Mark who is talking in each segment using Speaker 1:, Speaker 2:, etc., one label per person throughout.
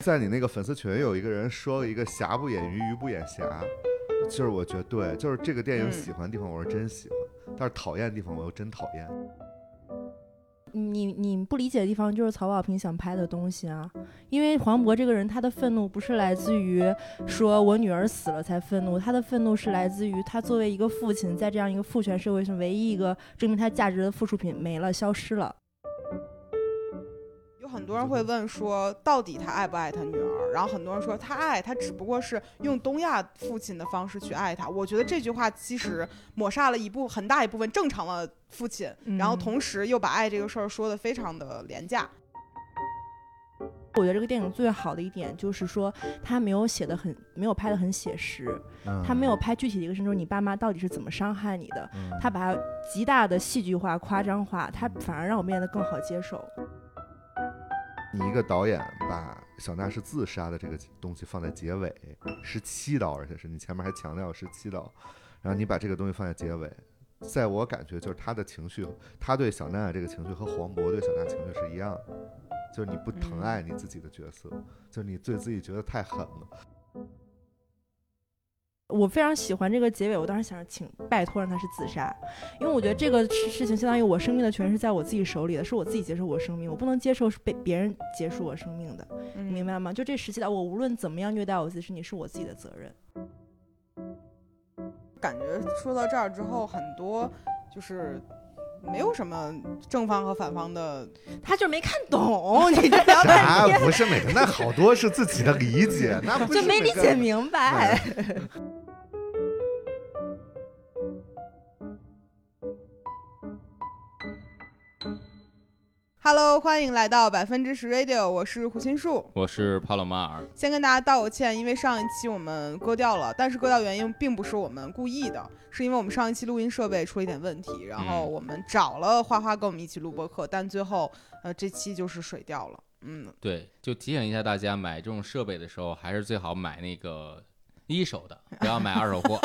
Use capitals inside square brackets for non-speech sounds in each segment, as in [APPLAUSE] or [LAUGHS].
Speaker 1: 在你那个粉丝群有一个人说了一个“瑕不掩瑜，瑜不掩瑕”，就是我觉得对，就是这个电影
Speaker 2: 嗯
Speaker 1: 喜欢的地方我是真喜欢，但是讨厌的地方我又真讨厌。
Speaker 3: 你你不理解的地方就是曹保平想拍的东西啊，因为黄渤这个人，他的愤怒不是来自于说我女儿死了才愤怒，他的愤怒是来自于他作为一个父亲，在这样一个父权社会上，唯一一个证明他价值的附属品没了，消失了。
Speaker 2: 有很多人会问嗯说，到底他爱不爱他女儿？然后很多人说他爱，他只不过是用东亚父亲的方式去爱他。我觉得这句话其实抹杀了一部很大一部分正常的父亲，然后
Speaker 3: 嗯
Speaker 2: 同时又把爱这个事儿说的非常的廉价。
Speaker 3: 我觉得这个电影最好的一点就是说，他没有写的很，没有拍的很写实，
Speaker 1: 嗯
Speaker 3: 他没有拍具体的一个事情，就是你爸妈到底是怎么伤害你的，
Speaker 1: 嗯
Speaker 3: 他把它极大的戏剧化、夸张化，他反而让我变得更好接受。
Speaker 1: 你一个导演把小娜是自杀的这个东西放在结尾，十七刀，而且是你前面还强调十七刀，然后你把这个东西放在结尾，在我感觉就是他的情绪，他对小娜这个情绪和黄渤对小娜情绪是一样的，就是你不疼爱
Speaker 3: 嗯
Speaker 1: 你自己的角色，就是你对自己觉得太狠了。
Speaker 3: 我非常喜欢这个结尾，我当时想着，请拜托让他是自杀，因为我觉得这个事事情相当于我生命的权是在我自己手里的，是我自己结束我生命，我不能接受是被别人结束我生命的，你明
Speaker 2: 白。
Speaker 3: 白吗？就这十七刀，我无论怎么样虐待我自己，是你是我自己的责任。
Speaker 2: 感觉说到这儿之后，很多就是没有什么正方和反方的
Speaker 3: 他就是没看懂，你这
Speaker 2: 啊
Speaker 3: 聊半
Speaker 1: 啥
Speaker 3: 天
Speaker 1: 啊不是每个，那好多是自己的理解，那不是
Speaker 3: 就没理
Speaker 1: 每个嗯
Speaker 3: 解明白。
Speaker 2: Hello，欢迎来到百分之十 Radio，我是胡心树。
Speaker 4: 我是帕洛马尔，
Speaker 2: 先跟大家道个歉，因为上一期我们割掉了，但是割掉原因并不是我们故意的，是因为我们上一期录音设备出了一点问题，然后
Speaker 4: 嗯
Speaker 2: 我们找了花花跟我们一起录播客，但最后呃这期就是水掉了。嗯，
Speaker 4: 对，就提醒一下大家，买这种设备的时候，还是最好买那个一手的，不要买二
Speaker 2: [LAUGHS]
Speaker 4: 手货。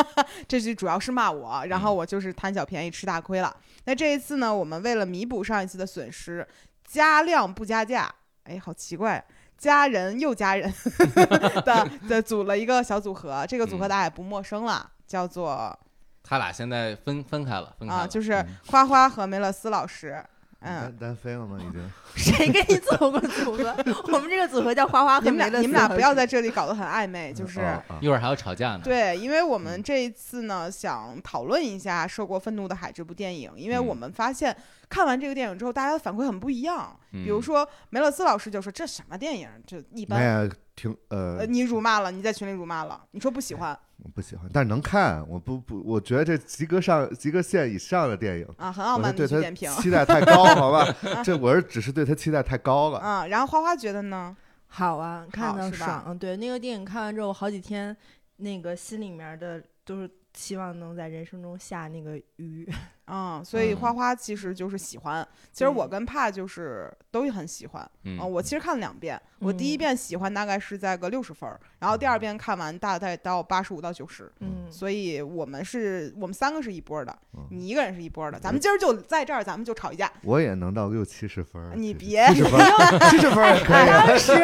Speaker 2: 这句主要是骂我，然后我就是贪小便宜吃大亏了。那这一次呢，我们为了弥补上一次的损失，加量不加价，哎，好奇怪。加人又加人 [LAUGHS] 的的组了一个小组合，这个组合大家也不陌生了，叫做
Speaker 4: 他俩现在分分开了，分开了。
Speaker 2: 啊，就是花花和梅勒斯老师。嗯，
Speaker 1: 单单飞了吗？已经。
Speaker 3: 谁跟你组过组合？ [LAUGHS] 我们这个组合叫花花
Speaker 2: 你
Speaker 3: 和
Speaker 2: 们
Speaker 3: 梅勒
Speaker 2: 俩
Speaker 3: 斯
Speaker 2: 你们俩
Speaker 3: 老
Speaker 2: 不
Speaker 3: 师
Speaker 2: 要在这里搞得很暧昧，就是。
Speaker 1: 啊啊
Speaker 4: 一会儿还要吵架呢。
Speaker 2: 对，因为我们这一次呢，想讨论一下《涉过愤怒的海》这部电影，因为我
Speaker 4: 嗯
Speaker 2: 们发现看完这个电影之后，大家的反馈很不一样。
Speaker 4: 嗯，
Speaker 2: 比如说梅勒斯老师就说：“这什么电影？这
Speaker 1: 那
Speaker 2: 一般。
Speaker 1: 也挺呃
Speaker 2: 呃，你辱骂了，你在群里辱骂了，你说不喜欢
Speaker 1: 我不喜欢，但是能看。我不不，我觉得这及格上及格线以上的电影，
Speaker 2: 啊，很傲
Speaker 1: 我是
Speaker 2: 慢
Speaker 1: 对
Speaker 2: 的去
Speaker 1: 他
Speaker 2: 点评
Speaker 1: 期待太高，好
Speaker 2: [LAUGHS]
Speaker 1: 吧？这我是只是对他期待太高了。
Speaker 2: 啊。然后花花觉得呢，
Speaker 3: 好啊，看
Speaker 2: 好
Speaker 3: 到
Speaker 2: 是吧
Speaker 3: 爽。对，那个电影看完之后，好几天那个心里面的都是希望能在人生中下那个鱼。
Speaker 2: 嗯，所以
Speaker 4: 嗯
Speaker 2: 花花其实就是喜欢。其实我
Speaker 3: 嗯
Speaker 2: 跟帕就是都很喜欢。
Speaker 4: 嗯
Speaker 2: 啊，，我其实看了两遍，我第一
Speaker 3: 嗯
Speaker 2: 遍喜欢大概是在个六十分，儿，然后第二遍看完大概到八十五到九十，
Speaker 3: 嗯，
Speaker 2: 所以我们是我们三个是一波儿的，
Speaker 1: 嗯
Speaker 2: 你一个人是一波儿的，咱们今儿就在这儿，咱们就吵一架，
Speaker 1: 我也能到六七十分儿，
Speaker 2: 啊你啊
Speaker 1: 其实七
Speaker 2: 别
Speaker 1: 十分儿，七十分儿也可
Speaker 2: [LAUGHS]
Speaker 1: 以。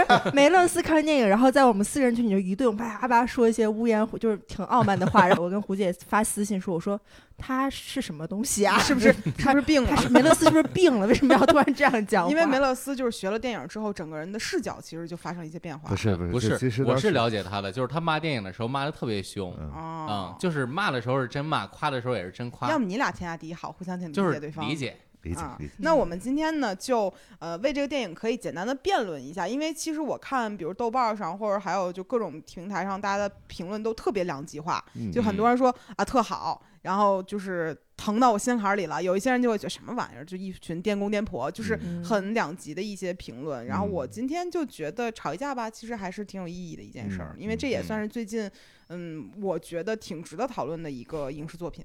Speaker 3: 当 [LAUGHS] 时梅勒斯看完电影，然后在我们四个人群里就一顿叭叭叭说一些污言，就是挺傲慢的话。然后我跟胡姐发私信说：“我说他是什么东西啊？
Speaker 2: 是不是？是不是病
Speaker 3: [LAUGHS] 他
Speaker 2: 了？
Speaker 3: 是梅勒斯是不是病了？为什么要突然这样讲话？
Speaker 2: 因为梅勒斯就是学了电影之后，整个人的视角其实就发生了一些变化
Speaker 1: 不。是
Speaker 4: 不
Speaker 1: 不
Speaker 4: 是，
Speaker 1: 其实
Speaker 4: 我
Speaker 1: 当
Speaker 4: 是
Speaker 1: 时
Speaker 4: 了解他的，就是他骂电影的时候骂的特别凶，
Speaker 1: 嗯，
Speaker 2: 哦
Speaker 4: 嗯，，就是骂的时候是真骂，夸的时候也是真夸
Speaker 2: 要，么你俩天下第一好，互相挺理
Speaker 4: 就是
Speaker 2: 解对方。
Speaker 4: 理解。
Speaker 1: 理解
Speaker 2: 啊
Speaker 1: 理解。
Speaker 2: 那我们今天呢，就呃为这个电影可以简单的辩论一下，因为其实我看，比如豆瓣儿上或者还有就各种平台上，大家的评论都特别两极化，
Speaker 1: 嗯
Speaker 2: 就很多人说啊特好，然后就是疼到我心坎儿里了。有一些人就会觉得什么玩意儿，就一群电工电婆，就是
Speaker 3: 嗯 [LAUGHS]
Speaker 2: 很两极的一些评论。然后我
Speaker 1: 嗯
Speaker 2: 今天就觉得吵一架吧，其实还是挺有意义的一件事儿，
Speaker 1: 嗯
Speaker 2: 因为这也
Speaker 4: 嗯
Speaker 2: 算是最近嗯我觉得挺值得讨论的一个影视作品。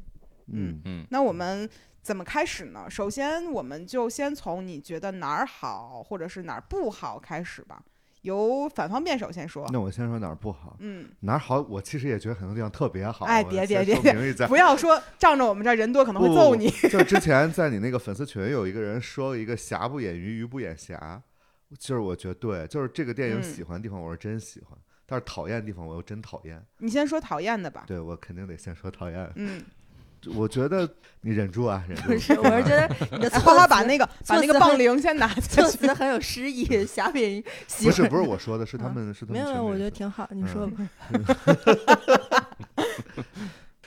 Speaker 1: 嗯，
Speaker 4: 嗯，
Speaker 2: 那我们怎么开始呢？首先，我们就先从你觉得哪儿好，或者是哪儿不好开始吧。由反方辩手先说。
Speaker 1: 那我先说哪儿不好，
Speaker 2: 嗯，
Speaker 1: 哪儿好？我其实也觉得很多地方特别好。
Speaker 2: 哎
Speaker 1: 我
Speaker 2: 别
Speaker 1: 先
Speaker 2: 别
Speaker 1: 声
Speaker 2: 别
Speaker 1: 明一下，
Speaker 2: 不要说仗着我们这儿人多可能会
Speaker 1: 不
Speaker 2: 揍你。 [LAUGHS]
Speaker 1: 就之前在你那个粉丝群有一个人说一个“瑕不掩瑜，瑜不掩瑕”，就是我觉得对，就是这个电影
Speaker 2: 嗯
Speaker 1: 喜欢的地方我是真喜欢，但是讨厌的地方我又真讨厌。
Speaker 2: 你先说讨厌的吧。
Speaker 1: 对我肯定得先说讨厌。 [LAUGHS]
Speaker 2: 嗯，
Speaker 1: 我觉得你忍住啊，忍
Speaker 3: [LAUGHS]
Speaker 1: 住。
Speaker 3: 我是觉得你
Speaker 2: 哎
Speaker 3: 的 [LAUGHS] 措
Speaker 2: 花花把
Speaker 3: 辞
Speaker 2: 那个把那
Speaker 3: 措
Speaker 2: 个
Speaker 3: 辞
Speaker 2: 棒
Speaker 3: 很
Speaker 2: 铃先拿
Speaker 3: 措
Speaker 2: 下去。
Speaker 3: 辞很有诗意，霞品喜
Speaker 1: 不
Speaker 3: 欢
Speaker 1: 是
Speaker 3: [LAUGHS]
Speaker 1: 不是我说的，是他
Speaker 3: 嗯
Speaker 1: 们是他
Speaker 3: 没
Speaker 1: 们
Speaker 3: 有没
Speaker 1: 群
Speaker 3: 有，我
Speaker 1: 里
Speaker 3: 觉得
Speaker 1: 说
Speaker 3: 挺好，你说吧。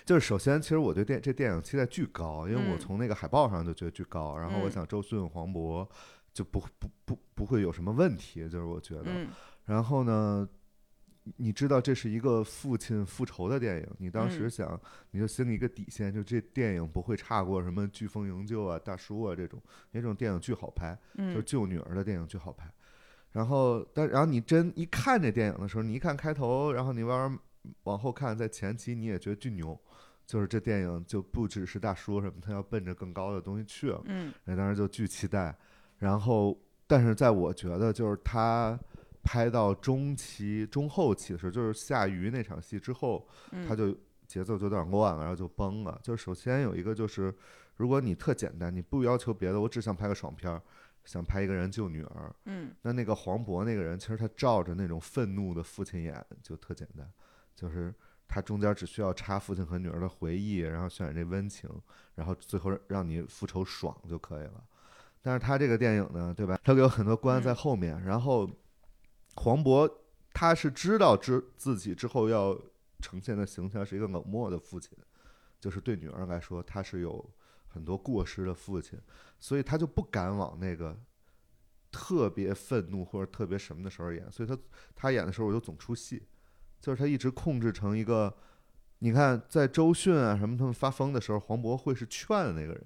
Speaker 1: 就是首先，其实我对电这电影期待巨高，因为我
Speaker 2: 嗯
Speaker 1: 从那个海报上就觉得巨高，然后我
Speaker 2: 嗯
Speaker 1: 想周迅、黄渤就不不不不会有什么问题，就是我觉得。
Speaker 2: 嗯
Speaker 1: 然后呢，你知道这是一个父亲复仇的电影，你当时
Speaker 2: 嗯
Speaker 1: 想，你就心里一个底线，就这电影不会差过什么《飓风营救》啊、《大叔》啊这种，那种电影巨好拍，就是
Speaker 2: 嗯
Speaker 1: 救女儿的电影巨好拍。然后，但然后你真一看这电影的时候，你一看开头，然后你慢慢往后看，在前期你也觉得巨牛，就是这电影就不只是大叔什么，他要奔着更高的东西去了。
Speaker 2: 嗯
Speaker 1: 那当时就巨期待。然后，但是在我觉得，就是他拍到中期、中后期的时候，就是下雨那场戏之后，
Speaker 2: 嗯，
Speaker 1: 他就节奏就有点乱了，然后就崩了。就是首先有一个就是，如果你特简单，你不要求别的，我只想拍个爽片儿，想拍一个人救女儿。
Speaker 2: 嗯
Speaker 1: 那那个黄渤那个人，其实他照着那种愤怒的父亲演，就特简单，就是。他中间只需要插父亲和女儿的回忆，然后渲染这温情，然后最后让你复仇爽就可以了。但是他这个电影呢，对吧？他有很多关在
Speaker 2: 嗯
Speaker 1: 后面，然后黄渤他是知道之自己之后要呈现的形象是一个冷漠的父亲，就是对女儿来说，他是有很多过失的父亲，所以他就不敢往那个特别愤怒或者特别什么的时候演，所以他他演的时候我就总出戏，就是他一直控制成一个，你看在周迅啊什么他们发疯的时候，黄渤会是劝那个人。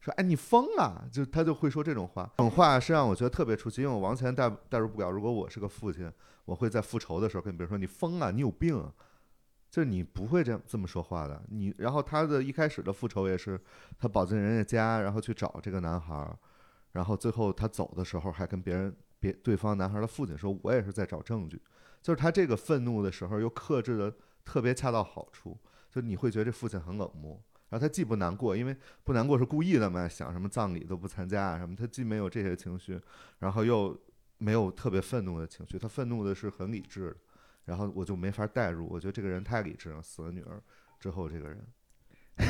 Speaker 1: 说哎，你疯了！就他就会说这种话，这种话是让我觉得特别出戏，因为我完全代代入不了。如果我是个父亲，我会在复仇的时候跟别人说：“你疯啊，你有病、啊！”就是你不会这样这么说话的。你然后他的一开始的复仇也是他跑进人家家，然后去找这个男孩儿，然后最后他走的时候还跟别人别对方男孩的父亲说：“我也是在找证据。”就是他这个愤怒的时候又克制的特别恰到好处，就你会觉得这父亲很冷漠。然后他既不难过，因为不难过是故意的嘛，想什么葬礼都不参加啊什么，他既没有这些情绪，然后又没有特别愤怒的情绪，他愤怒的是很理智的，然后我就没法代入，我觉得这个人太理智了，死了女儿之后这个人，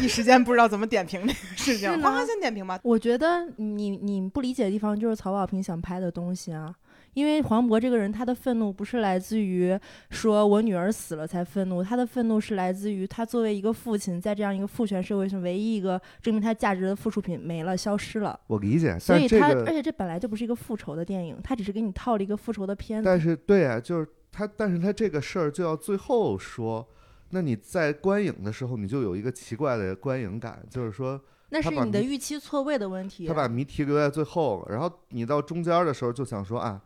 Speaker 2: 一时间不知道怎么点评这个事
Speaker 3: 是
Speaker 2: 情。
Speaker 3: 呢
Speaker 2: 花花先点评吧。
Speaker 3: 我觉得你你不理解的地方就是曹保平想拍的东西啊，因为黄渤这个人他的愤怒不是来自于说我女儿死了才愤怒，他的愤怒是来自于他作为一个父亲，在这样一个父权社会上，唯一一个证明他价值的附属品没了，消失了。
Speaker 1: 我理解，
Speaker 3: 所
Speaker 1: 但
Speaker 3: 以
Speaker 1: 是这
Speaker 3: 他，而
Speaker 1: 个，
Speaker 3: 且这本来就不是一个复仇的电影，他只是给你套了一个复仇的片子。
Speaker 1: 但是对啊，就是他，但是他这个事儿就要最后说，那你在观影的时候你就有一个奇怪的观影感，就是说
Speaker 3: 那
Speaker 1: 他
Speaker 3: 是
Speaker 1: 把
Speaker 3: 你的
Speaker 1: 迷
Speaker 3: 预期错位的问题。
Speaker 1: 他把谜题留在最后了，然后你到中间儿的时候就想说啊，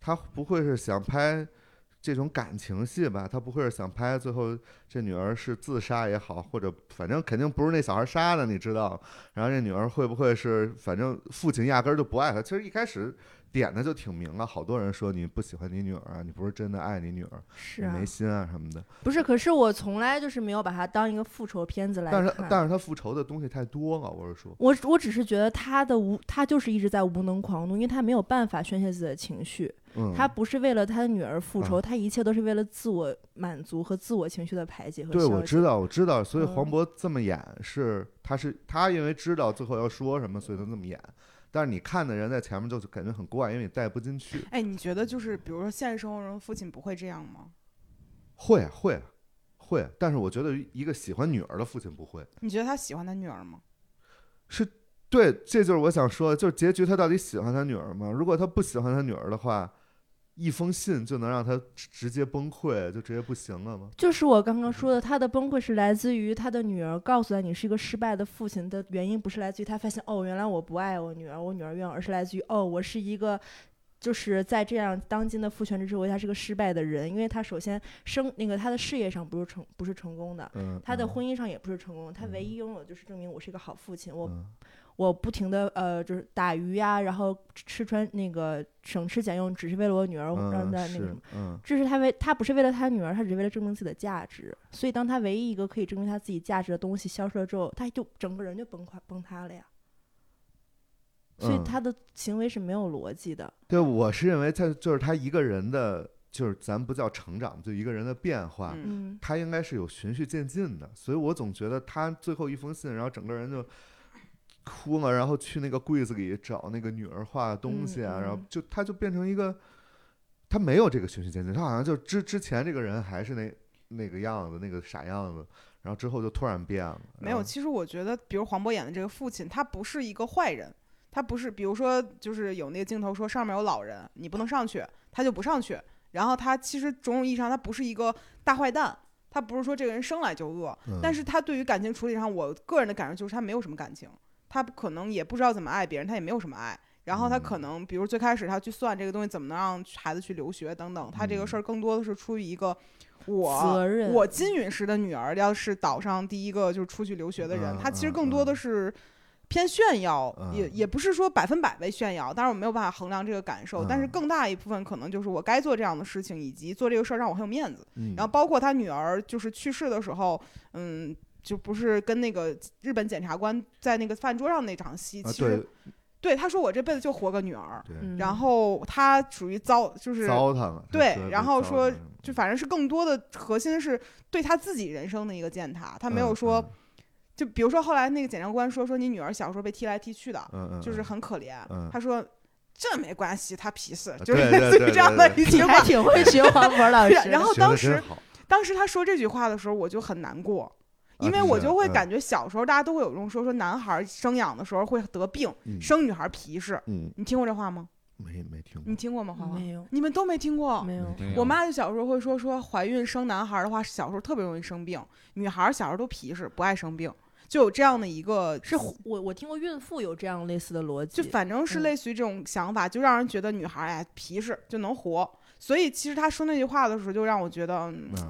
Speaker 1: 他不会是想拍这种感情戏吧？他不会是想拍最后这女儿是自杀也好，或者反正肯定不是那小孩杀的，你知道？然后这女儿会不会是反正父亲压根儿就不爱她？其实一开始点的就挺明了，好多人说你不喜欢你女儿啊，你不是真的爱你女儿，
Speaker 3: 是
Speaker 1: 你
Speaker 3: 啊
Speaker 1: 没，心啊什么的。
Speaker 3: 不是？可是我从来就是没有把它当一个复仇片子来
Speaker 1: 但
Speaker 3: 看
Speaker 1: 是。但是他复仇的东西太多了，我是说。
Speaker 3: 我我只是觉得他的无，他就是一直在无能狂怒，因为他没有办法宣泄自己的情绪。
Speaker 1: 嗯，
Speaker 3: 他不是为了他的女儿复仇，
Speaker 1: 啊
Speaker 3: 他一切都是为了自我满足和自我情绪的排解和消
Speaker 1: 对，
Speaker 3: 解。
Speaker 1: 我知道，我知道，所以
Speaker 3: 嗯
Speaker 1: 黄渤这么演是，他是他因为知道最后要说什么，所以他这么演。但是你看的人在前面就感觉很怪，因为你带不进
Speaker 3: [LAUGHS]
Speaker 1: 去。
Speaker 2: 哎，你觉得就是比如说现实生活中父亲不会这样吗？
Speaker 1: 会啊会会，啊但是我觉得一个喜欢女儿的父亲不会。
Speaker 2: 你觉得他喜欢他女儿吗？
Speaker 1: 是对，这就是我想说的，就是结局他到底喜欢他女儿吗？如果他不喜欢他女儿的话，一封信就能让他直直接崩溃，就直接不行了吗？
Speaker 3: 就是我刚刚说的，他的崩溃是来自于他的女儿告诉他你是一个失败的父亲的原因，不是来自于他发现哦，原来我不爱我女儿，我女儿怨我，而是来自于哦，我是一个。就是在这样当今的父权制社会，他是个失败的人，因为他首先生那个他的事业上不是成不是成功的，
Speaker 1: 嗯，
Speaker 3: 他的
Speaker 1: 嗯
Speaker 3: 婚姻上也不是成功的，他
Speaker 1: 嗯
Speaker 3: 唯一拥有的就是证明我是一个好父亲，我
Speaker 1: 嗯
Speaker 3: 我不停的呃，就是打鱼呀、然后吃穿那个省吃俭用，只是为了我女儿，让她
Speaker 1: 嗯
Speaker 3: 那个什
Speaker 1: 是
Speaker 3: 么。
Speaker 1: 嗯
Speaker 3: 这是他为他不是为了他女儿，他只是为了证明自己的价值。所以，当他唯一一个可以证明他自己价值的东西消失了之后，他就整个人就崩垮崩塌了呀。所以
Speaker 1: 嗯
Speaker 3: 他的行为是没有逻辑的。
Speaker 1: 对，我是认为他就是他一个人的，就是咱不叫成长，就一个人的变化，
Speaker 2: 嗯
Speaker 3: 嗯，
Speaker 1: 他应该是有循序渐进的，所以我总觉得他最后一封信，然后整个人就哭了，然后去那个柜子里找那个女儿画的东西啊，
Speaker 3: 嗯嗯
Speaker 1: 然后就他就变成一个，他没有这个循序渐进，他好像就之之前这个人还是那那个样子，那个傻样子，然后之后就突然变了，
Speaker 2: 没
Speaker 1: 然
Speaker 2: 有，
Speaker 1: 后
Speaker 2: 其实我觉得，比如黄渤演的这个父亲，他不是一个坏人，他不是，比如说就是有那个镜头说上面有老人，你不能上去，他就不上去。然后他其实种种意义上，他不是一个大坏蛋，他不是说这个人生来就恶，
Speaker 1: 嗯
Speaker 2: 但是他对于感情处理上，我个人的感受就是他没有什么感情，他可能也不知道怎么爱别人，他也没有什么爱。然后他可能，比如最开始他去算这个东西怎么能让孩子去留学等等，他这个事儿更多的是出于一个我
Speaker 3: 责任，
Speaker 2: 我金陨石的女儿要是岛上第一个就是出去留学的人，
Speaker 1: 嗯
Speaker 2: 她其实
Speaker 1: 嗯
Speaker 2: 更多的是偏炫耀，
Speaker 1: 嗯
Speaker 2: 也也不是说百分百为炫耀，当然我没有办法衡量这个感受，但是
Speaker 1: 嗯
Speaker 2: 更大一部分可能就是我该做这样的事情，以及做这个事儿让我很有面子。
Speaker 1: 嗯
Speaker 2: 然后包括她女儿就是去世的时候，嗯。就不是跟那个日本检察官在那个饭桌上那场戏，
Speaker 1: 啊
Speaker 2: 其实
Speaker 1: 对
Speaker 2: 对他说我这辈子就活个女儿，
Speaker 1: 对、
Speaker 3: 嗯
Speaker 2: 然后他属于糟，就是
Speaker 1: 糟蹋了，他
Speaker 2: 对
Speaker 1: 觉得
Speaker 2: 然
Speaker 1: 被
Speaker 2: 后
Speaker 1: 糟
Speaker 2: 说
Speaker 1: 蹋了
Speaker 2: 就反正是更多的核心是对他自己人生的一个践踏，他没有
Speaker 1: 嗯
Speaker 2: 说，就比如说后来那个检察官说说你女儿小时候被踢来踢去的，
Speaker 1: 嗯嗯，
Speaker 2: 就是
Speaker 1: 嗯
Speaker 2: 很可怜，
Speaker 1: 嗯
Speaker 2: 他说这没关系，他皮实，
Speaker 1: 对
Speaker 2: 就是
Speaker 1: 对
Speaker 2: 类似
Speaker 1: 对
Speaker 2: 于这样的
Speaker 1: 对
Speaker 2: 一句
Speaker 3: 你还
Speaker 2: [LAUGHS] 话。
Speaker 3: 挺会学黄渤老师的。
Speaker 2: 然后 [LAUGHS]
Speaker 1: 学得
Speaker 2: 当
Speaker 1: 真
Speaker 2: 时
Speaker 1: 好
Speaker 2: 当时他说这句话的时候，我就很难过。因为
Speaker 1: 是
Speaker 2: 我就会
Speaker 1: 嗯
Speaker 2: 感觉小时候大家都会有一种说说男孩生养的时候会得病，
Speaker 1: 嗯
Speaker 2: 生女孩皮实。
Speaker 1: 嗯
Speaker 2: 你听过这话吗？
Speaker 1: 没没听过
Speaker 2: 你，听过吗？花花，
Speaker 3: 没有，
Speaker 2: 你们都没听过？
Speaker 3: 没有，
Speaker 4: 没有
Speaker 2: 我妈就小时候会说说怀孕生男孩儿的话，小时候特别容易生病，女孩儿小时候都皮实，不爱生病，就有这样的一个
Speaker 3: 是我我听过孕妇有这样类似的逻
Speaker 2: 就
Speaker 3: 辑，
Speaker 2: 反正是
Speaker 3: 嗯
Speaker 2: 类似于这种想法，就让人觉得女孩儿哎皮实就能活。所以其实她说那句话的时候，就让我觉得嗯
Speaker 1: 嗯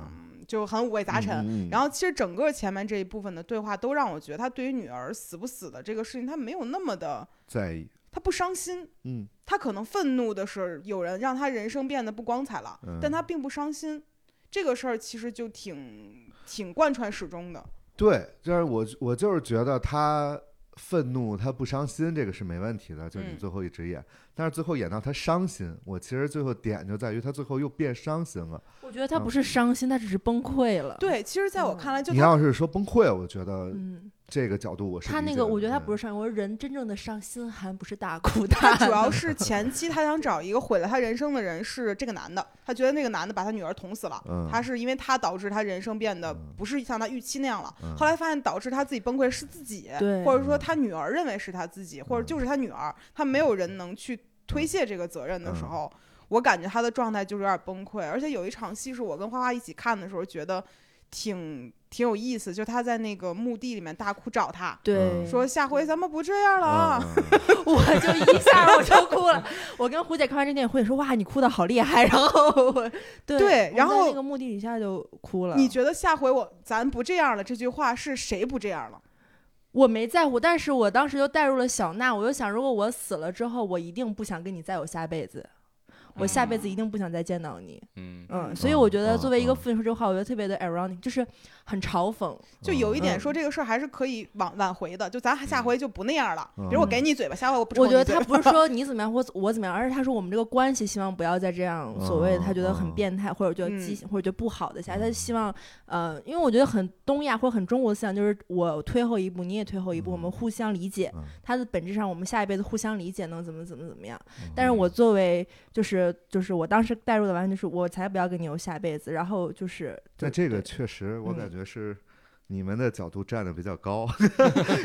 Speaker 2: 就很五味杂陈。
Speaker 1: 嗯嗯
Speaker 2: 然后其实整个前面这一部分的对话，都让我觉得她对于女儿死不死的这个事情，她没有那么的，
Speaker 1: 在意，
Speaker 2: 她不伤心。
Speaker 1: 嗯
Speaker 2: 她可能愤怒的是有人让她人生变得不光彩了，
Speaker 1: 嗯，
Speaker 2: 但他并不伤心。这个事儿其实就挺挺贯穿始终的。
Speaker 1: 对，就是我我就是觉得他愤怒，他不伤心，这个是没问题的，就是你
Speaker 2: 嗯
Speaker 1: 最后一直演，但是最后演到他伤心，我其实最后点就在于他最后又变伤心了。
Speaker 3: 我觉得他不
Speaker 1: 嗯
Speaker 3: 是伤心，他只是崩溃了。，
Speaker 2: 对，其实在我看来，就
Speaker 1: 你
Speaker 2: 他
Speaker 1: 要是说崩溃，我觉得
Speaker 3: 嗯，
Speaker 1: 这个角度我是
Speaker 3: 他
Speaker 1: 理
Speaker 3: 那
Speaker 1: 解
Speaker 3: 个
Speaker 1: 的
Speaker 3: 我觉得他
Speaker 1: 嗯
Speaker 3: 不是伤，我说人真正的伤心寒不是大哭大
Speaker 2: 他
Speaker 3: 喊，
Speaker 2: 主要是前期他想找一个毁了他人生的人是这个男的，他觉得那个男的把他女儿捅死了。
Speaker 1: 嗯，
Speaker 2: 他是因为他导致他人生变得
Speaker 1: 嗯
Speaker 2: 不是像他预期那样了，
Speaker 1: 嗯
Speaker 2: 后来发现导致他自己崩溃是自己，
Speaker 3: 对
Speaker 2: 或者说他女儿认为是他自己，或者
Speaker 1: 嗯
Speaker 2: 就是他女儿，他没有人能去推卸这个责任的时候，我感觉他的状态就是有点崩溃。而且有一场戏是我跟花花一起看的时候，觉得挺挺有意思，就他在那个墓地里面大哭找他。
Speaker 3: 对，
Speaker 1: 嗯
Speaker 2: 说下回咱们不这样了啊！
Speaker 1: 嗯嗯嗯
Speaker 3: [LAUGHS] 我就一下我就哭了。我跟胡姐看完这电影会说哇，你哭的好厉害。然后我对
Speaker 2: 对
Speaker 3: 我们
Speaker 2: 然
Speaker 3: 在
Speaker 2: 后
Speaker 3: 那个墓地里一下就哭了。
Speaker 2: 你觉得下回我咱不这样了这句话是谁不这样了？
Speaker 3: 我没在乎，但是我当时就带入了小娜，我就想，如果我死了之后，我一定不想跟你再有下辈子，我下辈子一定不想再见到你。
Speaker 4: 嗯，
Speaker 3: 嗯，所以我觉
Speaker 1: 嗯
Speaker 3: 得
Speaker 1: 嗯
Speaker 3: 作为一个
Speaker 1: 嗯
Speaker 3: 父亲说这话，我觉得特别的 ironic，就是很嘲讽。
Speaker 2: [LAUGHS] 就有一点
Speaker 3: 嗯
Speaker 2: 说这个事儿还是可以挽挽回的，就咱下回就不那样了。
Speaker 1: 嗯
Speaker 2: 比如我给你嘴巴，下回我不抽
Speaker 3: 我
Speaker 2: 你
Speaker 3: 觉
Speaker 2: 嘴
Speaker 3: 得
Speaker 2: 巴。
Speaker 1: [LAUGHS]
Speaker 3: 他不是说你怎么样或我怎么样，而是他说我们这个关系希望不要再这样，所谓
Speaker 1: 哦
Speaker 3: 他觉得很变态或者觉得畸形或者觉得不好的下，
Speaker 1: 嗯
Speaker 3: 他希望呃，因为我觉得很东亚或者很中国思想就是我退后一步，你也退后一步，我们互相理解。
Speaker 1: 嗯
Speaker 3: 他的本质上，我们下一辈子互相理解能怎么怎么怎么样。
Speaker 1: 嗯
Speaker 3: 但是我作为就是就是我当时带入的完全就是我才不要跟你有下辈子，然后就是
Speaker 1: 那
Speaker 3: 对
Speaker 1: 这个
Speaker 3: 对
Speaker 1: 确实，我
Speaker 3: 嗯
Speaker 1: 感觉是你们的角度站的比较高， [LAUGHS]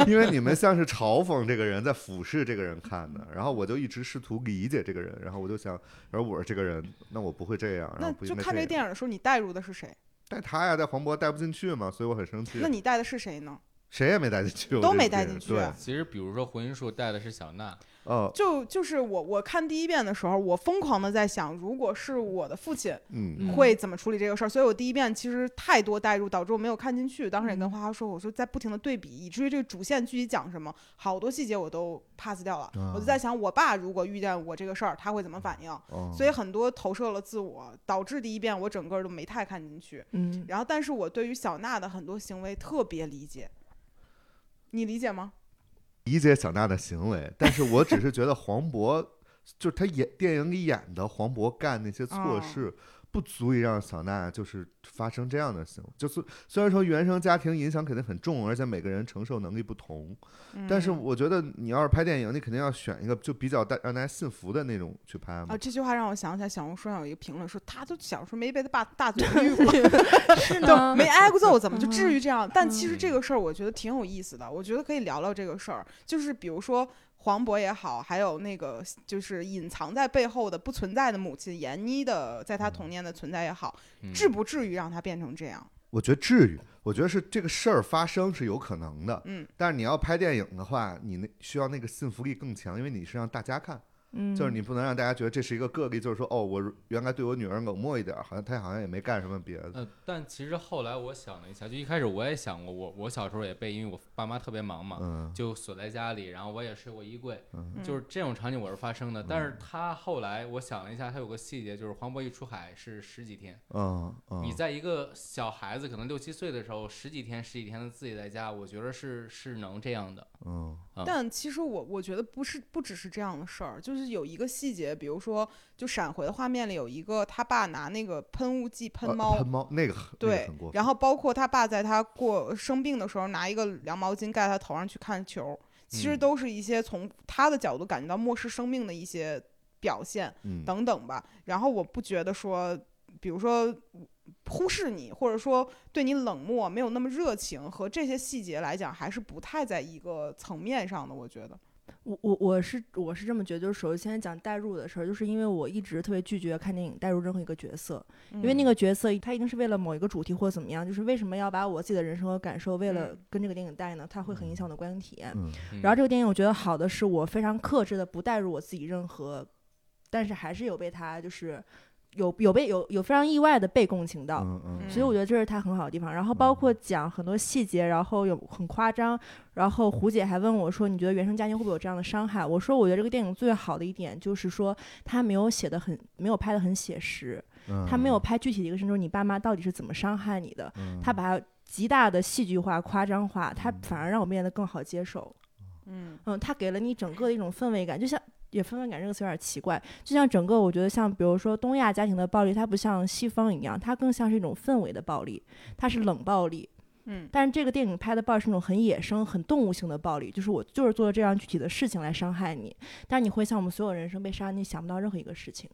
Speaker 1: 因为你们像是嘲讽这个人，在俯视这个人看的。然后我就一直试图理解这个人，然后我就想，而我是这个人，那我不会这样，然嗯
Speaker 2: 那
Speaker 1: 后不
Speaker 2: 就
Speaker 1: 应该
Speaker 2: 看
Speaker 1: 这
Speaker 2: 这个
Speaker 1: 样。
Speaker 2: 电影的时候，你带入的是谁？
Speaker 1: 带他呀，带黄渤带不进去嘛，所以我很生气
Speaker 2: 那。你带的是谁呢？
Speaker 1: 谁也没带进去，我
Speaker 2: 都
Speaker 1: 这
Speaker 2: 没
Speaker 1: 个
Speaker 2: 带
Speaker 1: 电
Speaker 2: 进
Speaker 1: 影
Speaker 2: 去
Speaker 1: 对
Speaker 2: 啊，
Speaker 4: 其实比如说回音术带的是小娜，
Speaker 1: 哦，
Speaker 2: 就就是我我看第一遍的时候，我疯狂的在想，如果是我的父亲
Speaker 1: 嗯
Speaker 3: 嗯
Speaker 2: 会怎么处理这个事儿，所以我第一遍其实太多代入，导致我没有看进去。当时也
Speaker 1: 嗯
Speaker 2: 跟花花说，我说在不停的对比，以至于这个主线具体讲什么，好多细节我都 pass 掉了。
Speaker 1: 啊
Speaker 2: 我就在想，我爸如果遇见我这个事儿，他会怎么反应？
Speaker 1: 哦，
Speaker 2: 所以很多投射了自我，导致第一遍我整个都没太看进去。
Speaker 3: 嗯，
Speaker 2: 然后，但是我对于小娜的很多行为特别理解，你理解吗？
Speaker 1: 理解小娜的行为，但是我只是觉得黄渤，就是他演电影里演的黄渤干那些错
Speaker 2: 哦
Speaker 1: 事，不足以让小娜就是发生这样的行为。就是虽然说原生家庭影响肯定很重，而且每个人承受能力不同，但是
Speaker 2: 嗯
Speaker 1: 我觉得你要是拍电影，你肯定要选一个就比较大让大家信服的那种去拍嘛
Speaker 2: 啊，。这句话让我想起来，小红书上有一个评论说，他都小时候没被他爸大嘴巴绿过，
Speaker 3: 是
Speaker 2: 都
Speaker 1: [LAUGHS]
Speaker 3: 呢，
Speaker 2: 没挨过揍，怎么就至
Speaker 3: 嗯
Speaker 2: 于这样？但其实
Speaker 4: 嗯
Speaker 2: 这个事儿，我觉得挺有意思的，我觉得可以聊聊这个事儿，就是比如说。黄渤也好，还有那个就是隐藏在背后的不存在的母亲闫妮的，在她童年的存在也好，
Speaker 4: 嗯
Speaker 2: 至不至于让她变成这样。
Speaker 1: 我觉得至于，我觉得是这个事儿发生是有可能的，
Speaker 2: 嗯，
Speaker 1: 但是你要拍电影的话，你那需要那个信服力更强，因为你是让大家看。
Speaker 3: 嗯，
Speaker 1: 就是你不能让大家觉得这是一个个例，就是说哦，我原来对我女儿冷漠一点儿，好像她好像也没干什么别的。
Speaker 4: 呃，但其实后来我想了一下，就一开始我也想过，我我小时候也被，因为我爸妈特别忙嘛，
Speaker 1: 嗯，
Speaker 4: 就锁在家里，然后我也睡过衣柜，
Speaker 1: 嗯
Speaker 4: 就是这种场景我是发生的。但是他后来我想了一下，他有个细节，就是黄渤一出海是十几天，
Speaker 1: 嗯嗯，
Speaker 4: 你在一个小孩子可能六七岁的时候，十几天十几天的自己在家，我觉得是是能这样的。
Speaker 1: 嗯
Speaker 4: 啊
Speaker 2: 但其实我我觉得不是不只是这样的事儿，就是有一个细节，比如说就闪回的画面里有一个他爸拿那个喷雾剂
Speaker 1: 呃
Speaker 2: 喷猫，
Speaker 1: 喷猫那个很那个
Speaker 2: 对
Speaker 1: 很过，分，
Speaker 2: 然后包括他爸在他过生病的时候拿一个凉毛巾盖他头上去看球，其实
Speaker 4: 嗯
Speaker 2: 都是一些从他的角度感觉到漠视生命的一些表现
Speaker 1: 嗯
Speaker 2: 等等吧。然后我不觉得说，比如说忽视你，或者说对你冷漠、没有那么热情，和这些细节来讲，还是不太在一个层面上的。我觉得，
Speaker 3: 我我我是我是这么觉得，就是首先讲代入的事儿，就是因为我一直特别拒绝看电影代入任何一个角色，
Speaker 2: 因
Speaker 3: 因为那个角色他一定是为了某一个主题或怎么样，就是为什么要把我自己的人生和感受为了
Speaker 2: 嗯
Speaker 3: 跟这个电影带呢？它会很影响我的观影体验。
Speaker 1: 嗯
Speaker 4: 嗯
Speaker 3: 然后这个电影我觉得好的是我非常克制的不带入我自己任何，但是还是有被他就是有有被有有非常意外的被共情到。
Speaker 1: 嗯嗯，
Speaker 3: 所以我觉得这是他很好的地方。然后包括讲很多细节，然后有很夸张。然后胡姐还问我说：“你觉得原生家庭会不会有这样的伤害？”我说：“我觉得这个电影最好的一点就是说，他没有写的很，没有拍的很写实，
Speaker 1: 得
Speaker 3: 他没有拍具体的一个深说你爸妈到底是怎么伤害你的，
Speaker 1: 嗯
Speaker 3: 他把它极大的戏剧化、夸张化，他
Speaker 1: 嗯
Speaker 3: 反而让我变得更好接受。
Speaker 2: 嗯
Speaker 3: 嗯，它给了你整个的一种氛围感，就像也氛围感这个词有点奇怪，就像整个我觉得像比如说东亚家庭的暴力，它不像西方一样，它更像是一种氛围的暴力，它是冷暴力。
Speaker 2: 嗯
Speaker 3: 但是这个电影拍的暴力是那种很野生、很动物性的暴力，就是我就是做了这样具体的事情来伤害你，但是你回想我们所有人生被杀，你想不到任何一个事情，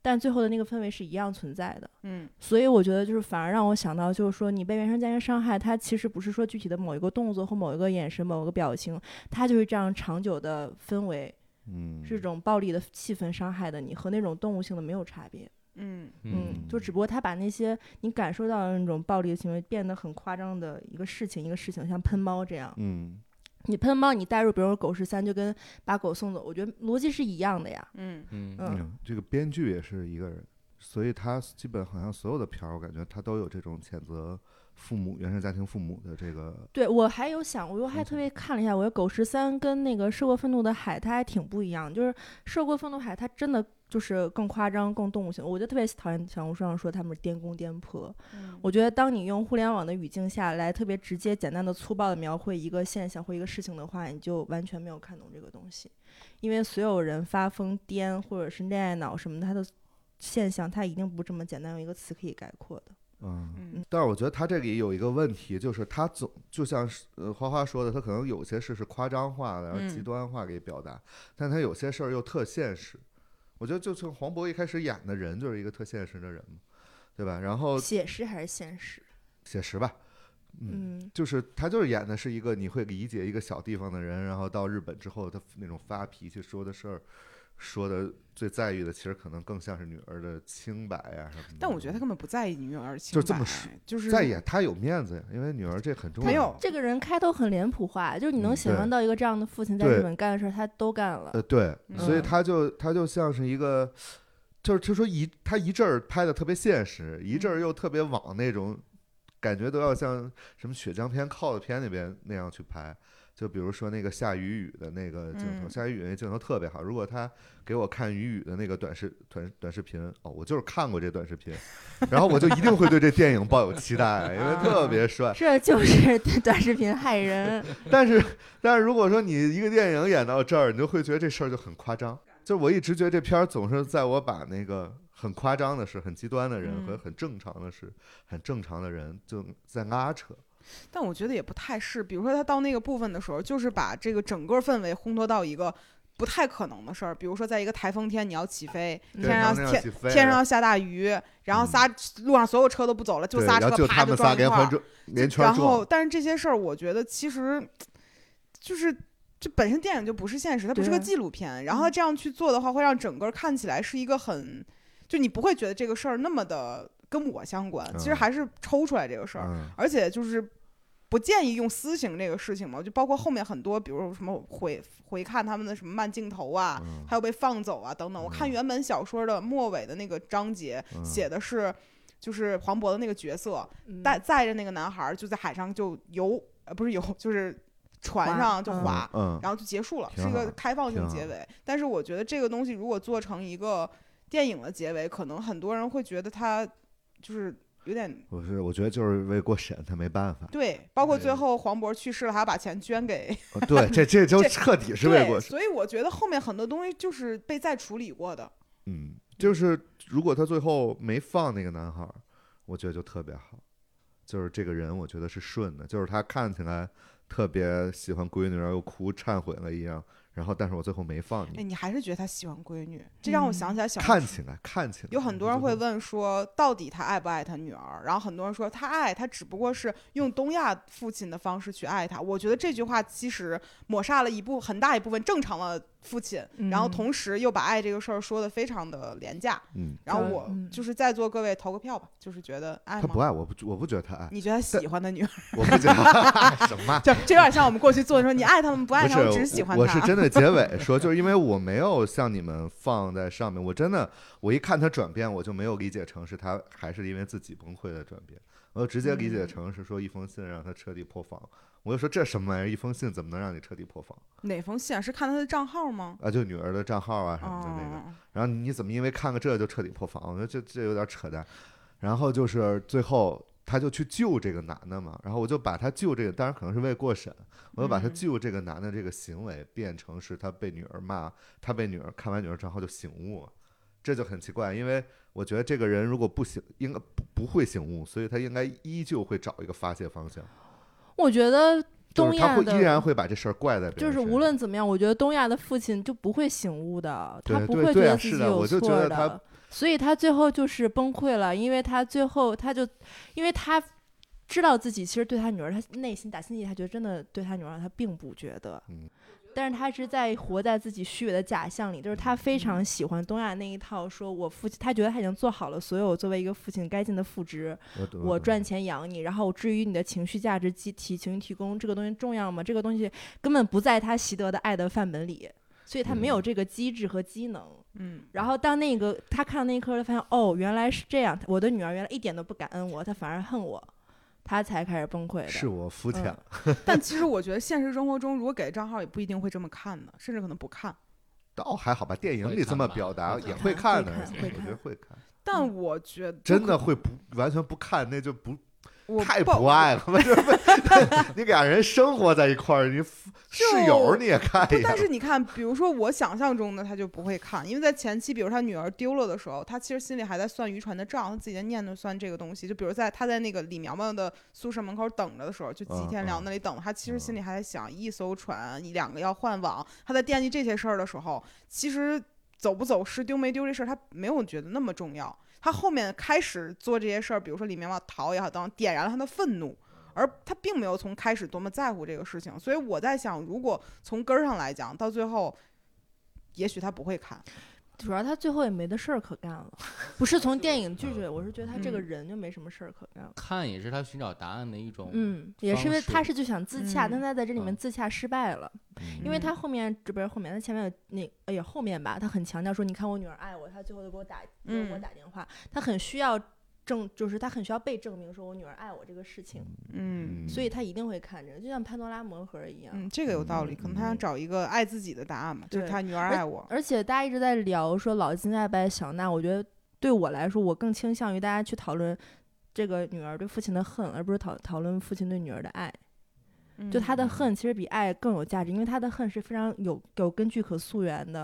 Speaker 3: 但最后的那个氛围是一样存在的。
Speaker 2: 嗯
Speaker 3: 所以我觉得就是反而让我想到，就是说你被原生家庭伤害，它其实不是说具体的某一个动作或某一个眼神、某一个表情，它就是这样长久的氛围，
Speaker 1: 嗯
Speaker 3: 是这种暴力的气氛伤害的你，和那种动物性的没有差别。
Speaker 2: 嗯
Speaker 4: 嗯，
Speaker 3: 就只不过他把那些你感受到的那种暴力的行为变得很夸张的一个事情一个事情，像喷猫这样，
Speaker 1: 嗯
Speaker 3: 你喷猫你带入，比如说狗十三，就跟把狗送走，我觉得逻辑是一样的呀。
Speaker 2: 嗯
Speaker 4: 嗯
Speaker 3: 嗯
Speaker 1: 嗯，这个编剧也是一个人，所以他基本好像所有的片儿，我感觉他都有这种谴责父母原生家庭父母的这个
Speaker 3: 对我还有想，我又还特别看了一下，我觉得《狗十三》跟那个《涉过愤怒的海》它还挺不一样，就是《涉过愤怒的海》它真的就是更夸张、更动物性，我就特别讨厌小红书上说他们是颠公颠婆。
Speaker 2: 嗯
Speaker 3: 我觉得当你用互联网的语境下来特别直接、简单的、粗暴的描绘一个现象或一个事情的话，你就完全没有看懂这个东西，因为所有人发疯、癫或者是恋爱脑什么的，它的现象它一定不这么简单用一个词可以概括的。
Speaker 1: 嗯。
Speaker 2: 嗯
Speaker 1: 但是我觉得他这里有一个问题，就是他总就像是呃花花说的，他可能有些事是夸张化的，然后极
Speaker 2: 嗯
Speaker 1: 端化给表达，但他有些事儿又特现实。我觉得就从黄渤一开始演的人就是一个特现实的人嘛，对吧？然后
Speaker 3: 写实还是现实？
Speaker 1: 写实吧，嗯，
Speaker 3: 嗯
Speaker 1: 就是他就是演的是一个你会理解一个小地方的人，然后到日本之后他那种发脾气说的事儿，说的最在意的其实可能更像是女儿的清白啊什么的。
Speaker 2: 但我觉得他根本不在意女儿情
Speaker 1: 就这么
Speaker 2: 感
Speaker 1: 说，
Speaker 2: 就是
Speaker 1: 在演他有面子呀，因为女儿这很重要。
Speaker 2: 没有
Speaker 3: 这个人开头很脸谱化，就是
Speaker 1: 嗯
Speaker 3: 你能想象
Speaker 1: 对
Speaker 3: 到一个这样的父亲在
Speaker 1: 对
Speaker 3: 日本干的事儿，他都干了。
Speaker 1: 呃，对，所以
Speaker 3: 嗯
Speaker 1: 他就他就像是一个，就是就说一他一阵儿拍的特别现实，一阵儿又特别往那种感觉都要像什么血浆片、靠的片里边那样去拍，就比如说那个下雨雨的那个镜头，
Speaker 2: 嗯
Speaker 1: 下雨雨那镜头特别好。如果他给我看雨雨的那个短视短短视频，哦，我就是看过这短视频，然后我就一定会对这电影抱有期待，因为特别帅。
Speaker 3: 这就是 [LAUGHS] 短视频害人。
Speaker 1: 但是，但是如果说你一个电影演到这儿，你就会觉得这事儿就很夸张。就是我一直觉得这片儿总是在我把那个很夸张的事、很极端的人
Speaker 2: 嗯
Speaker 1: 和很正常的事、很正常的人就在拉扯。
Speaker 2: 但我觉得也不太是，比如说他到那个部分的时候，就是把这个整个氛围烘托到一个不太可能的事儿，比如说在一个台风天你要起飞，
Speaker 3: 嗯
Speaker 1: 对
Speaker 2: 天上
Speaker 1: 然后那样
Speaker 2: 天
Speaker 1: 起飞
Speaker 2: 天上
Speaker 1: 然后
Speaker 2: 要下大雨，然后仨路上所有车都不走了，就
Speaker 1: 对
Speaker 2: 仨
Speaker 1: 然
Speaker 2: 车
Speaker 1: 后就
Speaker 2: 啪
Speaker 1: 他
Speaker 2: 就
Speaker 1: 们仨
Speaker 2: 撞一
Speaker 1: 连
Speaker 2: 块
Speaker 1: 环
Speaker 2: 儿。
Speaker 1: 撞，连圈
Speaker 2: 然后，
Speaker 1: 撞。
Speaker 2: 但是这些事儿，我觉得其实就是这本身电影就不是现实，它不是个
Speaker 3: 对
Speaker 2: 纪录片。然后
Speaker 3: 嗯
Speaker 2: 这样去做的话，会让整个看起来是一个很，就你不会觉得这个事儿那么的跟我相关。其实
Speaker 1: 嗯
Speaker 2: 还是抽出来这个事儿，
Speaker 1: 嗯，
Speaker 2: 而且就是。不建议用私刑这个事情嘛，就包括后面很多，比如说什么回回看他们的什么慢镜头啊，
Speaker 1: 嗯
Speaker 2: 还有被放走啊等等。我看
Speaker 1: 嗯
Speaker 2: 原本小说的末尾的那个章节，
Speaker 1: 嗯
Speaker 2: 写的是就是黄渤的那个角色，
Speaker 3: 嗯
Speaker 2: 带载着那个男孩儿就在海上就游，呃，不是游，就是船
Speaker 3: 划
Speaker 2: 上就
Speaker 3: 嗯
Speaker 2: 划，
Speaker 1: 嗯，
Speaker 2: 然后就结束了，
Speaker 1: 挺
Speaker 2: 是一个
Speaker 1: 好
Speaker 2: 开放性
Speaker 1: 挺
Speaker 2: 结
Speaker 1: 好
Speaker 2: 尾。但是我觉得这个东西如果做成一个电影的结尾，可能很多人会觉得它就是有点
Speaker 1: 我是我觉得就是为过审，他没办法。
Speaker 2: 对，包括最
Speaker 4: 嗯
Speaker 2: 后黄渤去世了，还要把钱捐给
Speaker 1: 哦对，这这就
Speaker 2: [LAUGHS] 这
Speaker 1: 彻底是为
Speaker 2: 对，
Speaker 1: 过审。
Speaker 2: 所以我觉得后面很多东西就是被再处理过的。
Speaker 1: 嗯，就是如果他最后没放那个男孩儿，我觉得就特别好。就是这个人，我觉得是顺的，就是他看起来特别喜欢闺女，然后又哭忏悔了一样，然后但是我最后没放
Speaker 2: 哎，
Speaker 1: 你，
Speaker 2: 你还是觉得他喜欢闺女，这让我
Speaker 3: 嗯
Speaker 2: 想起来小时候
Speaker 1: 看起来看起来嗯
Speaker 2: 有很多人会
Speaker 1: 我觉得
Speaker 2: 问说，到底他爱不爱他女儿？然后很多人说他爱，他只不过是用东亚父亲的方式去爱她。我觉得这句话其实抹杀了一部很大一部分正常的父亲，然后
Speaker 3: 嗯
Speaker 2: 同时又把爱这个事儿说的非常的廉价。
Speaker 1: 嗯，
Speaker 2: 然后
Speaker 3: 对
Speaker 2: 我
Speaker 3: 嗯
Speaker 2: 就是在座各位投个票吧，就是觉得爱
Speaker 1: 他不
Speaker 2: 吗？
Speaker 1: 爱，我不我不觉得他爱，
Speaker 2: 你觉得他喜欢的女儿，
Speaker 1: 我不觉得什么。
Speaker 2: 就这有点像我们过去做的说，你爱他们不
Speaker 1: 不
Speaker 2: 爱他
Speaker 1: 是，
Speaker 2: 们，只喜欢
Speaker 1: 我。
Speaker 2: 他。
Speaker 1: 我是真的结尾说，就是因为我没有像你们放在上面，我真的我一看他转变，我就没有理解成是他还是因为自己崩溃的转变，我就直接理解
Speaker 2: 嗯
Speaker 1: 成是说一封信让他彻底破防。我就说这什么玩意儿？一封信怎么能让你彻底破防
Speaker 2: 哪封信啊？是看他的账号吗？
Speaker 1: 啊？就女儿的账号啊什么的那个，
Speaker 2: 嗯，
Speaker 1: 然后你怎么因为看个这就彻底破防？我觉得这这有点扯淡。然后就是最后他就去救这个男的嘛，然后我就把他救这个，当然可能是为过审，我就把他
Speaker 2: 嗯
Speaker 1: 救这个男的这个行为变成是他被女儿骂，他被女儿看完女儿账号就醒悟，这就很奇怪，因为我觉得这个人如果不醒，应该不不会醒悟，所以他应该依旧会找一个发泄方向，
Speaker 3: 我觉得
Speaker 1: 就
Speaker 3: 东
Speaker 1: 是他
Speaker 3: 亚
Speaker 1: 会
Speaker 3: 的
Speaker 1: 依然会把这事儿怪在别
Speaker 3: 就
Speaker 1: 人
Speaker 3: 是
Speaker 1: 身上。
Speaker 3: 无论怎么样，我觉得东亚的父亲就不会醒悟的，他
Speaker 1: 对
Speaker 3: 不
Speaker 1: 对
Speaker 3: 会觉
Speaker 1: 对啊
Speaker 3: 得自
Speaker 1: 是
Speaker 3: 己
Speaker 1: 的
Speaker 3: 有
Speaker 1: 我就觉
Speaker 3: 错
Speaker 1: 得他
Speaker 3: 的，所以他最后就是崩溃了，因为他最后他就，因为他知道自己其实对他女儿，他内心打心底他觉得真的对他女儿，他并不觉得，
Speaker 1: 嗯
Speaker 3: 但是他是在活在自己虚伪的假象里，就是他
Speaker 1: 嗯
Speaker 3: 非常喜欢东亚那一套，说我父亲，他觉得他已经做好了所有作为一个父亲该尽的父职，
Speaker 1: 我懂
Speaker 3: 我
Speaker 1: 懂
Speaker 3: 赚钱养你，然后至于你的情绪价值及提情绪提供这个东西重要吗？这个东西根本不在他习得的爱的范本里，所以他没有
Speaker 1: 嗯
Speaker 3: 这个机制和机能。
Speaker 2: 嗯，
Speaker 3: 然后当那个他看到那一刻，发现哦，原来是这样，我的女儿原来一点都不感恩我，她反而恨我，她才开始崩溃的。
Speaker 1: 是我肤浅，
Speaker 3: 嗯
Speaker 2: 但其实我觉得现实生活中，如果给账号，也不一定会这么看的，甚至可能不看。
Speaker 1: 倒还好吧，电影
Speaker 4: 会
Speaker 1: 里这
Speaker 4: 看
Speaker 1: 么
Speaker 4: 吧
Speaker 1: 表达
Speaker 4: 会
Speaker 1: 也
Speaker 3: 看
Speaker 1: 会
Speaker 3: 会
Speaker 1: 看的，
Speaker 3: 看
Speaker 1: 我
Speaker 3: 会
Speaker 1: 觉得
Speaker 3: 看
Speaker 1: 会看，
Speaker 2: 但
Speaker 3: 嗯
Speaker 2: 我觉得
Speaker 1: 真的会不完全不看，那就不
Speaker 2: 我
Speaker 1: 太
Speaker 2: 抱
Speaker 1: 不爱了。不是，不是 [LAUGHS] 你俩人生活在一块儿，你夫室友你也看
Speaker 2: 不
Speaker 1: 一
Speaker 2: 但
Speaker 1: 眼，
Speaker 2: 是你看，比如说我想象中的他就不会看，因为在前期，比如他女儿丢了的时候，他其实心里还在算渔船的账，他自己在念叨算这个东西。就比如在他在那个李苗苗的宿舍门口等着的时候，就吉
Speaker 1: 嗯
Speaker 2: 天良
Speaker 1: 嗯
Speaker 2: 那里等着，他其实心
Speaker 1: 嗯
Speaker 2: 里还在想一艘船，一两个要换网，他在惦记这些事儿的时候，其实走不走失、丢没丢这事儿，他没有觉得那么重要。他后面开始做这些事儿，比如说李苗苗逃也好，等点燃了他的愤怒。而他并没有从开始多么在乎这个事情，所以我在想，如果从根儿上来讲，到最后，也许他不会看。
Speaker 3: 主要他最后也没得事儿可干了，不是从电影拒绝，我是觉得他这个
Speaker 2: 嗯
Speaker 3: 人就没什么事儿可干了。
Speaker 4: 看也是他寻找答案的一
Speaker 1: 哦
Speaker 4: 种。
Speaker 3: 嗯，也是因为
Speaker 4: 方式
Speaker 3: 他是就想自
Speaker 2: 嗯
Speaker 3: 洽，但他在这里面
Speaker 4: 嗯
Speaker 3: 自洽失败了。
Speaker 1: 嗯
Speaker 3: 因为他后面这不是后面，他前面有那哎呀后面吧，他很强调说，你看我女儿爱我，他最后都给我打，给我
Speaker 2: 嗯
Speaker 3: 打电话，他很需要证，就是他很需要被证明说我女儿爱我这个事情，
Speaker 2: 嗯
Speaker 1: 嗯
Speaker 3: 所以他一定会看着，就像潘多拉魔盒一样。
Speaker 2: 嗯，这个有道理，可能他想找一个爱自己的答案嘛，就是
Speaker 3: 对
Speaker 2: 他女儿爱我，
Speaker 3: 而且大家一直在聊说老金爱不爱小娜，我觉得对我来说，我更倾向于大家去讨论这个女儿对父亲的恨，而不是讨讨论父亲对女儿的爱。就他的
Speaker 4: 嗯
Speaker 3: 恨其实比爱更有价值，因为他的恨是非常有有根据可溯源的。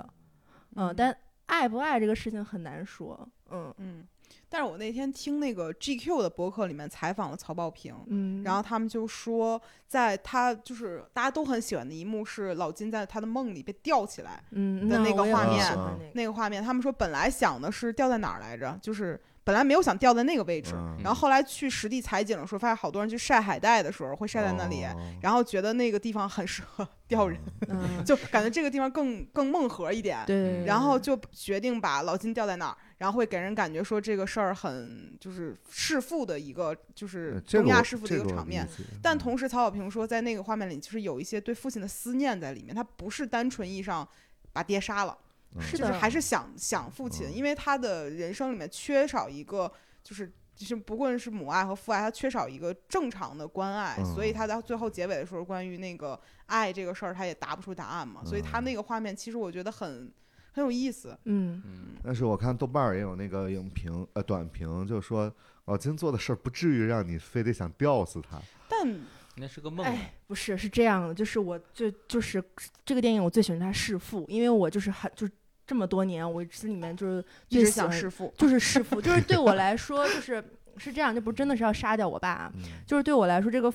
Speaker 3: 嗯，
Speaker 2: 嗯
Speaker 3: 但爱不爱这个事情很难说。嗯
Speaker 2: 嗯，但是我那天听那个 GQ 的博客里面采访了曹保平，
Speaker 3: 嗯，
Speaker 2: 然后他们就说，在他就是大家都很喜欢的一幕是老金在他的梦里被吊起来
Speaker 3: 嗯
Speaker 2: 的
Speaker 3: 那
Speaker 2: 那个
Speaker 3: 我也
Speaker 2: 画
Speaker 3: 很
Speaker 2: 面
Speaker 3: 喜欢那个
Speaker 2: 那个画面，他们说本来想的是吊在哪儿来着，就是本来没有想吊在那个位置，
Speaker 1: 嗯
Speaker 2: 然后后来去实地采景的时候，发现好多人去晒海带的时候会晒在那里，
Speaker 1: 哦
Speaker 2: 然后觉得那个地方很适合 [LAUGHS] 吊人，
Speaker 3: 嗯，
Speaker 2: 就感觉这个地方更更梦核一点。
Speaker 3: 对对对，
Speaker 2: 然后就决定把老金吊在那儿，然后会给人感觉说这个事儿很就是弑父的一个，就是 [LAUGHS]
Speaker 1: 呃这
Speaker 2: 东
Speaker 1: 个
Speaker 2: 亚
Speaker 1: 我
Speaker 2: 弑父的
Speaker 1: 这
Speaker 2: 一
Speaker 1: 个我
Speaker 2: 场
Speaker 1: 理
Speaker 2: 面。
Speaker 1: 解
Speaker 2: 但
Speaker 1: 嗯
Speaker 2: 同时，曹保平说，在那个画面里，就是有一些对父亲的思念在里面，他不是单纯意义上把爹杀了，
Speaker 1: 嗯
Speaker 3: 是
Speaker 2: 就是
Speaker 3: 的
Speaker 2: 还是想想父亲，
Speaker 1: 嗯
Speaker 2: 因为他的人生里面缺少一个就是。就是不论是母爱和父爱，他缺少一个正常的关爱，所以
Speaker 1: 嗯
Speaker 2: 他到最后结尾的时候，关于那个爱这个事儿，他也答不出答案嘛。所以他那个画面，其实我觉得很很有意思。
Speaker 3: 嗯
Speaker 4: 嗯，
Speaker 1: 但是我看豆瓣儿也有那个影评呃短评，就说老金做的事儿不至于让你非得想吊死
Speaker 2: 嗯
Speaker 1: 他。
Speaker 2: 但
Speaker 4: 那是个梦
Speaker 3: 哎，不是，是这样的，就是我最就是这个电影我最喜欢它弑父，因为我就是很就是这么多年，我心里面就是
Speaker 2: 一
Speaker 3: 最
Speaker 2: 直
Speaker 3: 喜
Speaker 2: 想
Speaker 3: 欢
Speaker 2: 弑父，
Speaker 3: 就是弑父，就是对我来说就是是这样，就不真的是要杀掉我爸，
Speaker 1: 嗯
Speaker 3: 就是对我来说这个。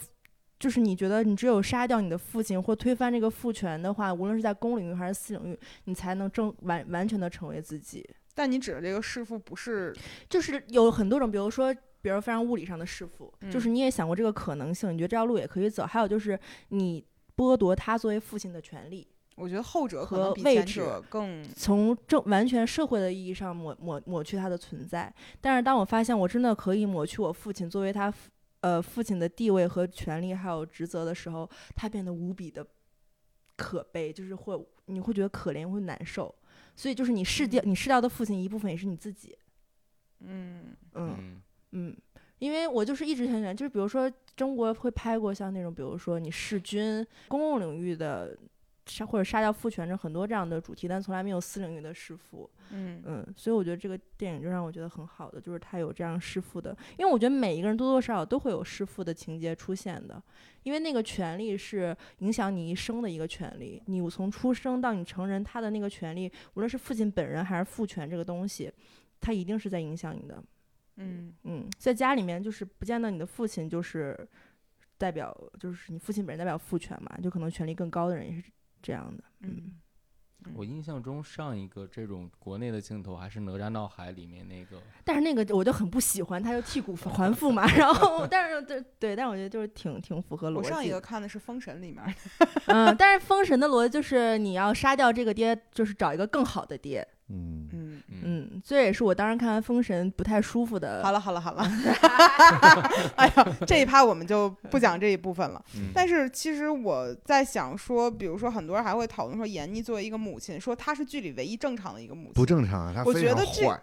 Speaker 3: 就是你觉得你只有杀掉你的父亲或推翻这个父权的话，无论是在公领域还是私领域，你才能正完完全的成为自己。
Speaker 2: 但你指的这个弑父不是
Speaker 3: 就是有很多种，比如说，比如非常物理上的弑父，
Speaker 2: 嗯
Speaker 3: 就是你也想过这个可能性，你觉得这条路也可以走。还有就是你剥夺他作为父亲的权利，
Speaker 2: 我觉得后者可
Speaker 3: 和
Speaker 2: 能比
Speaker 3: 位
Speaker 2: 前
Speaker 3: 置
Speaker 2: 者更
Speaker 3: 从正完全社会的意义上抹抹抹去他的存在。但是当我发现我真的可以抹去我父亲作为他父呃父亲的地位和权利还有职责的时候，他变得无比的可悲，就是会你会觉得可怜，会难受。所以就是你失掉你失掉的父亲一部分也是你自己，
Speaker 2: 嗯
Speaker 3: 嗯
Speaker 4: 嗯
Speaker 3: 嗯，因为我就是一直很喜欢，就是比如说中国会拍过像那种，比如说你弑君、公共领域的杀或者杀掉父权这很多这样的主题，但从来没有私领域的弑父。
Speaker 2: 嗯
Speaker 3: 嗯，所以我觉得这个电影就让我觉得很好的，就是它有这样弑父的，因为我觉得每一个人多多少少都会有弑父的情节出现的，因为那个权利是影响你一生的一个权利，你从出生到你成人，他的那个权利，无论是父亲本人还是父权这个东西，它一定是在影响你的。
Speaker 2: 嗯
Speaker 3: 嗯，在家里面就是不见得你的父亲就是代表，就是你父亲本人代表父权嘛，就可能权力更高的人也是这样的。嗯
Speaker 2: 嗯，
Speaker 4: 我印象中上一个这种国内的镜头还是《哪吒闹海》里面那个，
Speaker 3: 但是那个我就很不喜欢，他就剔骨还父嘛，然后但是对对，但我觉得就是挺挺符合逻
Speaker 2: 我
Speaker 3: 辑的。
Speaker 2: 上一个 [LAUGHS] 看的是《封神》里面儿，
Speaker 3: 嗯，但是封神的逻辑就是你要杀掉这个爹，就是找一个更好的爹。
Speaker 1: 嗯，
Speaker 2: 嗯，
Speaker 4: 嗯，
Speaker 3: 嗯，这也是我当时看完封神不太舒服的。
Speaker 2: 好了好了好了， [LAUGHS] 哎呀，这一趴我们就不讲这一部分了。
Speaker 4: 嗯
Speaker 2: 但是其实我在想说，比如说很多人还会讨论说，闫妮作为一个母亲，说她是剧里唯一正常的一个母
Speaker 1: 不
Speaker 2: 亲，
Speaker 1: 正常啊，他
Speaker 2: 我
Speaker 1: 非
Speaker 2: 觉
Speaker 1: 常
Speaker 2: 得这
Speaker 1: 坏。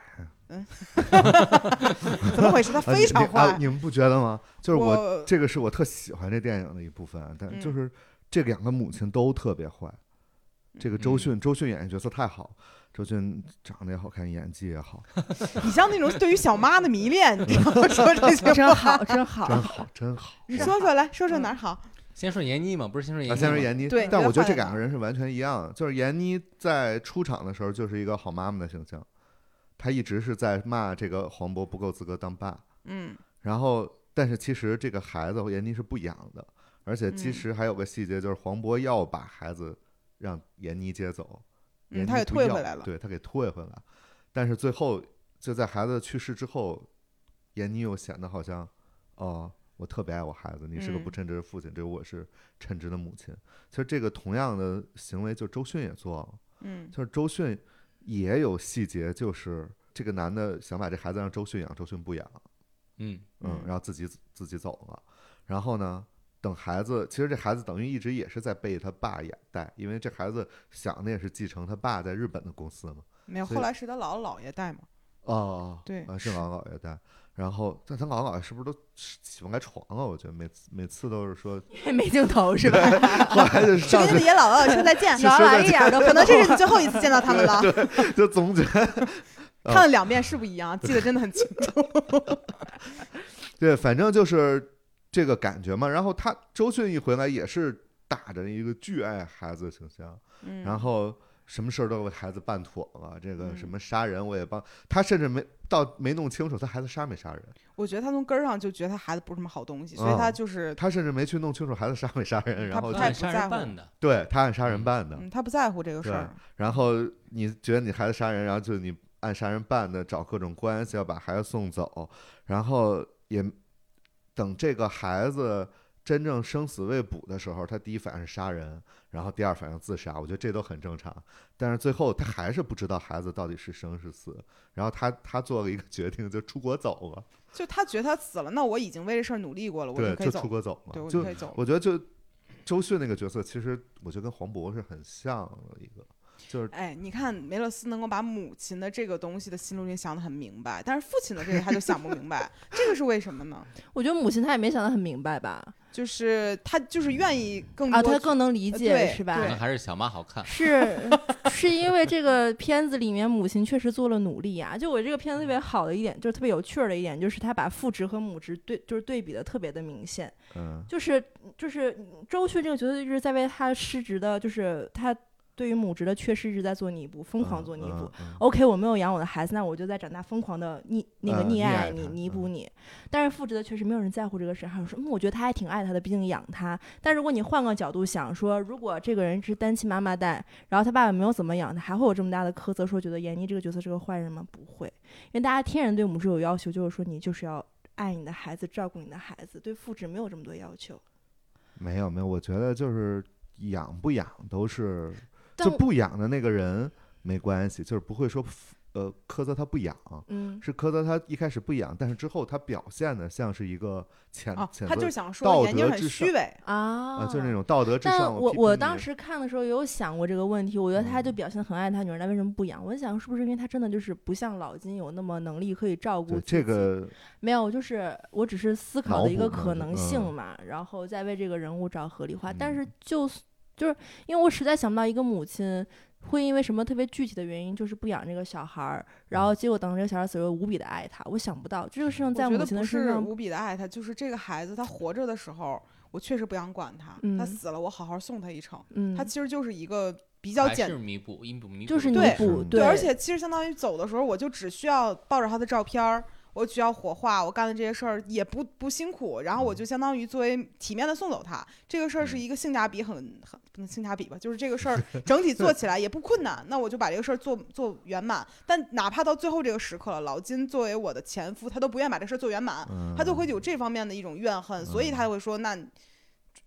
Speaker 2: 怎么回事？
Speaker 1: [LAUGHS]
Speaker 2: 她
Speaker 1: 啊
Speaker 2: 非
Speaker 1: 你
Speaker 2: 常
Speaker 1: 你啊
Speaker 2: 坏。
Speaker 1: 你们不觉得吗？就是我
Speaker 2: 我
Speaker 1: 这个是我特喜欢这电影的一部分，啊但
Speaker 2: 嗯
Speaker 1: 就是这两个母亲都特别坏。这个周
Speaker 4: 嗯
Speaker 1: 迅，周迅演这角色太好，周迅长得也好看，演技也
Speaker 2: [LAUGHS]
Speaker 1: 好，
Speaker 2: 你像那种对于小妈的迷恋，你知道吗说这
Speaker 1: [LAUGHS]
Speaker 2: 些
Speaker 3: 真
Speaker 2: 话， [LAUGHS]
Speaker 3: 好，真好，
Speaker 1: 真好，真好。
Speaker 2: 你说说来说说哪儿好？
Speaker 4: 先说闫妮嘛，不是先说闫
Speaker 1: 啊，
Speaker 4: 妮，
Speaker 1: 先说，闫妮，
Speaker 2: 对
Speaker 1: 但
Speaker 2: 你
Speaker 1: 我
Speaker 2: 觉
Speaker 1: 觉得
Speaker 2: 得
Speaker 1: 这
Speaker 2: 坏了
Speaker 1: 两个人是完全一样的，就是闫妮在出场的时候就是一个好妈妈的形象，她一直是在骂这个黄渤不够资格当爸，
Speaker 2: 嗯
Speaker 1: 然后但是其实这个孩子闫妮是不养的，而且其
Speaker 2: 嗯
Speaker 1: 实还有个细节就是黄渤要把孩子让闫妮接走，闫妮
Speaker 2: 嗯，她给
Speaker 1: 不
Speaker 2: 退
Speaker 1: 要
Speaker 2: 回来了。
Speaker 1: 对她给退回来，但是最后就在孩子去世之后，闫妮又显得好像哦。我特别爱我孩子，你是个不
Speaker 2: 嗯
Speaker 1: 称职的父亲，只有我是称职的母亲。其实这个同样的行为，就周迅也做了，
Speaker 2: 嗯
Speaker 1: 就是周迅也有细节，就是这个男的想把这孩子让周迅养，周迅不养，
Speaker 4: 嗯
Speaker 1: 嗯，
Speaker 2: 嗯
Speaker 1: 然后自己自己走了。然后呢，等孩子，其实这孩子等于一直也是在被他爸养带，因为这孩子想的也是继承他爸在日本的公司嘛。
Speaker 2: 没有，
Speaker 1: 所以
Speaker 2: 后来是他姥姥姥爷带嘛。
Speaker 1: 哦，
Speaker 2: 对
Speaker 1: 啊，是姥姥姥爷带。然后，但咱搞搞是不是都起不来床啊？我觉得每次每次都是说，
Speaker 3: [LAUGHS] 没镜头是吧？
Speaker 2: [LAUGHS]
Speaker 1: 后来就是
Speaker 2: 就
Speaker 1: 上
Speaker 2: 跟
Speaker 1: 去
Speaker 2: 你爷姥姥说再见，
Speaker 1: 说再
Speaker 3: 一点都
Speaker 2: 可能这是你最后一次见到他们了。
Speaker 1: 就总觉得啊
Speaker 2: 看了两遍是不
Speaker 1: [LAUGHS]
Speaker 2: 一样，记得真的很清楚。
Speaker 1: 对，反正就是这个感觉嘛。然后他周迅一回来也是打着一个巨爱孩子的形象，
Speaker 2: 嗯
Speaker 1: 然后什么事儿都为孩子办妥了。这个
Speaker 2: 嗯
Speaker 1: 什么杀人我也帮他，甚至没到没弄清楚他孩子杀没杀人，
Speaker 2: 我觉得他从根儿上就觉得他孩子不是什么好东西，所
Speaker 1: 哦
Speaker 2: 以他就是
Speaker 1: 他甚至没去弄清楚孩子杀没杀人。然
Speaker 2: 嗯他
Speaker 1: 后
Speaker 2: 不
Speaker 1: 就
Speaker 2: 太
Speaker 4: 按杀人办的，
Speaker 1: 对他按杀人办的，
Speaker 2: 嗯，他不在乎这个事儿。
Speaker 1: 然后你觉得你孩子杀人，然后就你按杀人办的，找各种关系要把孩子送走，然后也等这个孩子真正生死未卜的时候，他第一反应是杀人，然后第二反应自杀，我觉得这都很正常。但是最后他还是不知道孩子到底是生是死，然后他他做了一个决定，就出国走了，
Speaker 2: 就他觉得他死了，那我已经为这事儿努力过了，我
Speaker 1: 对，
Speaker 2: 可以
Speaker 1: 就出
Speaker 2: 走，
Speaker 1: 国走了，
Speaker 2: 对我
Speaker 1: 就
Speaker 2: 就可以走。
Speaker 1: 我觉得就周迅那个角色，其实我觉得跟黄渤是很像的一个，就是
Speaker 2: 哎，你看梅勒斯能够把母亲的这个东西的心路历程想得很明白，但是父亲的这个他就想不
Speaker 1: [LAUGHS]
Speaker 2: 明白，这个是为什么呢？
Speaker 3: 我觉得母亲她也没想得很明白吧？
Speaker 2: 就是他就是愿意更多呃
Speaker 3: 啊，她更能理解
Speaker 2: 对
Speaker 3: 是吧
Speaker 4: 可
Speaker 2: 对？
Speaker 4: 能还是小妈好看。
Speaker 3: 是 [LAUGHS] 是因为这个片子里面母亲确实做了努力啊。就我这个片子特别好的一点，就是特别有趣儿的一点，就是她把父职和母职对就是对比的特别的明显。
Speaker 1: 嗯
Speaker 3: 就是就是嗯周迅这个角色一直在为她失职的，就是她对于母职的缺失一直在做弥补，疯狂做弥补。
Speaker 1: 嗯
Speaker 2: 哦
Speaker 1: 嗯嗯
Speaker 3: OK，我没有养我的孩子，那我就在长大疯狂的溺那个
Speaker 1: 嗯溺
Speaker 3: 溺
Speaker 1: 爱
Speaker 3: 爱
Speaker 1: 他
Speaker 3: 你，弥
Speaker 1: 嗯
Speaker 3: 补你。但是父职的确实没有人在乎这个事儿，还有说，嗯，我觉得他还挺爱他的，毕竟养他。但如果你换个角度想说，如果这个人是单亲妈妈带，然后他爸爸没有怎么养他，还会有这么大的苛责，说觉得闫妮这个角色是个坏人吗？不会，因为大家天然对母职有要求，就是说你就是要爱你的孩子，照顾你的孩子，对父职没有这么多要求。
Speaker 1: 没有没有，我觉得就是养不养都是，
Speaker 3: 但
Speaker 1: 就
Speaker 3: 我
Speaker 1: 不养的那个人没关系，就是不会说呃苛责他不养，
Speaker 3: 嗯，
Speaker 1: 是苛责他一开始不养，但是之后他表现的像是一个谴
Speaker 2: 哦，
Speaker 1: 谴
Speaker 2: 他就
Speaker 1: 责
Speaker 2: 是想
Speaker 1: 道
Speaker 2: 说闫妮
Speaker 1: 德
Speaker 2: 很
Speaker 1: 至
Speaker 2: 虚伪，
Speaker 3: 啊
Speaker 1: 啊，就是那种道德至
Speaker 3: 但
Speaker 1: 上。
Speaker 3: 我
Speaker 1: 批
Speaker 3: 我
Speaker 1: 评
Speaker 3: 当
Speaker 1: 你
Speaker 3: 时看的时候也有想过这个问题，我觉得他就
Speaker 1: 嗯
Speaker 3: 表现很爱他女儿，但为什么不养？我想是不是因为他真的就是不像老金有那么能力可以照顾
Speaker 1: 对
Speaker 3: 自己
Speaker 1: 这个
Speaker 3: 没有，就是我只是思
Speaker 1: 脑
Speaker 3: 考的一个
Speaker 1: 补嘛就
Speaker 3: 可能性嘛，然后再为这个人物找合理化。但
Speaker 1: 嗯
Speaker 3: 是就就是因为我实在想不到一个母亲会因为什么特别具体的原因，就是不养这个小孩儿，然
Speaker 1: 嗯
Speaker 3: 后结果等这个小孩儿死又无比的爱他，我想不到这个事情
Speaker 2: 我
Speaker 3: 在
Speaker 2: 觉
Speaker 3: 母
Speaker 2: 得
Speaker 3: 亲
Speaker 2: 不
Speaker 3: 的身
Speaker 2: 是
Speaker 3: 上
Speaker 2: 无比的爱他，就是这个孩子他活着的时候，我确实不想管他，
Speaker 3: 嗯
Speaker 2: 他死了我好好送他一程。
Speaker 3: 嗯
Speaker 2: 他，其实就是一个比较
Speaker 4: 还
Speaker 2: 简
Speaker 4: 是弥补，弥补弥补
Speaker 3: 就是弥
Speaker 4: 的
Speaker 1: 是
Speaker 3: 补
Speaker 1: 嗯
Speaker 2: 对，而且其实相当于走的时候，我就只需要抱着他的照片儿，我只要火化，我干的这些事儿也不不辛苦，然后我就相当于作为体面的送走他。这个事儿是一个性价比很很不能性价比吧，就是这个事儿整体做起来也不困难，那我就把这个事儿做做圆满。但哪怕到最后这个时刻了，老金作为我的前夫，他都不愿意把这事儿做圆满，
Speaker 1: 嗯
Speaker 2: 他就会有这方面的一种怨恨，所以他会说：“那你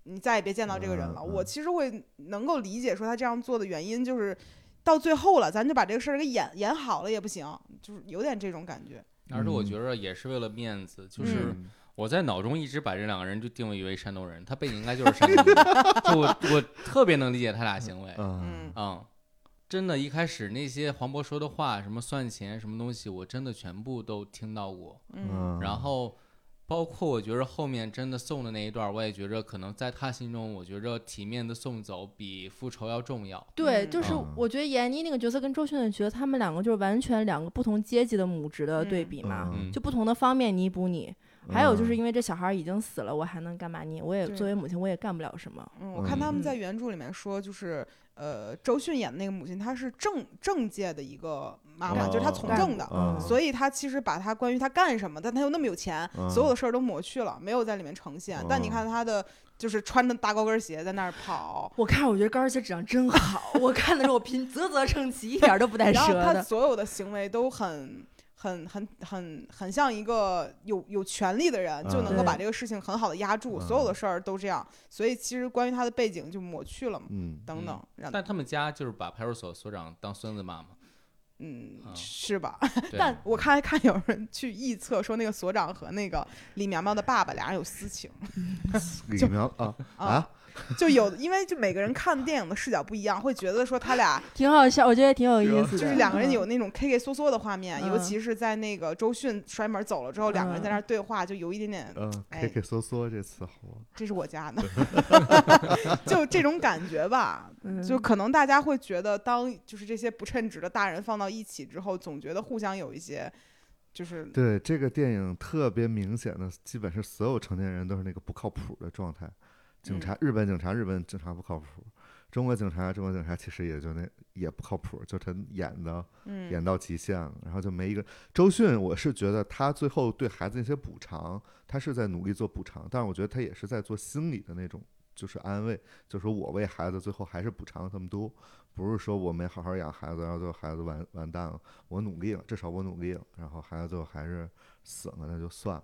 Speaker 2: 你再也别见到这个人了。”
Speaker 1: 嗯嗯
Speaker 2: 嗯我其实会能够理解说他这样做的原因，就是到最后了，咱就把这个事儿给演演好了也不行，就是有点这种感觉。
Speaker 4: 而且我
Speaker 1: 嗯
Speaker 4: 觉着也是为了面子，就是
Speaker 1: 嗯
Speaker 4: 我在脑中一直把这两个人就定位为山东人，他背景应该就是山东人，就我我特别能理解他俩行为，
Speaker 1: 嗯
Speaker 2: 嗯，
Speaker 4: 嗯，真的，一开始那些黄渤说的话，什么算钱，什么东西，我真的全部都听到过。
Speaker 2: 嗯，
Speaker 4: 然后，包括我觉着后面真的送的那一段，我也觉着可能在他心中，我觉着体面的送走比复仇要重要。
Speaker 3: 对，
Speaker 2: 嗯
Speaker 3: 就是
Speaker 1: 嗯
Speaker 3: 我觉得闫妮那个角色跟周迅的角色，他们两个就是完全两个不同阶级的母职的对
Speaker 2: 嗯
Speaker 3: 比嘛，
Speaker 4: 嗯，
Speaker 3: 就不同的方面弥补你。还有就是
Speaker 1: 嗯
Speaker 3: 因为这小孩儿已经死了，我还能干嘛你？我也
Speaker 2: 对
Speaker 3: 作为母亲，我也干不了什么。
Speaker 2: 嗯，我看他们在原著里面说，就是呃，周迅演的那个母亲，她是政政界的一个妈妈，就是她从政的，
Speaker 1: 嗯
Speaker 2: 所以她其实把她关于她干什么，但她又那么有钱，
Speaker 1: 嗯
Speaker 2: 所有的事儿都抹去了，没有在里面呈现。但你看她的，就是穿着大高跟鞋在那儿跑，
Speaker 3: 我看，我觉得高跟鞋质量真好，我看的时候我拼啧啧称奇，一点儿都不带
Speaker 2: 然后
Speaker 3: 折
Speaker 2: 她
Speaker 3: 的。
Speaker 2: 所有的行为都很。很很很很像一个有有权利的人，就能够
Speaker 3: 嗯
Speaker 2: 把这个事情很好的压住，
Speaker 1: 嗯
Speaker 2: 所有的事儿都这样，所以其实关于她的背景就抹去了嘛，
Speaker 1: 嗯
Speaker 2: 等等，让
Speaker 4: 但他们家就是把派出所所长当孙子骂嘛。
Speaker 2: 嗯
Speaker 4: 啊
Speaker 2: 是吧？ [LAUGHS]
Speaker 4: 对，
Speaker 2: 但我看看有人去臆测说，那个所长和那个李苗苗的爸爸俩人有私情
Speaker 1: 李
Speaker 2: 就 [LAUGHS]
Speaker 1: 苗啊
Speaker 2: 啊
Speaker 1: 啊，
Speaker 2: 就有，因为就每个人看电影的视角不一样，会觉得说他俩
Speaker 3: 挺好笑，我觉得挺有意思的。
Speaker 2: 就是两个人有那种 K K 缩缩的画面，
Speaker 3: 嗯
Speaker 2: 尤其是在那个周迅摔门走了之后，两个人在那儿对话，就有一点点，
Speaker 1: 嗯
Speaker 2: 哎
Speaker 1: ，K K 缩缩这词好吗？
Speaker 2: 这是我家的， [LAUGHS] 就这种感觉吧。
Speaker 3: 嗯，
Speaker 2: 就可能大家会觉得，当就是这些不称职的大人放到一起之后，总觉得互相有一些，就是
Speaker 1: 对，这个电影特别明显的，基本是所有成年人都是那个不靠谱的状态。警察，日本警察，日本警察不靠谱；中国警察，中国警察其实也就那也不靠谱，就他演的
Speaker 2: 嗯
Speaker 1: 演到极限了，然后就没一个。周迅，我是觉得他最后对孩子那些补偿，他是在努力做补偿，但是我觉得他也是在做心理的那种，就是安慰，就说我为孩子最后还是补偿了他们多，不是说我没好好养孩子，然后最后孩子完完蛋了，我努力了，至少我努力了，然后孩子最后还是死了，那就算了。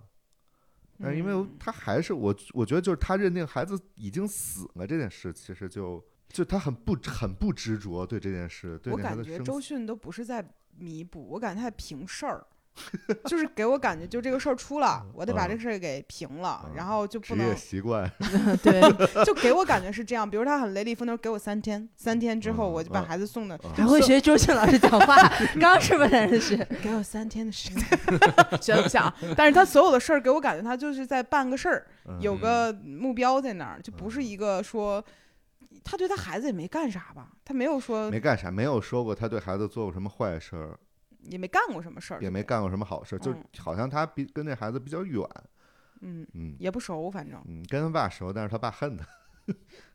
Speaker 1: 但是因为
Speaker 2: 嗯
Speaker 1: 他还是我，我觉得就是他认定孩子已经死了这件事，其实就就他很不很不执着对这件事，对
Speaker 2: 我
Speaker 1: 那孩
Speaker 2: 感
Speaker 1: 子
Speaker 2: 觉
Speaker 1: 生
Speaker 2: 周
Speaker 1: 死
Speaker 2: 迅都不是在弥补，我感觉他在平事儿， [LAUGHS] 就是给我感觉就这个事儿出了，我得把这
Speaker 1: 嗯
Speaker 2: 个事儿给平了，
Speaker 1: 嗯
Speaker 2: 然后就
Speaker 1: 职
Speaker 2: 不
Speaker 1: 业
Speaker 2: 能
Speaker 1: 习惯
Speaker 3: 嗯对，
Speaker 2: 就给我感觉是这样。比如他很雷厉风流，给我三天，三天之后
Speaker 1: 嗯
Speaker 2: 我就把
Speaker 1: 嗯
Speaker 2: 孩子送的，
Speaker 1: 嗯
Speaker 2: 就
Speaker 3: 还会
Speaker 2: 送
Speaker 3: 学周迅老师讲话，刚刚是不是在那学？
Speaker 2: 给我三天的时
Speaker 1: [LAUGHS]
Speaker 2: 间， [LAUGHS] 学不像啊。但是他所有的事儿给我感觉他就是在办个事儿，
Speaker 1: 嗯
Speaker 2: 有个目标在那儿，就不是一个说他对他孩子也没干啥吧，他没有说
Speaker 1: 没干啥，没有说过他对孩子做过什么坏事儿，
Speaker 2: 也没干过什么事儿，
Speaker 1: 也没干过什么好事儿，就
Speaker 2: 嗯
Speaker 1: 好像他比跟这孩子比较远，
Speaker 2: 嗯，
Speaker 1: 嗯
Speaker 2: 也不熟，反正。
Speaker 1: 嗯，跟他爸熟，但是他爸恨他，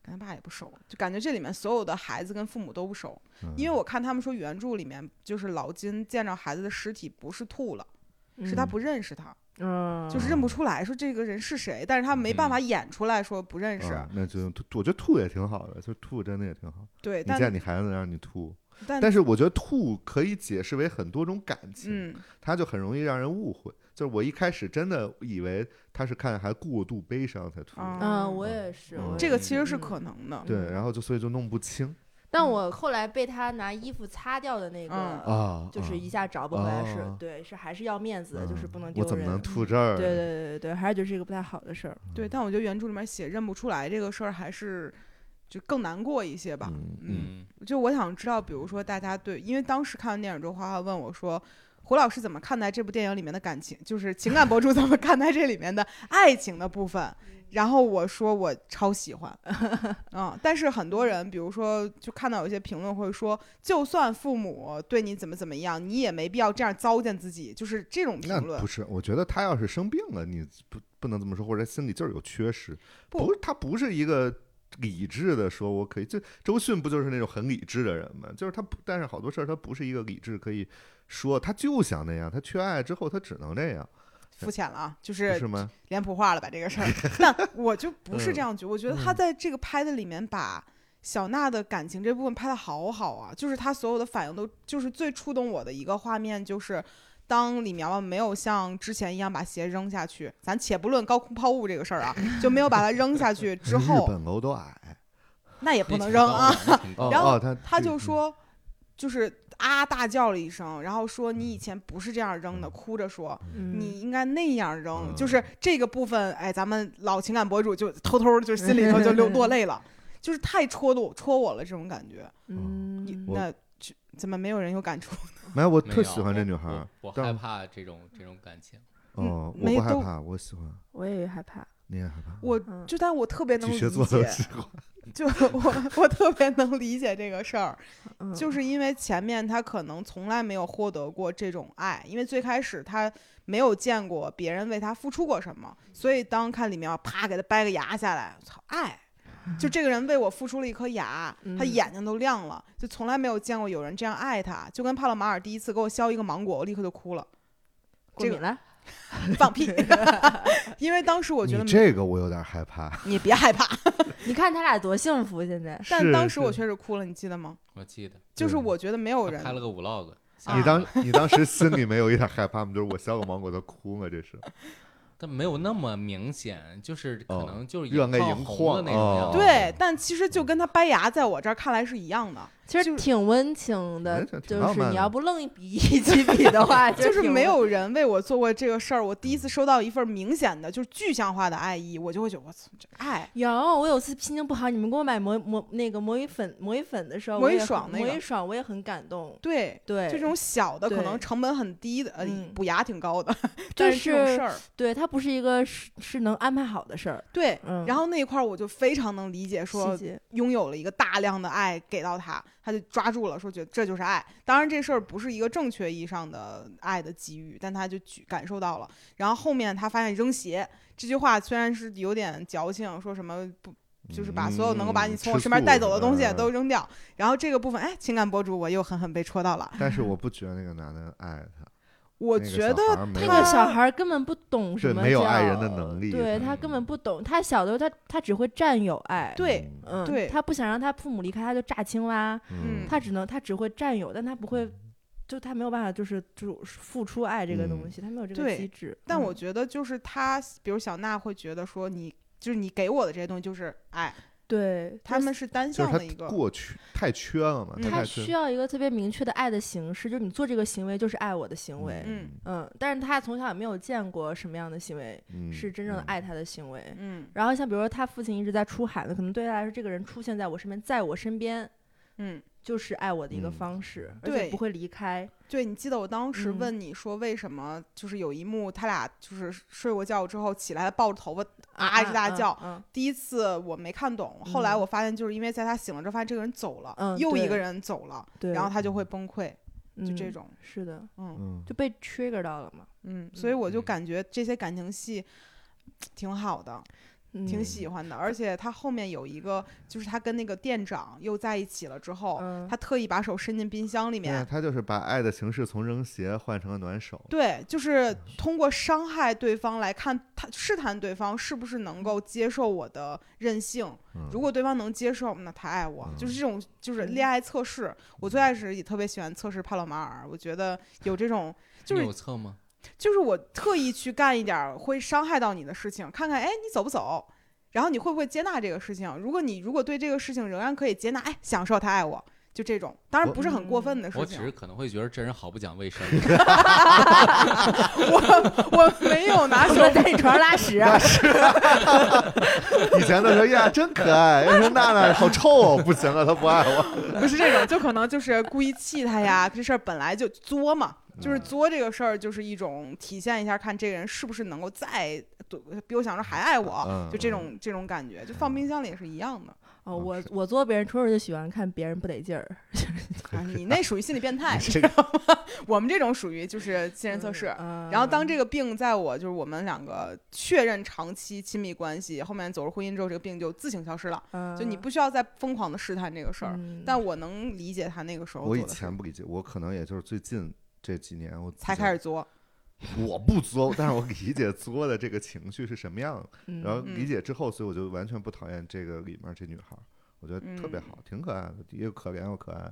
Speaker 2: 跟他爸也不熟，就感觉这里面所有的孩子跟父母都不熟，
Speaker 1: 嗯
Speaker 2: 因为我看他们说原著里面就是老金见着孩子的尸体不是吐了， [LAUGHS] 是他
Speaker 1: 嗯哦
Speaker 2: 不认识他，
Speaker 3: 嗯，
Speaker 2: 就是认不出来说这个人是谁，但是他没办法演出来说不认识，
Speaker 1: 嗯那就吐我觉得吐也挺好的，就吐真的也挺好。
Speaker 2: 对，
Speaker 1: 你见
Speaker 2: 但
Speaker 1: 你孩子让你吐，
Speaker 2: 但
Speaker 1: 但是我觉得吐可以解释为很多种感情，
Speaker 2: 嗯
Speaker 1: 他就很容易让人误会。就是我一开始真的以为他是看还过度悲伤才吐的，
Speaker 2: 啊
Speaker 3: 嗯，我也是，
Speaker 1: 嗯
Speaker 3: 我也
Speaker 2: 这个其实
Speaker 3: 嗯
Speaker 2: 是可能的，
Speaker 1: 对，然后就所以就弄不清
Speaker 3: 但我后来被他拿衣服擦掉的
Speaker 2: 嗯
Speaker 3: 那个，
Speaker 1: 啊，
Speaker 3: 就是
Speaker 1: 啊
Speaker 3: 一下找不回来，是
Speaker 1: 哦
Speaker 3: 对，是还是要面子的，就是
Speaker 1: 嗯
Speaker 3: 不能丢
Speaker 1: 我
Speaker 3: 人。
Speaker 1: 怎么能吐这儿？
Speaker 3: 对对对对对，还是觉得是一个不太好的事儿。
Speaker 2: 对，但我觉得原著里面写认不出来这个事儿还是就更难过一些吧，
Speaker 1: 嗯嗯
Speaker 4: 嗯，
Speaker 2: 就我想知道，比如说大家对，因为当时看完电影之后，花花问我说。胡老师怎么看待这部电影里面的感情，就是情感博主怎么看待这里面的爱情的部分？然后我说我超喜欢，嗯，但是很多人，比如说就看到有一些评论会说，就算父母对你怎么怎么样，你也没必要这样糟践自己，就是这种
Speaker 1: 那
Speaker 2: 评论
Speaker 1: 不。是，我觉得他要是生病了，你不不能这么说，或者心里就是有缺失，
Speaker 2: 不
Speaker 1: 不是他不是一个理智的说我可以。这周迅不就是那种很理智的人吗？就是他不，但是好多事儿他不是一个理智可以说，他就想那样，他缺爱之后他只能这样，
Speaker 2: 肤浅了啊，就
Speaker 1: 不
Speaker 2: 是
Speaker 1: 是吗？
Speaker 2: 脸谱化了吧这
Speaker 1: [LAUGHS]
Speaker 2: 个事儿。但我就不是这样觉得，我觉得他
Speaker 1: 嗯
Speaker 2: 在这个拍的里面把小娜的感情这部分拍的好好啊，就是他所有的反应都，就是最触动我的一个画面就是。当李苗苗没有像之前一样把鞋扔下去，咱且不论高空抛物这个事儿啊，就没有把它扔下去之
Speaker 1: 人日
Speaker 2: 后，
Speaker 1: 本楼都矮，
Speaker 2: 那也
Speaker 4: 那
Speaker 2: 不能
Speaker 4: 挺
Speaker 2: 扔
Speaker 4: 高
Speaker 2: 啊。
Speaker 4: 的，那挺高
Speaker 1: 哦
Speaker 4: 的
Speaker 2: 然后
Speaker 1: 哦他
Speaker 2: 他
Speaker 1: 这
Speaker 2: 就
Speaker 1: 嗯
Speaker 2: 说，就是啊大叫了一声，然后说你以前不是这样扔的，
Speaker 1: 嗯
Speaker 2: 哭着说，
Speaker 3: 嗯
Speaker 2: 你应该那样扔，
Speaker 1: 嗯
Speaker 2: 就是这个部分，哎，咱们老情感博主就偷偷就心里头
Speaker 3: [LAUGHS]
Speaker 2: 就流落泪了，就是太戳我戳我了这种感觉。你
Speaker 3: 嗯，
Speaker 1: 哦我
Speaker 2: 那去怎么没有人有感触？ [LAUGHS]
Speaker 1: 没有，我
Speaker 4: 没
Speaker 1: [LAUGHS] 特
Speaker 4: 有
Speaker 1: 喜欢这
Speaker 4: 我
Speaker 1: 女孩
Speaker 4: 我
Speaker 1: 儿，
Speaker 4: 我
Speaker 1: 但
Speaker 4: 害怕这种这种感情。
Speaker 1: 哦，我
Speaker 2: 嗯没
Speaker 1: 不害
Speaker 2: 都
Speaker 1: 怕，我喜欢，
Speaker 3: 我也害怕。
Speaker 1: 你也害怕，
Speaker 2: 我
Speaker 3: 嗯
Speaker 2: 就但我特别能
Speaker 1: 巨
Speaker 2: 理
Speaker 1: 蟹座都
Speaker 2: 解，
Speaker 1: [LAUGHS] 喜欢，
Speaker 2: 就我我特别能理解这个事儿，
Speaker 3: 嗯，
Speaker 2: 就是因为前面他可能从来没有获得过这种爱，因为最开始他没有见过别人为他付出过什么，所以当看李苗啪给他掰个牙下来，操爱！就这个人为我付出了一颗牙，他
Speaker 3: 嗯
Speaker 2: 眼睛都亮了，就从来没有见过有人这样爱他，就跟帕洛马尔第一次给我削一个芒果，我立刻就哭了，
Speaker 3: 过
Speaker 2: 这
Speaker 3: 敏
Speaker 2: 个
Speaker 3: 了，
Speaker 2: 放屁，因为当时我觉得
Speaker 1: 你这个我有点害怕，
Speaker 2: 你别害怕，
Speaker 3: 你看他俩多幸福，现在
Speaker 2: 但
Speaker 1: 是
Speaker 2: 当时我
Speaker 1: 是
Speaker 2: 确实哭了，你记得吗？
Speaker 4: 我记得
Speaker 2: 就是
Speaker 1: 对
Speaker 2: 我觉得没有
Speaker 4: 他
Speaker 2: 人
Speaker 4: 拍了个 vlog，
Speaker 2: 啊
Speaker 1: 你当你当时心里没有一点害怕吗？就是我削个芒果都哭吗？这是
Speaker 4: 但没有那么明显，就是可
Speaker 1: 哦
Speaker 4: 能就是
Speaker 1: 热
Speaker 4: 眼
Speaker 1: 泪
Speaker 4: 眶
Speaker 1: 盈
Speaker 4: 红
Speaker 1: 眶
Speaker 4: 的那种
Speaker 1: 哦
Speaker 4: 样子。
Speaker 2: 对，但其实就跟他掰牙在我这儿看来是一样的，
Speaker 3: 其
Speaker 2: 就
Speaker 3: 实挺温情的
Speaker 1: 哎这，挺
Speaker 3: 就
Speaker 1: 浪
Speaker 3: 是
Speaker 1: 漫
Speaker 3: 你
Speaker 1: 的
Speaker 3: 要不愣比一起比
Speaker 2: [LAUGHS]
Speaker 3: 的话，
Speaker 2: 就
Speaker 3: 就是挺
Speaker 2: 没有人为我做过这个事儿，我第一次收到一份明显的就是具象化的爱意，我就会觉得我操，这爱
Speaker 3: 有，我有次心情不好，你们给我买魔魔那个魔芋粉魔芋粉的时候，
Speaker 2: 魔
Speaker 3: 我
Speaker 2: 芋
Speaker 3: 也很
Speaker 2: 爽那
Speaker 3: 魔
Speaker 2: 个
Speaker 3: 芋爽我也很感动。
Speaker 2: 对。
Speaker 3: 对，
Speaker 2: 就这种小的，可能
Speaker 3: 对
Speaker 2: 成本很低的，呃，
Speaker 3: 嗯
Speaker 2: 补牙挺高的， [LAUGHS]
Speaker 3: 就
Speaker 2: 但是这种
Speaker 3: 是
Speaker 2: 事儿，
Speaker 3: 对它不是一个是是能安排好的事儿。
Speaker 2: 对。
Speaker 3: 嗯，
Speaker 2: 然后那一块儿我就非常能理解，说
Speaker 3: 细节
Speaker 2: 拥有了一个大量的爱给到他，他就抓住了，说觉得这就是爱。当然这事儿不是一个正确意义上的爱的给予，但他就举感受到了。然后后面他发现扔鞋这句话虽然是有点矫情，说什么不 [LAUGHS] 就是
Speaker 1: 嗯
Speaker 2: 把所有能够把你从我身边带走的东西都扔掉。然后这个部分，哎，情感博主我又狠狠被戳到了。
Speaker 1: 但是我不觉得那个男的爱他，
Speaker 2: 我
Speaker 1: 那个
Speaker 2: 觉
Speaker 1: 小
Speaker 2: 得
Speaker 1: 孩儿没
Speaker 3: 那
Speaker 1: 有
Speaker 3: 个小孩儿根本不懂什
Speaker 1: 对
Speaker 3: 么
Speaker 1: 没有
Speaker 3: 叫
Speaker 1: 爱人的能力嗯
Speaker 3: 对
Speaker 1: 他
Speaker 3: 他根本不懂。他小的时候，他他只会占有爱。
Speaker 2: 对，
Speaker 1: 嗯
Speaker 3: 嗯，
Speaker 2: 对
Speaker 3: 他不想让他父母离开，他就炸青蛙。
Speaker 2: 嗯
Speaker 3: 他只能他只会占有，但他不会，就他没有办法，就是就是付出爱这个东
Speaker 1: 嗯
Speaker 3: 西，他没有这个
Speaker 2: 对
Speaker 3: 机制。
Speaker 2: 但
Speaker 3: 嗯
Speaker 2: 我觉得就是他，比如小娜会觉得说你就是你给我的这些东西就是爱，
Speaker 3: 对
Speaker 2: 他们是单
Speaker 1: 就
Speaker 2: 向的
Speaker 1: 是
Speaker 2: 一
Speaker 1: 他
Speaker 2: 个。
Speaker 1: 过去太缺了嘛，
Speaker 2: 嗯
Speaker 1: 太
Speaker 3: 他
Speaker 1: 缺
Speaker 3: 需要一个特别明确的爱的形式，就是你做这个行为就是爱我的行为。
Speaker 2: 嗯
Speaker 3: 嗯，但是他从小也没有见过什么样的行为
Speaker 1: 嗯
Speaker 3: 是真正的爱他的行为。
Speaker 2: 嗯
Speaker 3: 然后像比如说他父亲一直在出喊的，可能对他来说，这个人出现在我身边，在我身边
Speaker 2: 嗯，
Speaker 3: 就是爱我的一个
Speaker 1: 嗯
Speaker 3: 方式，而
Speaker 2: 对
Speaker 3: 且不会离开。
Speaker 2: 对，你记得我当时
Speaker 3: 嗯
Speaker 2: 问你说为什么就是有一幕他俩就是睡过觉之后起来抱着头发啊一直大叫，
Speaker 3: 嗯，
Speaker 2: 第一次我没看懂，后来
Speaker 3: 嗯
Speaker 2: 我发现就是因为在他醒了之后发现这个人走了，
Speaker 3: 嗯
Speaker 2: 又一
Speaker 3: 对
Speaker 2: 个人走了，
Speaker 3: 对，
Speaker 2: 然后他就会崩溃，就这
Speaker 3: 嗯
Speaker 2: 种，
Speaker 3: 是的，
Speaker 2: 嗯
Speaker 1: 嗯
Speaker 3: 就被 trigger 到了嘛。
Speaker 2: 嗯，所以我就
Speaker 4: 嗯
Speaker 2: 感觉这些感情戏挺好的，
Speaker 3: 嗯
Speaker 2: 挺喜欢的，而且他后面有一个，就是他跟那个店长又在一起了之后，
Speaker 3: 嗯
Speaker 2: 他特意把手伸进冰箱里
Speaker 1: 对啊
Speaker 2: 面，，
Speaker 1: 他就是把爱的形式从扔鞋换成了暖
Speaker 2: [LAUGHS]
Speaker 1: 手，
Speaker 2: 对，就是通过伤害对方来看，他试探对方是不是能够接受我的任性。
Speaker 1: 嗯
Speaker 2: 如果对方能接受，那他爱我，
Speaker 1: 嗯
Speaker 2: 就是这种就是
Speaker 3: 嗯
Speaker 2: 恋爱测试。我最开始也特别喜欢测试帕洛马尔，我觉得有这种就是
Speaker 4: 有测吗？
Speaker 2: 就是我特意去干一点儿会伤害到你的事情，看看哎你走不走，然后你会不会接纳这个事情。如果你如果对这个事情仍然可以接纳，哎，享受他爱我，就这种，当然
Speaker 1: 我
Speaker 2: 不是很过分的事
Speaker 4: 我只
Speaker 2: 情。
Speaker 4: 是可能会觉得这人好不讲
Speaker 1: [LAUGHS]
Speaker 4: 卫生。
Speaker 2: 我我没有
Speaker 3: [LAUGHS]
Speaker 2: 拿手
Speaker 3: 说在你床上拉屎、啊，
Speaker 1: 以前都说呀真可爱，要说娜娜好臭哦，不行了，他不爱
Speaker 2: [LAUGHS]
Speaker 1: 我，
Speaker 2: 不是这种，就可能就是故意气他呀。这事儿本来就作嘛，就是
Speaker 1: 嗯
Speaker 2: 作这个事儿，就是一种体现一下，看这个人是不是能够再多比我想着还爱我，
Speaker 1: 嗯
Speaker 2: 就这种这种感觉，就放冰箱里也是一样的。
Speaker 3: 哦，
Speaker 1: 嗯
Speaker 3: 我
Speaker 1: 是
Speaker 3: 我做别人戳戳就喜欢看别人不得劲儿，
Speaker 1: [LAUGHS]
Speaker 2: 啊，你那属于心理变态，
Speaker 1: 这
Speaker 2: 知
Speaker 1: 个
Speaker 2: 道吗？我们这种属于就是信任测试。
Speaker 3: 嗯
Speaker 2: 然后当这个病在我就是我们两个确认长期亲密关系，后面走入婚姻之后，这个病就自行消失了，就你不需要再疯狂的试探这个事儿。
Speaker 3: 嗯
Speaker 2: 但我能理解他那个时候
Speaker 1: 我以
Speaker 2: 做的事
Speaker 1: 前不理解，我可能也就是最近这几年我
Speaker 2: 才开始，作，
Speaker 1: [LAUGHS] 我不作，但是我理解作的这个情绪是什么样的，
Speaker 3: 嗯
Speaker 1: 然后
Speaker 2: 嗯
Speaker 1: 理解之后，所以我就完全不讨厌这个里面这女孩儿，我觉得特别好，挺可爱的，又可怜又可爱。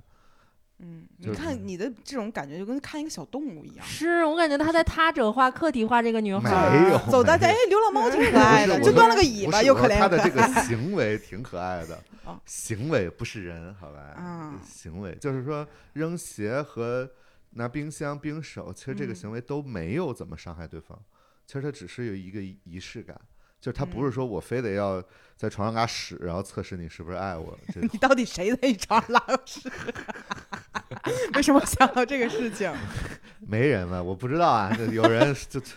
Speaker 2: 嗯，你
Speaker 1: 就是
Speaker 2: 看你的这种感觉就跟看一个小动物一样，
Speaker 3: 是我感觉他在他者化、客体化这个女孩儿，
Speaker 1: 没有，
Speaker 2: 走大
Speaker 1: 没
Speaker 2: 家哎
Speaker 1: 有，
Speaker 2: 流浪
Speaker 3: 嗯
Speaker 2: 猫挺
Speaker 3: [LAUGHS]
Speaker 2: 可爱的，
Speaker 1: 不是
Speaker 2: 就
Speaker 1: 我
Speaker 2: 端了个尾
Speaker 1: 不
Speaker 2: 巴
Speaker 1: 是
Speaker 2: 又
Speaker 1: 我
Speaker 2: 可
Speaker 1: 说
Speaker 2: 怜
Speaker 1: 他
Speaker 2: 又可
Speaker 1: 的这
Speaker 2: 爱。
Speaker 1: 个行为挺可爱的
Speaker 2: [LAUGHS] 哦，
Speaker 1: 行为不是人，好吧
Speaker 2: 啊？
Speaker 1: 行为就是说扔鞋和拿冰箱、冰手，其实这个
Speaker 2: 嗯
Speaker 1: 行为都没有怎么伤害对方，其实它只是有一个仪式感。就是他不
Speaker 2: 嗯
Speaker 1: 是说我非得要在床上拉屎，然后测试你是不是爱我，这种
Speaker 2: [LAUGHS] 你到底谁在你床上拉过屎？ [LAUGHS] 为什么想到这个事情？
Speaker 1: 没人吧？我不知道啊，这有
Speaker 3: [LAUGHS]
Speaker 1: 人就就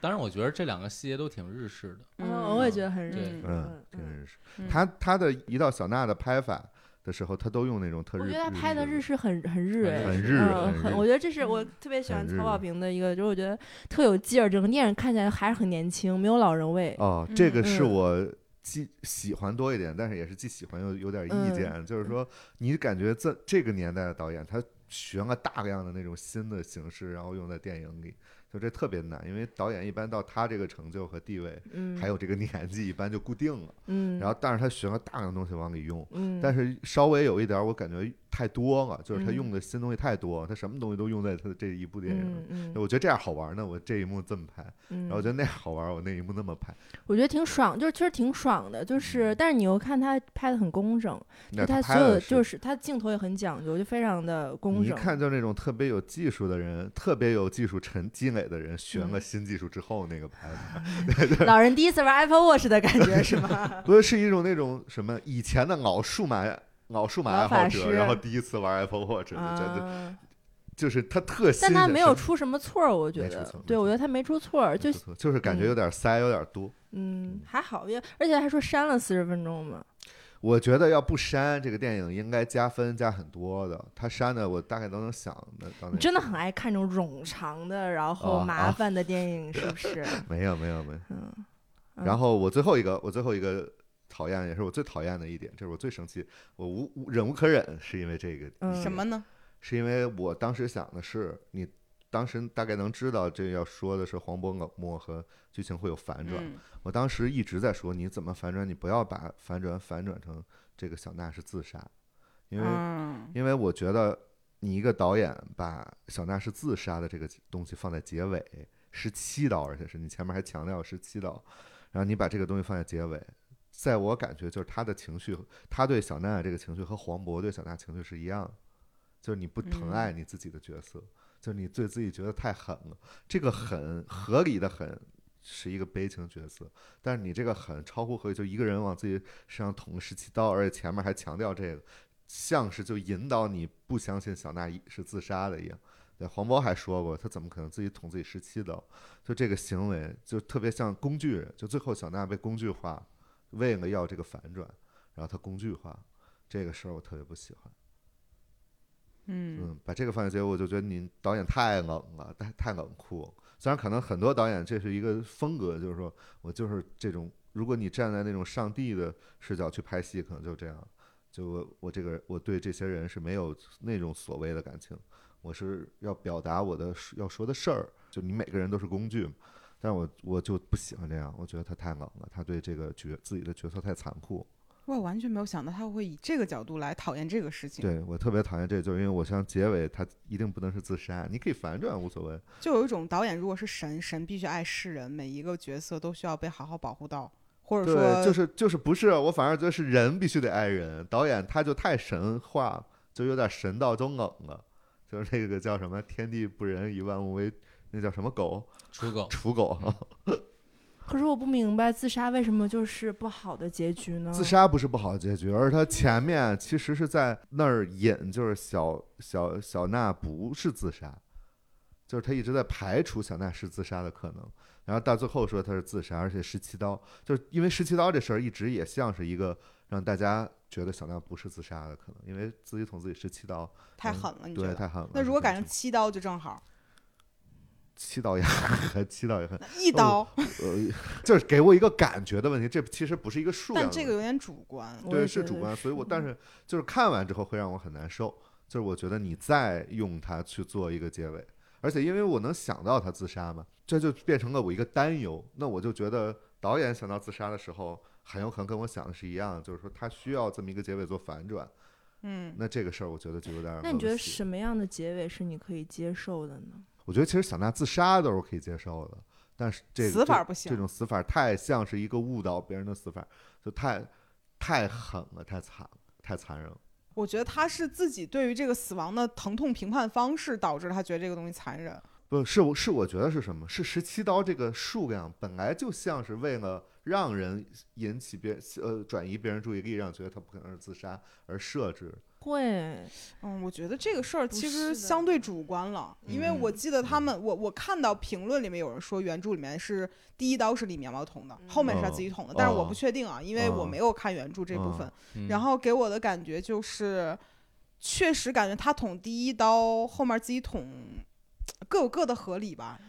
Speaker 4: 当然，我觉得这两个细节都挺日式的。
Speaker 3: 嗯，我也觉得很日
Speaker 4: 对
Speaker 3: 式
Speaker 1: 嗯，
Speaker 3: 嗯
Speaker 1: 真是
Speaker 2: 嗯
Speaker 1: 他他的一到小娜的拍法的时候，他都用那种特
Speaker 3: 我
Speaker 1: 日，
Speaker 3: 觉得他拍的日
Speaker 1: 日
Speaker 3: 式很很日
Speaker 4: 很
Speaker 3: 哎，
Speaker 1: 很日
Speaker 3: 嗯，
Speaker 1: 很
Speaker 3: 很
Speaker 1: 日
Speaker 3: 我觉得这是我
Speaker 2: 嗯
Speaker 3: 特别喜欢
Speaker 1: 很日
Speaker 3: 曹保平的一个，就是我觉得特有劲儿，整个电影看起来还是很年轻，没有老人味。
Speaker 1: 哦，这个是
Speaker 3: 嗯
Speaker 1: 我既喜欢多一点，但是也是既喜欢又有点意见，
Speaker 3: 嗯
Speaker 1: 就是说你感觉这这个年代的导演他。学了大量的那种新的形式，然后用在电影里，就这特别难，因为导演一般到他这个成就和地位，
Speaker 3: 嗯，
Speaker 1: 还有这个年纪，一般就固定了。
Speaker 3: 嗯，
Speaker 1: 然后，但是他学了大量东西往里用，
Speaker 3: 嗯，
Speaker 1: 但是稍微有一点儿我感觉太多了，就是他
Speaker 3: 嗯
Speaker 1: 用的新东西太多，他什么东西都用在他的这一部电影里。
Speaker 3: 嗯嗯
Speaker 1: 我觉得这样好玩呢，我这一幕这么拍，
Speaker 3: 嗯，
Speaker 1: 然后我觉得那样好玩，我那一幕那么拍，
Speaker 3: 我觉得挺爽，就是其实挺爽的，就是但是你又看他拍的很工整，就
Speaker 1: 嗯那他
Speaker 3: 他所
Speaker 1: 拍
Speaker 3: 有
Speaker 1: 的
Speaker 3: 的就是他镜头也很讲究，就非常的工
Speaker 1: 你一
Speaker 3: 整。
Speaker 1: 看就是那种特别有技术的人，特别有技术沉积累的人，学了
Speaker 3: 嗯
Speaker 1: 新技术之后那个拍法，
Speaker 3: 老人第一次玩 Apple Watch 的感觉是
Speaker 1: [LAUGHS]
Speaker 3: 吗？
Speaker 1: 不是是一种那种什么以前的老数码老数码
Speaker 3: 老
Speaker 1: 爱
Speaker 3: 法
Speaker 1: 好者，然
Speaker 3: 师
Speaker 1: 后第一次玩 Apple Watch，就觉得
Speaker 3: 啊，
Speaker 1: 就是他特新
Speaker 3: 但
Speaker 1: 鲜，
Speaker 3: 他没有
Speaker 1: 什么
Speaker 3: 出什么错儿，我觉
Speaker 1: 没出
Speaker 3: 得
Speaker 1: 错，没
Speaker 3: 对
Speaker 1: 出
Speaker 3: 我觉得他没出错儿，就
Speaker 1: 不错就是感觉
Speaker 3: 嗯
Speaker 1: 有点塞，有点多。
Speaker 3: 嗯还好，也而且还说删了四十分钟嘛，
Speaker 1: 我觉得要不删这个电影应该加分加很多的，他删的我大概都能想的到那
Speaker 3: 你真的
Speaker 1: 个
Speaker 3: 很爱看这种冗长的然后
Speaker 1: 啊
Speaker 3: 麻
Speaker 1: 啊
Speaker 3: 烦的电影，是
Speaker 1: [LAUGHS]
Speaker 3: 不是？
Speaker 1: 没有没有没有。
Speaker 3: 嗯，
Speaker 1: 然后我最后一个，我最后一个讨厌也是我最讨厌的一点，这是我最生气，我无无忍无可忍，是因为这个
Speaker 3: 嗯
Speaker 2: 什么呢？
Speaker 1: 是因为我当时想的是，你当时大概能知道这要说的是黄渤冷漠和剧情会有反转。
Speaker 2: 嗯
Speaker 1: 我当时一直在说，你怎么反转？你不要把反转反转成这个小娜是自杀，因为、
Speaker 2: 嗯
Speaker 1: 因为我觉得你一个导演把小娜是自杀的这个东西放在结尾，十七刀，而且是你前面还强调十七刀，然后你把这个东西放在结尾，在我感觉就是他的情绪，他对小娜这个情绪和黄渤对小娜情绪是一样的，就是你不疼爱你自己的角色，就是你对自己觉得太狠了，这个狠合理的狠。是一个悲情角色，但是你这个狠超乎合理，就一个人往自己身上捅了十七刀，而且前面还强调这个，像是就引导你不相信小娜一是自杀的一样。对，黄渤还说过，他怎么可能自己捅自己十七刀？就这个行为，就特别像工具人。就最后小娜被工具化，为了要这个反转，然后他工具化，这个事儿我特别不喜欢。
Speaker 2: 嗯
Speaker 1: 嗯，把这个放在结尾，我就觉得您导演太冷了，太太冷酷了。虽然可能很多导演这是一个风格，就是说我就是这种，如果你站在那种上帝的视角去拍戏，可能就这样。就我我这个人我对这些人是没有那种所谓的感情，我是要表达我的要说的事儿。就你每个人都是工具嘛，但我我就不喜欢这样，我觉得他太冷了，他对这个角自己的角色太残酷。
Speaker 2: 我完全没有想到他会以这个角度来讨厌这个事情。
Speaker 1: 对我特别讨厌这，就是因为我想结尾他一定不能是自杀，你可以反转无所谓。
Speaker 2: 就有一种导演如果是神，神必须爱世人，每一个角色都需要被好好保护到，或者说
Speaker 1: 对，就是就是不是，我反而觉得是人必须得爱人。导演他就太神话，就有点神道中冷了，就是那个叫什么“天地不仁，以万物为”，那叫什么狗？
Speaker 4: 刍狗。
Speaker 1: 刍狗。
Speaker 3: 可是我不明白自杀为什么就是不好的结局
Speaker 2: 嗯
Speaker 3: 呢？
Speaker 1: 自杀不是不好的结局，而是他前面其实是在那儿引，就是小小小娜不是自杀，就是他一直在排除小娜是自杀的可能，然后到最后说他是自杀，而且十七刀，就是因为十七刀这事儿一直也像是一个让大家觉得小娜不是自杀的可能，因为自己捅自己十七刀，
Speaker 2: 太狠了，你觉
Speaker 1: 对，
Speaker 2: 得？
Speaker 1: 太狠了。
Speaker 2: 嗯那如果赶上
Speaker 1: 是
Speaker 2: 七刀就正好，
Speaker 1: 七刀也狠， [LAUGHS] 七刀也狠，
Speaker 2: 一刀，
Speaker 1: 呃，就是给我一个感觉的问题，这其实不是一个数量的问
Speaker 2: 但
Speaker 1: 题。
Speaker 2: 这个有点主观。
Speaker 3: 我
Speaker 1: 对，
Speaker 3: 也
Speaker 1: 是
Speaker 3: 觉
Speaker 1: 主
Speaker 3: 得
Speaker 1: 观，所以我但是就是看完之后会让我很难受，就是我觉得你再用它去做一个结尾，而且因为我能想到他自杀嘛，这就变成了我一个担忧，那我就觉得导演想到自杀的时候，很有可能跟我想的是一样，就是说他需要这么一个结尾做反转，
Speaker 2: 嗯，
Speaker 1: 那这个事儿我觉得就有点儿恶心。
Speaker 3: 那你觉得什么样的结尾是你可以接受的呢？
Speaker 1: 我觉得其实小娜自杀都是我可以接受的，但是这个
Speaker 2: 死法
Speaker 1: 这
Speaker 2: 不行
Speaker 1: 这种死法太像是一个误导别人的死法，就太太狠了，太惨了，太残忍了。
Speaker 2: 我觉得他是自己对于这个死亡的疼痛评判方式导致他觉得这个东西残忍。
Speaker 1: 不是我是我觉得是什么？是十七刀这个数量本来就像是为了让人引起别呃转移别人注意力，让觉得他不可能是自杀而设置。
Speaker 3: 会，
Speaker 2: 嗯，我觉得这个事儿
Speaker 3: 不
Speaker 2: 其
Speaker 3: 是
Speaker 2: 实
Speaker 3: 的
Speaker 2: 相对主观了，因为
Speaker 1: 嗯
Speaker 2: 我记得他们，我我看到评论里面有人说原著里面是第一刀是李绵毛捅
Speaker 3: 嗯
Speaker 2: 的，后面是他自己捅的，但是我
Speaker 1: 哦
Speaker 2: 不确定啊，因为我
Speaker 1: 哦
Speaker 2: 没有看原著这部分。
Speaker 4: 嗯
Speaker 2: 然后给我的感觉就是，确实感觉他捅第一刀，后面自己捅，各有各的合理吧。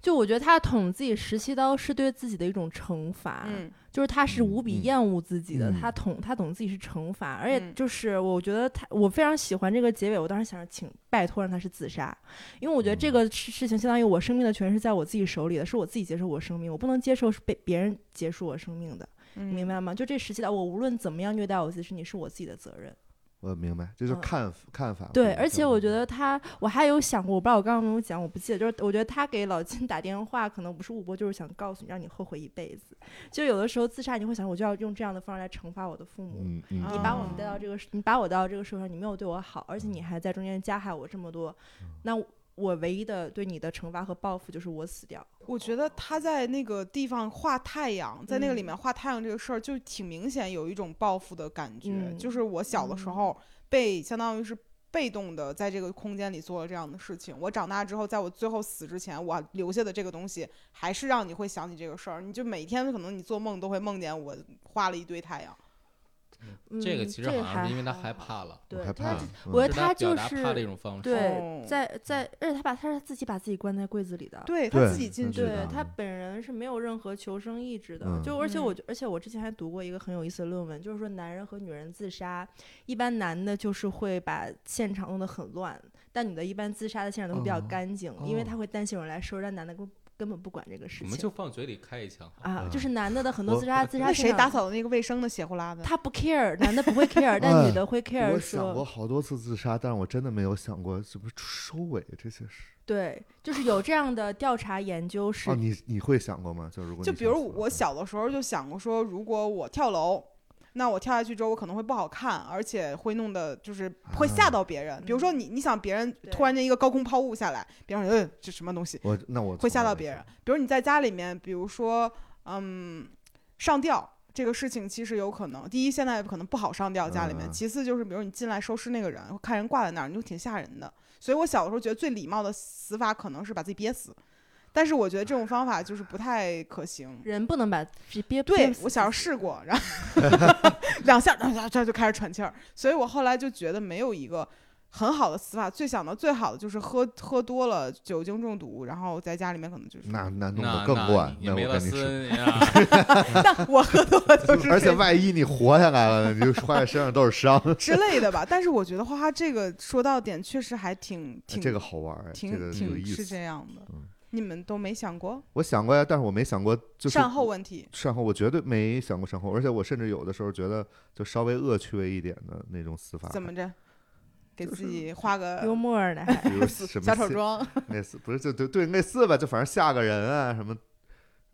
Speaker 3: 就我觉得他捅自己十七刀是对自己的一种惩罚，
Speaker 2: 嗯
Speaker 3: 就是他是无比
Speaker 1: 嗯
Speaker 3: 厌恶自己的，
Speaker 1: 嗯
Speaker 3: 他捅他捅自己是惩罚，而且
Speaker 2: 嗯
Speaker 3: 就是我觉得他我非常喜欢这个结尾，我当时想着请拜托让他是自杀，因为我觉得
Speaker 1: 嗯
Speaker 3: 这个事事情相当于我生命的权是在我自己手里的，是我自己结束我生命，我不能接受是被别人结束我生命的，你明
Speaker 2: 白。
Speaker 3: 白吗？就这十七刀，我无论怎么样虐待我自己身体是我自己的责任。
Speaker 1: 我明白，这就是
Speaker 3: 嗯
Speaker 1: 看、看
Speaker 4: 啊
Speaker 1: 法不一样。
Speaker 3: 对，而且我觉得他，我还有想过，我不知道我刚刚有没有讲，我不记得。就是我觉得他给老金打电话，可能不是误拨，就是想告诉你，让你后悔一辈子。就有的时候自杀，你会想，我就要用这样的方式来惩罚我的父母。
Speaker 1: 嗯，嗯
Speaker 2: 你
Speaker 3: 你
Speaker 1: 嗯
Speaker 3: 把我们
Speaker 2: 的
Speaker 3: 带到这个，你把我带到这个社会上，你没有对我好，而且你还在中间加害我这么多，
Speaker 4: 嗯
Speaker 3: 那我唯一的对你的惩罚和报复就是我死掉。
Speaker 2: 我觉得他在那个地方画太阳，在那个里
Speaker 3: 嗯
Speaker 2: 面画太阳这个事儿，就挺明显有一种报复的感觉。
Speaker 3: 嗯
Speaker 2: 就是我小的时候被相当于是被动的在这个空间里做了这样的事情，我长大之后，在我最后死之前，我留下的这个东西，还是让你会想起这个事儿。你就每天可能你做梦都会梦见我画了一堆太阳。啊
Speaker 3: 嗯、
Speaker 4: 这个其实好像是因为他
Speaker 3: 还
Speaker 4: 害
Speaker 3: 好
Speaker 4: 怕了，
Speaker 1: 我
Speaker 3: 对，
Speaker 1: 害
Speaker 3: 他
Speaker 1: 怕
Speaker 4: 这
Speaker 1: 了，嗯
Speaker 3: 我觉得
Speaker 4: 是
Speaker 3: 他
Speaker 4: 表
Speaker 3: 就
Speaker 4: 达
Speaker 3: 是
Speaker 4: 怕的一种方
Speaker 2: 哦
Speaker 4: 式。
Speaker 3: 对，在在，而且他把他是自己把自己关在柜子里的。
Speaker 2: 对他
Speaker 1: 对
Speaker 2: 自己进
Speaker 1: 嗯
Speaker 2: 去
Speaker 1: 是
Speaker 3: 对
Speaker 1: 的
Speaker 2: 的，
Speaker 3: 他本人是没有任何求生意志的，
Speaker 1: 嗯
Speaker 3: 就而且
Speaker 2: 嗯
Speaker 3: 我觉而且我之前还读过一个很有意思的论文，就是说男人和女人自杀，一般男的就是会把现场弄得很乱，但女的一般自杀的现场都会比较
Speaker 4: 哦
Speaker 3: 干净，因为
Speaker 4: 哦
Speaker 3: 他会担心有人来收拾，但男的根根本不管这个事
Speaker 4: 我
Speaker 3: 情。
Speaker 4: 们就放嘴里开一枪好了。
Speaker 3: 啊，就是男的的很多
Speaker 1: 我
Speaker 3: 自杀自杀
Speaker 2: 那谁
Speaker 3: 现
Speaker 2: 打
Speaker 3: 场，
Speaker 2: 扫的那个卫生的血呼啦的？
Speaker 3: 他不 care，男的不会 care，但
Speaker 1: 哎
Speaker 3: 女的会 care
Speaker 1: 我想过
Speaker 3: 说，
Speaker 1: 好多次自杀，但是我真的没有想过怎么收尾这些事。
Speaker 3: 对，就是有这样的调查研究是
Speaker 1: 哦，你你会想过吗？就如果
Speaker 2: 就
Speaker 1: 你
Speaker 2: 比
Speaker 1: 想
Speaker 2: 如
Speaker 1: 死了嗯
Speaker 2: 我小的时候就想过说，如果我跳楼，那我跳下去之后我可能会不好看，而且会弄得就是会吓
Speaker 1: 啊
Speaker 2: 到别人。比如说你，你想别人
Speaker 3: 对
Speaker 2: 突然间一个高空抛物下来，别人嗯这什么东西
Speaker 1: 我那我
Speaker 2: 会
Speaker 1: 从
Speaker 2: 吓
Speaker 1: 来
Speaker 2: 到
Speaker 1: 没
Speaker 2: 别人
Speaker 1: 想。
Speaker 2: 比如你在家里面，比如说嗯上吊。这个事情其实有可能，第一，现在可能不好上吊家里面；
Speaker 1: 嗯嗯
Speaker 2: 其次就是，比如你进来收尸那个人，看人挂在那儿，你就挺吓人的。所以我小的时候觉得最礼貌的死法可能是把自己憋死，但是我觉得这种方法就是不太可行。
Speaker 3: 人不能把憋憋
Speaker 2: 对
Speaker 3: 死
Speaker 2: 我小时候
Speaker 3: 自己
Speaker 2: 试过，然后 [LAUGHS] 两下，然后这就开始喘气儿，所以我后来就觉得没有一个很好的死法。最想到最好的就是喝喝多了酒精中毒，然后在家里面可能就是，
Speaker 1: 那那弄
Speaker 4: 那
Speaker 1: 得更乱，
Speaker 4: 你
Speaker 1: 那
Speaker 4: 没
Speaker 1: 我
Speaker 4: 了
Speaker 1: 跟你
Speaker 4: 森
Speaker 1: 说。
Speaker 4: 林啊，
Speaker 2: 但我喝多了 [LAUGHS] 就是
Speaker 1: 而且
Speaker 2: 这
Speaker 1: 万一你活下来了呢，你就发现身上都是伤。
Speaker 2: [LAUGHS] 之类的吧。但是我觉得花花这个说到点，确实还挺
Speaker 1: 哎
Speaker 2: 挺
Speaker 1: 呃这个好玩儿，
Speaker 2: 挺
Speaker 1: 这个有
Speaker 2: 挺
Speaker 1: 意
Speaker 2: 是
Speaker 1: 思。
Speaker 2: 这样的
Speaker 1: 嗯。
Speaker 2: 你们都没想过
Speaker 1: 我想过呀，但是我没想过就是
Speaker 2: 善后问题，
Speaker 1: 善后，我绝对没想过善后，而且我甚至有的时候觉得就稍微恶趣味一点的那种死法，
Speaker 2: 怎么着？给自己画个
Speaker 3: 幽默呢，还
Speaker 1: 比如什么
Speaker 2: 小丑
Speaker 1: 戏
Speaker 2: 妆，
Speaker 1: 类似不是就对对类似吧，就反正吓个人啊什么，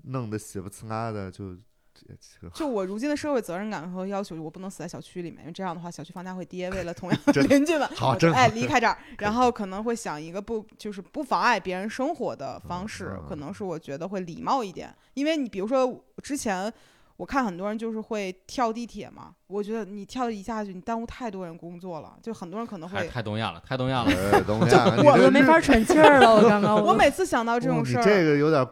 Speaker 1: 弄得血不呲啦的，就这这
Speaker 2: 就我如今的社会责任感和要求，我不能死在小区里面，因为这样的话，小区房价会跌。为了同样的
Speaker 1: 真
Speaker 2: 邻居们，
Speaker 1: 好
Speaker 2: 我就
Speaker 1: 真
Speaker 2: 哎
Speaker 1: 好
Speaker 2: 离开这儿，然后可能会想一个不就是不妨碍别人生活的方式
Speaker 1: 嗯嗯，
Speaker 2: 可能是我觉得会礼貌一点。因为你比如说之前我看很多人就是会跳地铁嘛，我觉得你跳一下去，你耽误太多人工作了，就很多人可能
Speaker 4: 还
Speaker 2: 会
Speaker 4: 是。太东亚了，太东亚了。
Speaker 1: 哎
Speaker 4: [LAUGHS]
Speaker 1: 东亚，你
Speaker 3: 我
Speaker 1: 这
Speaker 3: 都没法喘气儿了，我
Speaker 2: [LAUGHS]
Speaker 3: 刚刚
Speaker 2: 我每次想到这
Speaker 1: 哦
Speaker 2: 种
Speaker 1: 你
Speaker 2: 事儿，
Speaker 1: 这个有点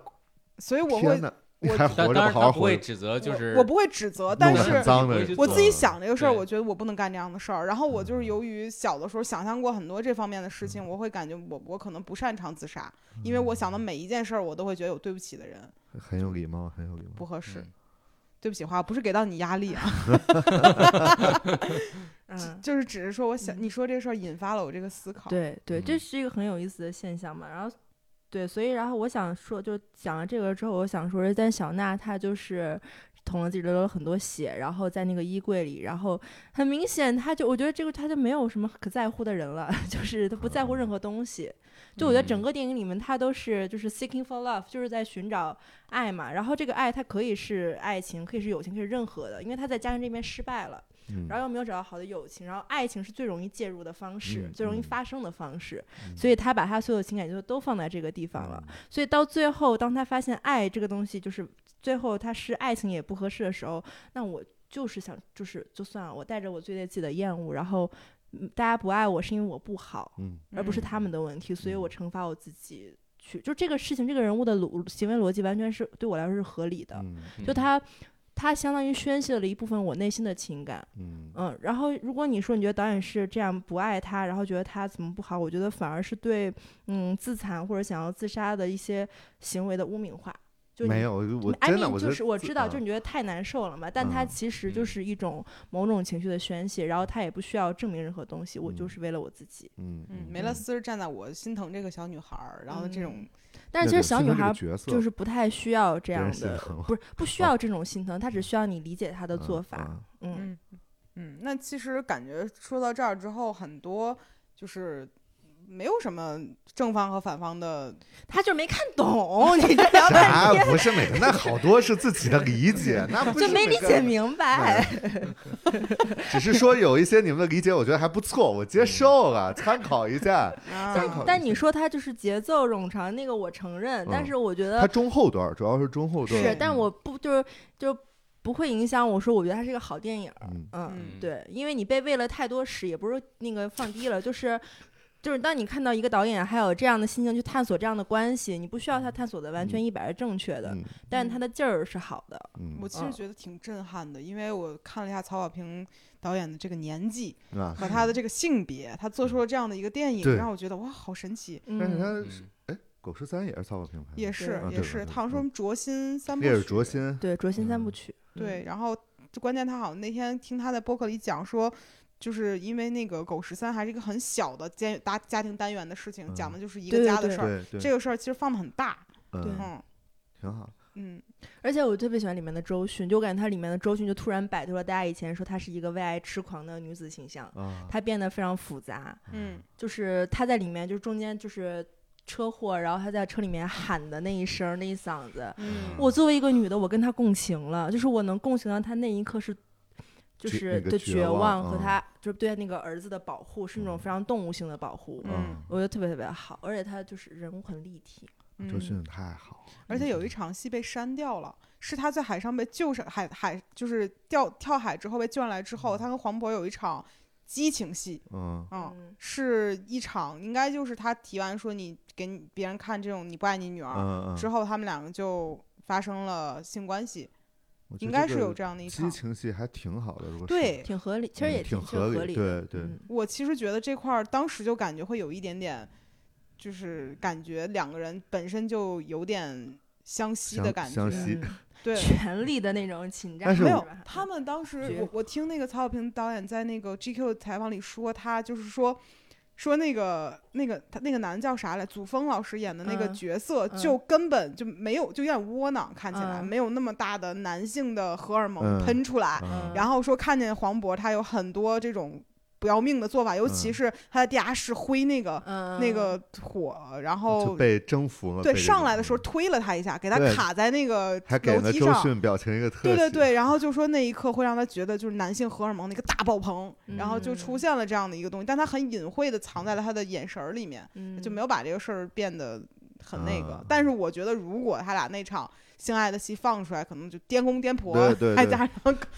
Speaker 2: 所以我会
Speaker 1: 天哪，你
Speaker 2: 我
Speaker 1: 还
Speaker 4: 但
Speaker 1: 活着
Speaker 4: 当
Speaker 1: 不
Speaker 4: 然
Speaker 1: 好
Speaker 4: 他
Speaker 1: 好
Speaker 4: 不
Speaker 1: 活
Speaker 4: 会
Speaker 1: 着，
Speaker 4: 指责，就
Speaker 2: 我
Speaker 4: 是
Speaker 2: 我不会指责，
Speaker 1: 弄
Speaker 2: 但
Speaker 1: 得
Speaker 2: 是
Speaker 1: 很脏的
Speaker 4: 不会去
Speaker 2: 我
Speaker 4: 做
Speaker 2: 自己想这个事儿，
Speaker 4: 对嗯
Speaker 2: 我觉得我不能干这样的事儿。然后我就是由于小的时候想象过很多这方面的事情，我会感觉我我可能不擅长自杀，
Speaker 4: 嗯
Speaker 2: 因为我想的每一件事儿，我都会觉得有对不起的人，
Speaker 1: 嗯很有礼貌，很有礼
Speaker 2: 不
Speaker 1: 貌。
Speaker 2: 合适。
Speaker 4: 嗯
Speaker 2: 对不起，花，不是给到你压力
Speaker 4: [LAUGHS]
Speaker 2: 啊，
Speaker 3: 嗯，
Speaker 2: 就是只是说我想
Speaker 3: 嗯
Speaker 2: 你说这事儿引发了我这个思考。
Speaker 3: 对对，这
Speaker 1: 嗯
Speaker 3: 是一个很有意思的现象嘛。然后，对，所以然后我想说，就讲了这个之后，我想说，但小娜她就是捅了自己流了很多血，然后在那个衣柜里，然后很明显，她就我觉得这个她就没有什么可在乎的人了， [LAUGHS] 就是她不在乎任何东西。就我觉得整
Speaker 4: 嗯
Speaker 3: 个电影里面，她都是就是 seeking for love，就是在寻找爱嘛。然后这个爱，它可以是爱情，可以是友情，可以是任何的，因为她在家人这边失败了。
Speaker 1: 嗯
Speaker 3: 然后又没有找到好的友情，然后爱情是最容易介入的方式，
Speaker 1: 嗯
Speaker 3: 最容易
Speaker 1: 嗯
Speaker 3: 发生的方式，
Speaker 1: 嗯
Speaker 3: 所以他把他所有情感就都放在这个地方了。所以到最后，当他发现爱这个东西就是最后他是爱情也不合适的时候，那我就是想就是就算了，我带着我最对自己的厌恶，然后嗯大家不爱我是因为我不好，
Speaker 1: 嗯，
Speaker 3: 而不是
Speaker 2: 嗯
Speaker 3: 他们的问题，所以
Speaker 1: 嗯
Speaker 3: 我惩罚我自己去。就这个事情，这个人物的逻行为逻辑完全是对我来说是合理的，
Speaker 1: 嗯
Speaker 3: 就他。它相当于宣泄了一部分我内心的情感。
Speaker 1: 嗯
Speaker 3: 嗯，然后如果你说你觉得导演是这样不爱他，然后觉得他怎么不好，我觉得反而是对嗯自残或者想要自杀的一些行为的污名化。就
Speaker 1: 没
Speaker 3: 你
Speaker 1: 有，我
Speaker 3: I
Speaker 1: 真的
Speaker 3: mean，
Speaker 1: 觉
Speaker 3: 就
Speaker 1: 得
Speaker 3: 是我
Speaker 1: 自
Speaker 3: 知道，
Speaker 1: 啊
Speaker 3: 就是你觉得太难受了嘛，但它
Speaker 1: 嗯
Speaker 3: 其实就是一种某种情绪的宣泄，然后它也不需要证明任何东西，我就
Speaker 1: 嗯
Speaker 3: 是为了我自己。
Speaker 1: 嗯
Speaker 2: 嗯，梅勒丝儿站在我心疼这个小女孩儿，然后这种
Speaker 3: 嗯但是其实小女孩儿
Speaker 1: 角色
Speaker 3: 就是不太需要这
Speaker 1: 别人
Speaker 3: 样
Speaker 1: 心
Speaker 3: 的
Speaker 1: 疼，啊
Speaker 3: 不是不需要这种心疼，她只需要你理解她的
Speaker 1: 的
Speaker 3: 做法。嗯，
Speaker 2: 嗯嗯，那其实感觉说到这儿之后，很多就是没有什么正方和反方的，
Speaker 3: 她就是没看
Speaker 1: [LAUGHS]
Speaker 3: 懂，你这聊半
Speaker 1: 啊
Speaker 3: 天，
Speaker 1: 不是每个，那好多是自己的理解，那不是
Speaker 3: 就没理
Speaker 1: 每个
Speaker 3: 解明白。
Speaker 1: 只是说有一些你们的理解，我觉得还不错，我接受了，参考一下。参考
Speaker 2: 啊
Speaker 1: 一
Speaker 3: 但
Speaker 1: 下
Speaker 3: 你说她就是节奏冗长，那个我承认，但
Speaker 1: 嗯
Speaker 3: 是我觉得
Speaker 1: 它中后段儿主要是中后段儿，
Speaker 3: 是，但我不就是就不会影响我说，我觉得它是一个好电影儿。
Speaker 1: 嗯
Speaker 3: 嗯，
Speaker 4: 嗯
Speaker 3: 对，因为你被喂了太多屎，也不是那个放低了，就是就是当你看到一个导演还有这样的心情去探索这样的关系，你不需要他探索的完全一百是正确的，
Speaker 1: 嗯
Speaker 3: 但他的劲儿是好的。
Speaker 1: 嗯
Speaker 2: 我其实
Speaker 3: 嗯
Speaker 2: 觉得挺震撼的，因为我看了一下曹保平导演的这个
Speaker 1: [LAUGHS]
Speaker 2: 年纪
Speaker 1: 嗯啊，
Speaker 2: 和他的这个性别，他做出了这样的一个电影，
Speaker 1: 嗯对
Speaker 2: 让我觉得哇，好神奇。
Speaker 1: 但是
Speaker 3: 嗯，
Speaker 1: 它是
Speaker 4: 嗯
Speaker 1: 哎，《狗十三》也是曹保平拍的，
Speaker 2: 也是
Speaker 1: 啊
Speaker 2: 也
Speaker 1: 对
Speaker 2: 是，
Speaker 1: 对
Speaker 2: 他好像说什么灼心三部
Speaker 1: 烈日
Speaker 2: 曲，
Speaker 1: 灼心，
Speaker 3: 对，卓心三部
Speaker 1: 嗯
Speaker 3: 曲，
Speaker 2: 对，然后就关键他好像那天听他在播客里讲说，就是因为那个狗十三还是一个很小的家家家庭单元的事情，讲
Speaker 1: 嗯
Speaker 2: 的就是一
Speaker 3: 对
Speaker 2: 个家的
Speaker 3: 对
Speaker 2: 事儿。
Speaker 1: 对对，
Speaker 2: 这个事儿其实放的很大，
Speaker 1: 嗯，
Speaker 3: 对
Speaker 2: 嗯
Speaker 1: 挺好。
Speaker 2: 嗯
Speaker 3: 而且我特别喜欢里面的周迅，就我感觉它里面的周迅就突然摆脱了大家以前说她是一个为爱痴狂的女子形象，
Speaker 1: 啊，
Speaker 3: 她变得非常复杂，
Speaker 2: 嗯
Speaker 3: 就是他在里面，就是中间就是车祸，然后他在车里面喊的那一声儿那一嗓子，
Speaker 2: 嗯，
Speaker 3: 我作为一个女的，我跟他共情了，就是我能共情到他那一刻是，就
Speaker 1: 绝
Speaker 3: 是
Speaker 1: 那个
Speaker 3: 的
Speaker 1: 绝
Speaker 3: 绝
Speaker 1: 望
Speaker 3: 望和
Speaker 1: 嗯
Speaker 3: 他就是对他那个儿子的保护是那种
Speaker 1: 嗯
Speaker 3: 非常动物性的保护，
Speaker 2: 嗯
Speaker 3: 我觉得特别特别好，而且他就是人物很立体，
Speaker 1: 嗯，
Speaker 2: 嗯
Speaker 1: 周迅太好了，
Speaker 2: 而且有一场戏被删掉了，是他在海上被救上海海，就是掉跳海之后被救上来之后，他跟黄渤有一场激情戏，
Speaker 1: 嗯
Speaker 2: 嗯，
Speaker 3: 嗯
Speaker 2: 是一场应该就是他提完说你给你别人看这种你不爱你女儿，
Speaker 1: 嗯嗯，
Speaker 2: 之后他们两个就发生了性关系，
Speaker 1: 我觉
Speaker 2: 应
Speaker 1: 得
Speaker 2: 该
Speaker 1: 这
Speaker 2: 是有
Speaker 1: 个
Speaker 2: 这样的一
Speaker 1: 激
Speaker 2: 场。
Speaker 1: 情戏还挺好的，如果是
Speaker 2: 对
Speaker 3: 挺合理，其实
Speaker 1: 嗯
Speaker 3: 也
Speaker 1: 挺
Speaker 3: 合
Speaker 1: 合
Speaker 3: 理的，
Speaker 1: 对对，
Speaker 3: 嗯
Speaker 2: 我其实觉得这块儿当时就感觉会有一点点，就是感觉两个人本身就有点相吸的
Speaker 1: 相
Speaker 2: 感
Speaker 1: 相
Speaker 2: 觉。
Speaker 1: 吸
Speaker 3: 嗯
Speaker 2: 对，
Speaker 3: 权力的那种侵占，
Speaker 1: 但是
Speaker 2: 没
Speaker 1: 我
Speaker 2: 有，他们当时
Speaker 3: 绝
Speaker 2: 我我听那个曹小平导演在那个 GQ 的采访里说，他就是说。说那个那个他那个男的叫啥来？祖峰老师演的那个
Speaker 3: 嗯
Speaker 2: 角色，
Speaker 3: 嗯
Speaker 2: 就根本就没有，就有点窝囊，看起来、
Speaker 3: 嗯
Speaker 2: 没有那么大的男性的荷尔
Speaker 1: 嗯
Speaker 2: 蒙喷出来。
Speaker 1: 嗯
Speaker 2: 然后说看见黄渤，他有很多这种不要命的做法，尤其
Speaker 1: 嗯
Speaker 2: 是他在地下室挥那个、
Speaker 3: 嗯
Speaker 2: 那个火，然
Speaker 1: 哦就
Speaker 2: 后
Speaker 1: 被征服了，
Speaker 2: 对
Speaker 1: 被这
Speaker 2: 上
Speaker 1: 种嗯
Speaker 2: 来的时候推了他一下，给他
Speaker 1: 对
Speaker 2: 卡在那个
Speaker 1: 还给
Speaker 2: 楼
Speaker 1: 了
Speaker 2: 梯
Speaker 1: 周
Speaker 2: 上。
Speaker 1: 迅表情一个特
Speaker 2: 对对
Speaker 1: 写，
Speaker 2: 对，然后就说那一刻会让他觉得就是男性荷尔蒙那个大爆棚，然后就出
Speaker 3: 嗯
Speaker 2: 现了这样的一个东西，但他很隐晦的藏在了他的眼神儿里面，
Speaker 3: 嗯
Speaker 2: 就没有把这个事儿变得很那个。
Speaker 1: 啊
Speaker 2: 但是我觉得，如果他俩那场性爱的戏放出来，可能就颠公颠婆，
Speaker 1: 对对
Speaker 2: 还
Speaker 1: 对
Speaker 2: 加上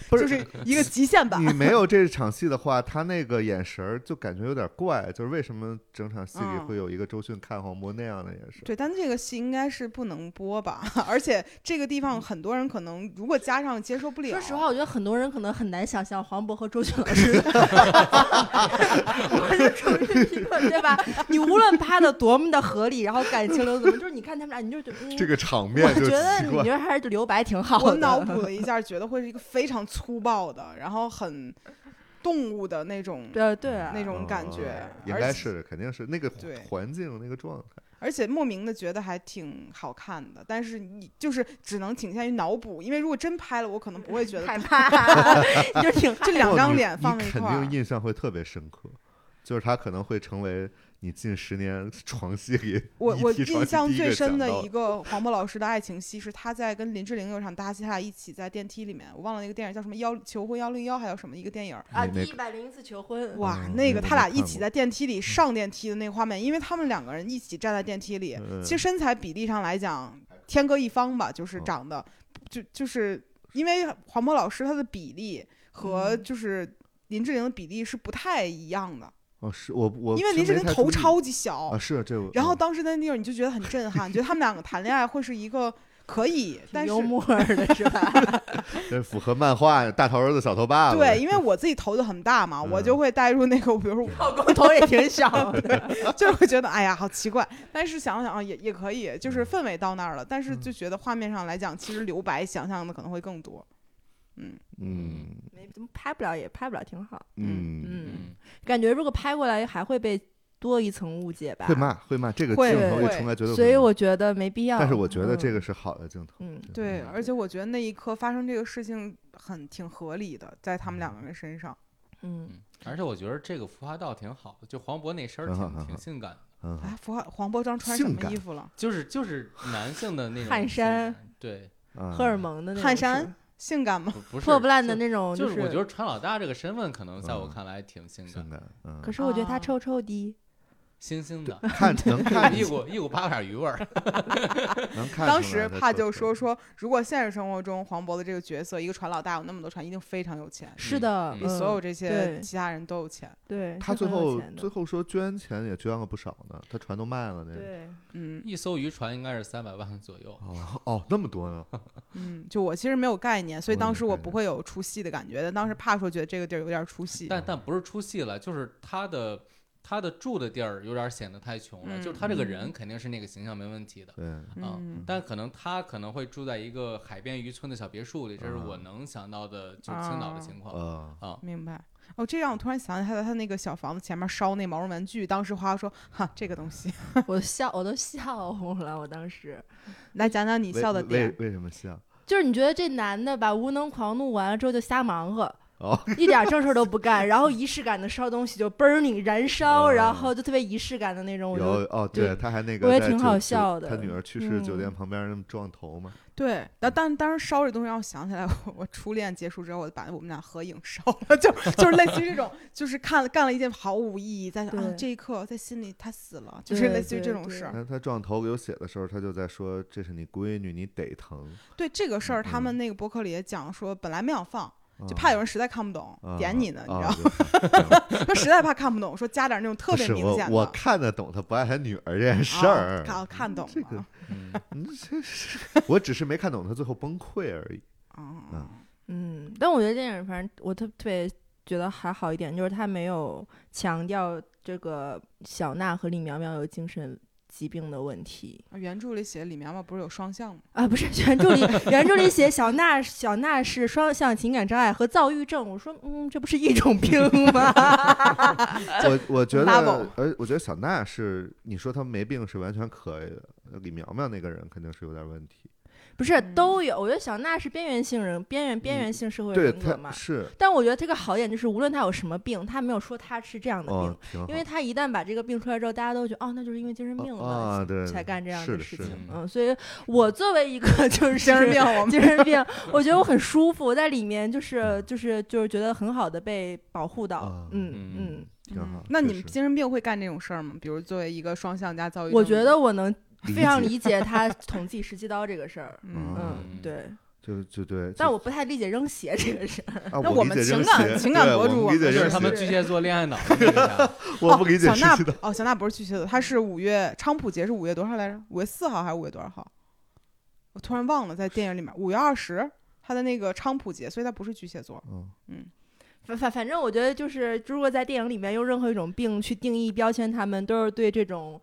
Speaker 1: 不
Speaker 2: 就是 [LAUGHS] 是一个极限版。
Speaker 1: 你没有这场戏的话，他那个眼神儿就感觉有点怪，就是为什么整场戏里
Speaker 2: 嗯
Speaker 1: 会有一个周迅看黄渤那样的眼神？
Speaker 2: 对，但这个戏应该是不能播吧？ [LAUGHS] 而且这个地方很多人可能如果加上接受
Speaker 1: 啊
Speaker 2: 不了。
Speaker 3: 说实话，，我觉得很多人可能很难想象黄渤和周迅老师，
Speaker 1: [LAUGHS]
Speaker 3: [LAUGHS] 我就属于一个对吧？你无论拍的多么的合理，然后感情流怎么，就是你看他们俩，你就觉得、嗯、
Speaker 1: 这个场面
Speaker 3: 我
Speaker 1: 就
Speaker 3: 觉得
Speaker 1: 奇
Speaker 3: 你
Speaker 1: 怪
Speaker 3: 觉。得还是留白挺好的。
Speaker 2: 我脑补了一下，觉得会是一个非常粗暴的，然后很动物的那种
Speaker 3: [LAUGHS] 对对啊、
Speaker 2: 那种感
Speaker 1: 嗯
Speaker 2: 觉
Speaker 1: 嗯嗯，应
Speaker 2: 而
Speaker 1: 该
Speaker 2: 且
Speaker 1: 是肯定是那个环
Speaker 2: 对
Speaker 1: 环境那个状态，
Speaker 2: 而且莫名的觉得还挺好看的，但是你就是只能仅限于脑补，因为如果真拍了，我可能不会觉得
Speaker 1: [LAUGHS]
Speaker 3: 害怕，啊你就挺害
Speaker 2: 这两
Speaker 1: 不
Speaker 2: 张
Speaker 1: 哦你
Speaker 2: 脸放在
Speaker 1: 你
Speaker 2: 一
Speaker 1: 肯
Speaker 2: 块儿
Speaker 1: 定。印象会特别深刻，就是他可能会成为你近十年床戏里
Speaker 2: [LAUGHS] 我
Speaker 1: 一
Speaker 2: 我
Speaker 1: 提床
Speaker 2: 印
Speaker 1: 戏
Speaker 2: 象
Speaker 1: 第一
Speaker 2: 最
Speaker 1: 个
Speaker 2: 深
Speaker 1: 想
Speaker 2: 的
Speaker 1: 到
Speaker 2: 一个黄渤老师的爱情戏是他在跟林志玲有一场搭戏，他俩一起在电梯里面，我忘了那个电影叫什么幺求婚幺零幺，还有什么一个电影儿。
Speaker 3: 啊！
Speaker 1: 你那
Speaker 3: 第一百零一次求婚，
Speaker 2: 哇，
Speaker 1: 嗯那
Speaker 2: 那
Speaker 1: 个
Speaker 2: 个
Speaker 1: 我
Speaker 2: 他
Speaker 1: 没
Speaker 2: 俩一
Speaker 1: 看
Speaker 2: 起
Speaker 1: 过嗯
Speaker 2: 在电梯里上电梯的那个画面，因为他们两个人一起站在电梯里，
Speaker 1: 嗯
Speaker 2: 其实身材比例上来讲天各一方吧，就是
Speaker 1: 嗯
Speaker 2: 长得、就就是因为黄渤老师他的比例和
Speaker 3: 嗯
Speaker 2: 就是林志玲的比例是不太一样的，
Speaker 1: 哦，是我我
Speaker 2: 因为
Speaker 1: 是
Speaker 2: 林志
Speaker 1: 没
Speaker 2: 玲
Speaker 1: 太
Speaker 2: 头
Speaker 1: 注意
Speaker 2: 超级小，
Speaker 1: 啊，是这我
Speaker 2: 然后
Speaker 1: 嗯
Speaker 2: 当时在那地方你就觉得很震撼，觉得他们两个谈恋爱会是一个可以，但
Speaker 3: 挺
Speaker 2: 是
Speaker 3: 幽默的是
Speaker 2: [LAUGHS]
Speaker 3: 吧？
Speaker 1: 嗯这符合漫画大头儿子小头爸爸。
Speaker 2: 对，因为我自己头就很大嘛，
Speaker 1: 嗯
Speaker 2: 我就会带入那个，比如说，
Speaker 3: 老公头也挺小
Speaker 2: [LAUGHS]
Speaker 3: 的，
Speaker 2: 就是会觉得哎呀好奇怪，但是想想啊也也可以，
Speaker 1: 嗯
Speaker 2: 就是氛围到那儿了，但是就觉得画面上来讲，其实留白想象的可能会更多。嗯，
Speaker 1: 嗯
Speaker 3: 没怎么拍不了也拍不了，挺好。
Speaker 1: 嗯，
Speaker 3: 嗯，
Speaker 4: 嗯，
Speaker 3: 感觉如果拍过来还会被多一层误解吧
Speaker 1: 会？骂会骂，这个
Speaker 2: 嗯会
Speaker 1: 镜头也
Speaker 2: 会
Speaker 1: 从来觉得，
Speaker 3: 所以我觉得没必要。
Speaker 1: 但是我觉得
Speaker 3: 嗯
Speaker 1: 这个是好的镜头。
Speaker 3: 嗯，
Speaker 2: 对，
Speaker 1: 嗯
Speaker 2: 而且我觉得那一刻发生这个事情很挺合理的，在他们两个人身上。
Speaker 3: 嗯，
Speaker 4: 而且我觉得这个服化道挺好的，就黄渤那身儿
Speaker 1: 很好
Speaker 4: 挺
Speaker 1: 很好
Speaker 4: 挺性感的，
Speaker 1: 嗯，
Speaker 2: 哎，黄黄渤章穿什
Speaker 1: 性
Speaker 2: 么
Speaker 1: 感
Speaker 2: 衣服了？
Speaker 4: 就是就是男性的那种
Speaker 3: 汗衫
Speaker 4: 性感，对，
Speaker 1: 啊
Speaker 3: 荷尔蒙的那种
Speaker 2: 汗衫
Speaker 3: 是吧
Speaker 2: 性感吗？
Speaker 4: 不嗯不是
Speaker 3: 破不烂
Speaker 4: 就
Speaker 3: 的那种，
Speaker 4: 就是是我觉得船老大这个身份，可能在我看来挺性
Speaker 1: 嗯性
Speaker 4: 感，
Speaker 1: 感，嗯，
Speaker 3: 可是我觉得
Speaker 2: 啊
Speaker 3: 他臭臭的，
Speaker 4: 嗯星星的，
Speaker 1: 看
Speaker 3: [LAUGHS]
Speaker 1: 能看
Speaker 4: [LAUGHS]
Speaker 1: [LAUGHS]
Speaker 4: 一股一股八嘎鱼味儿。
Speaker 1: 能看出来
Speaker 2: 当
Speaker 1: 的
Speaker 2: 时怕
Speaker 1: 特
Speaker 2: 就
Speaker 1: 色
Speaker 2: 说，说，如果现实生活中黄渤的这个角色，一个船老大有那么多船，一定非常有钱，
Speaker 3: 是的，
Speaker 4: 嗯
Speaker 2: 比所有
Speaker 3: 嗯
Speaker 2: 这些
Speaker 3: 对
Speaker 2: 其他人都有钱。
Speaker 3: 对
Speaker 1: 他
Speaker 3: 是
Speaker 1: 最
Speaker 3: 很有
Speaker 1: 后
Speaker 3: 钱的
Speaker 1: 最后说捐钱也捐了不少呢，他船都卖了那个。
Speaker 3: 对
Speaker 1: [LAUGHS]
Speaker 2: 嗯
Speaker 4: 一艘渔船应该是三百万左右，
Speaker 1: 哦哦，那么多呢？
Speaker 2: 嗯，就我其实没有概念，所
Speaker 1: 我
Speaker 2: 以
Speaker 1: 也
Speaker 2: 当
Speaker 1: 没
Speaker 2: 时我
Speaker 1: 概
Speaker 2: 不
Speaker 1: 念
Speaker 2: 会有出戏的感觉的。当时怕说觉得这个地儿有点出戏，
Speaker 4: 但但不是出戏了，就是他的他的住的地儿有点显得太穷了，
Speaker 2: 嗯
Speaker 4: 就是他这个人肯定是那个形象没问题的。
Speaker 1: 对，
Speaker 4: 啊
Speaker 2: 嗯，
Speaker 4: 但可能他可能会住在一个海边渔村的小别墅里，这是我
Speaker 1: 嗯
Speaker 4: 能想到的，就是青岛的情况。啊
Speaker 1: 呃，
Speaker 2: 明白。哦，这让我突然想起他的他那个小房子前面烧那毛绒玩具，当时花花说：“哈，这个东西。
Speaker 3: [LAUGHS]
Speaker 2: [LAUGHS]
Speaker 3: 我笑我都笑红了，我当时”
Speaker 2: 来讲 [LAUGHS] 讲你
Speaker 1: 为
Speaker 2: 笑的
Speaker 1: 为
Speaker 2: 点。
Speaker 1: 为什么笑？
Speaker 3: 就是你觉得这男的把无能狂怒完了之后就瞎忙活，
Speaker 1: 哦，
Speaker 3: [LAUGHS] 一点正事儿都不干，然后仪式感的烧东西就嘣儿你燃烧，
Speaker 1: 哦
Speaker 3: 然后就特别仪式感的那种，我
Speaker 1: 有
Speaker 3: 就
Speaker 1: 哦，对，他还那个
Speaker 3: 我也
Speaker 1: 在
Speaker 3: 挺
Speaker 1: 酒
Speaker 3: 好
Speaker 1: 酒
Speaker 3: 笑的
Speaker 1: 他女儿去世酒店
Speaker 3: 嗯
Speaker 1: 旁边那么撞头嘛，
Speaker 2: 对，但但当时烧这东西让我想起来， [LAUGHS] 我我初恋结束之后，我把我们俩合影烧了， [LAUGHS] 就就是类似于这种，就是看了干了一件毫无意义，在想啊
Speaker 3: 对
Speaker 2: 这一刻在心里他死了，就是类似于这种事儿。
Speaker 1: 他他撞头有血的时候，他就在说这是你闺女，你得疼，
Speaker 2: 对这个事儿，
Speaker 1: 嗯
Speaker 2: 他们那个博客里也讲说，本来没想放，就
Speaker 1: 啊
Speaker 2: 怕有人实在看不懂，
Speaker 1: 嗯
Speaker 2: 点你呢，你知道吗？ [LAUGHS]
Speaker 1: 道。
Speaker 2: 他实在怕看不懂，说加点那种特
Speaker 1: 啊不
Speaker 2: 别
Speaker 1: 是
Speaker 2: 明
Speaker 1: 我
Speaker 2: 显的。
Speaker 1: 我看得懂他不爱他女儿这件事
Speaker 2: 啊
Speaker 1: 儿，
Speaker 2: 看看懂
Speaker 1: [LAUGHS] 这
Speaker 2: 了
Speaker 1: 个，
Speaker 4: 嗯，
Speaker 1: 嗯这是我只是没看懂他最后崩溃而
Speaker 2: [LAUGHS]
Speaker 1: 已。
Speaker 2: 啊
Speaker 1: 嗯，
Speaker 3: 嗯，但我觉得电影反正我特特别觉得还好一点，就是他没有强调这个小娜和李苗苗有精神疾病的问题，
Speaker 2: 原著里写李苗苗不是有
Speaker 1: [LAUGHS]
Speaker 2: 双向吗？
Speaker 3: 啊，不是原著里原著里写小娜小娜是双向情感障碍和躁郁症，我说嗯，这不是一种病
Speaker 1: [LAUGHS]
Speaker 3: 吗？
Speaker 1: 我我觉
Speaker 2: Double
Speaker 1: 得，而我觉得小娜是你说她没病是完全可以的，李苗苗那个人肯定是有点问题。
Speaker 3: 不是
Speaker 2: 嗯
Speaker 3: 都有，我觉得小娜是边缘性人，边缘边缘性社会
Speaker 1: 嗯对，
Speaker 3: 人格嘛
Speaker 1: 她。是
Speaker 3: 但我觉得这个好点就是，无论他有什么病，他没有说他是这样的病，
Speaker 1: 哦，挺好。
Speaker 3: 因为他一旦把这个病出来之后，大家都觉得哦，那就是因为精神病了、
Speaker 1: 啊，啊对，
Speaker 3: 才干这样
Speaker 1: 是
Speaker 3: 的
Speaker 1: 的
Speaker 3: 事
Speaker 1: 是
Speaker 3: 情
Speaker 1: 的。嗯
Speaker 3: 嗯，所以我作为一个就是
Speaker 2: 精神病，我们
Speaker 3: 精神
Speaker 1: [LAUGHS]
Speaker 3: 病，我觉得我很舒服，我在里面就是就是就是觉得很好的被保护到
Speaker 1: 嗯啊，
Speaker 3: 嗯
Speaker 4: 嗯
Speaker 3: 嗯，
Speaker 1: 挺好
Speaker 2: 那
Speaker 1: 确
Speaker 2: 你们
Speaker 1: 实
Speaker 2: 精神病会干这种事儿吗？比如作为一个双向加躁郁症，
Speaker 3: 我觉得，我能
Speaker 1: 理
Speaker 3: 非常
Speaker 1: 解
Speaker 3: 理解他捅自己十七刀这个事儿。
Speaker 2: 嗯，
Speaker 1: 啊
Speaker 3: 嗯，对，
Speaker 1: 就就对。
Speaker 3: 但
Speaker 1: 就
Speaker 3: 我不太理解扔鞋这个事儿。
Speaker 1: 啊，
Speaker 2: 那
Speaker 1: 我
Speaker 2: 我
Speaker 1: 理
Speaker 2: 们
Speaker 1: 解
Speaker 2: 情
Speaker 1: 扔
Speaker 2: 感
Speaker 1: 鞋
Speaker 2: 情感
Speaker 1: 对
Speaker 2: 博
Speaker 1: 我
Speaker 2: 主
Speaker 1: 不
Speaker 2: 我
Speaker 1: 理解
Speaker 2: 们
Speaker 4: 这
Speaker 1: 扔
Speaker 4: 是他们
Speaker 1: 鞋
Speaker 4: 巨蟹座恋爱脑的那个
Speaker 1: [LAUGHS]
Speaker 4: 啥，
Speaker 1: 我不理解
Speaker 2: 哦、小
Speaker 1: 是
Speaker 2: 娜哦，小娜不是巨蟹座，她是五月菖蒲节是五月多少来着？五月四号还是五月多少号？我突然忘了，在电影里面五月二十，她的那个菖蒲节，所以她不是巨蟹座。
Speaker 1: 嗯，
Speaker 3: 反反反正我觉得就是，如果在电影里面用任何一种病去定义标签他们，都是对这种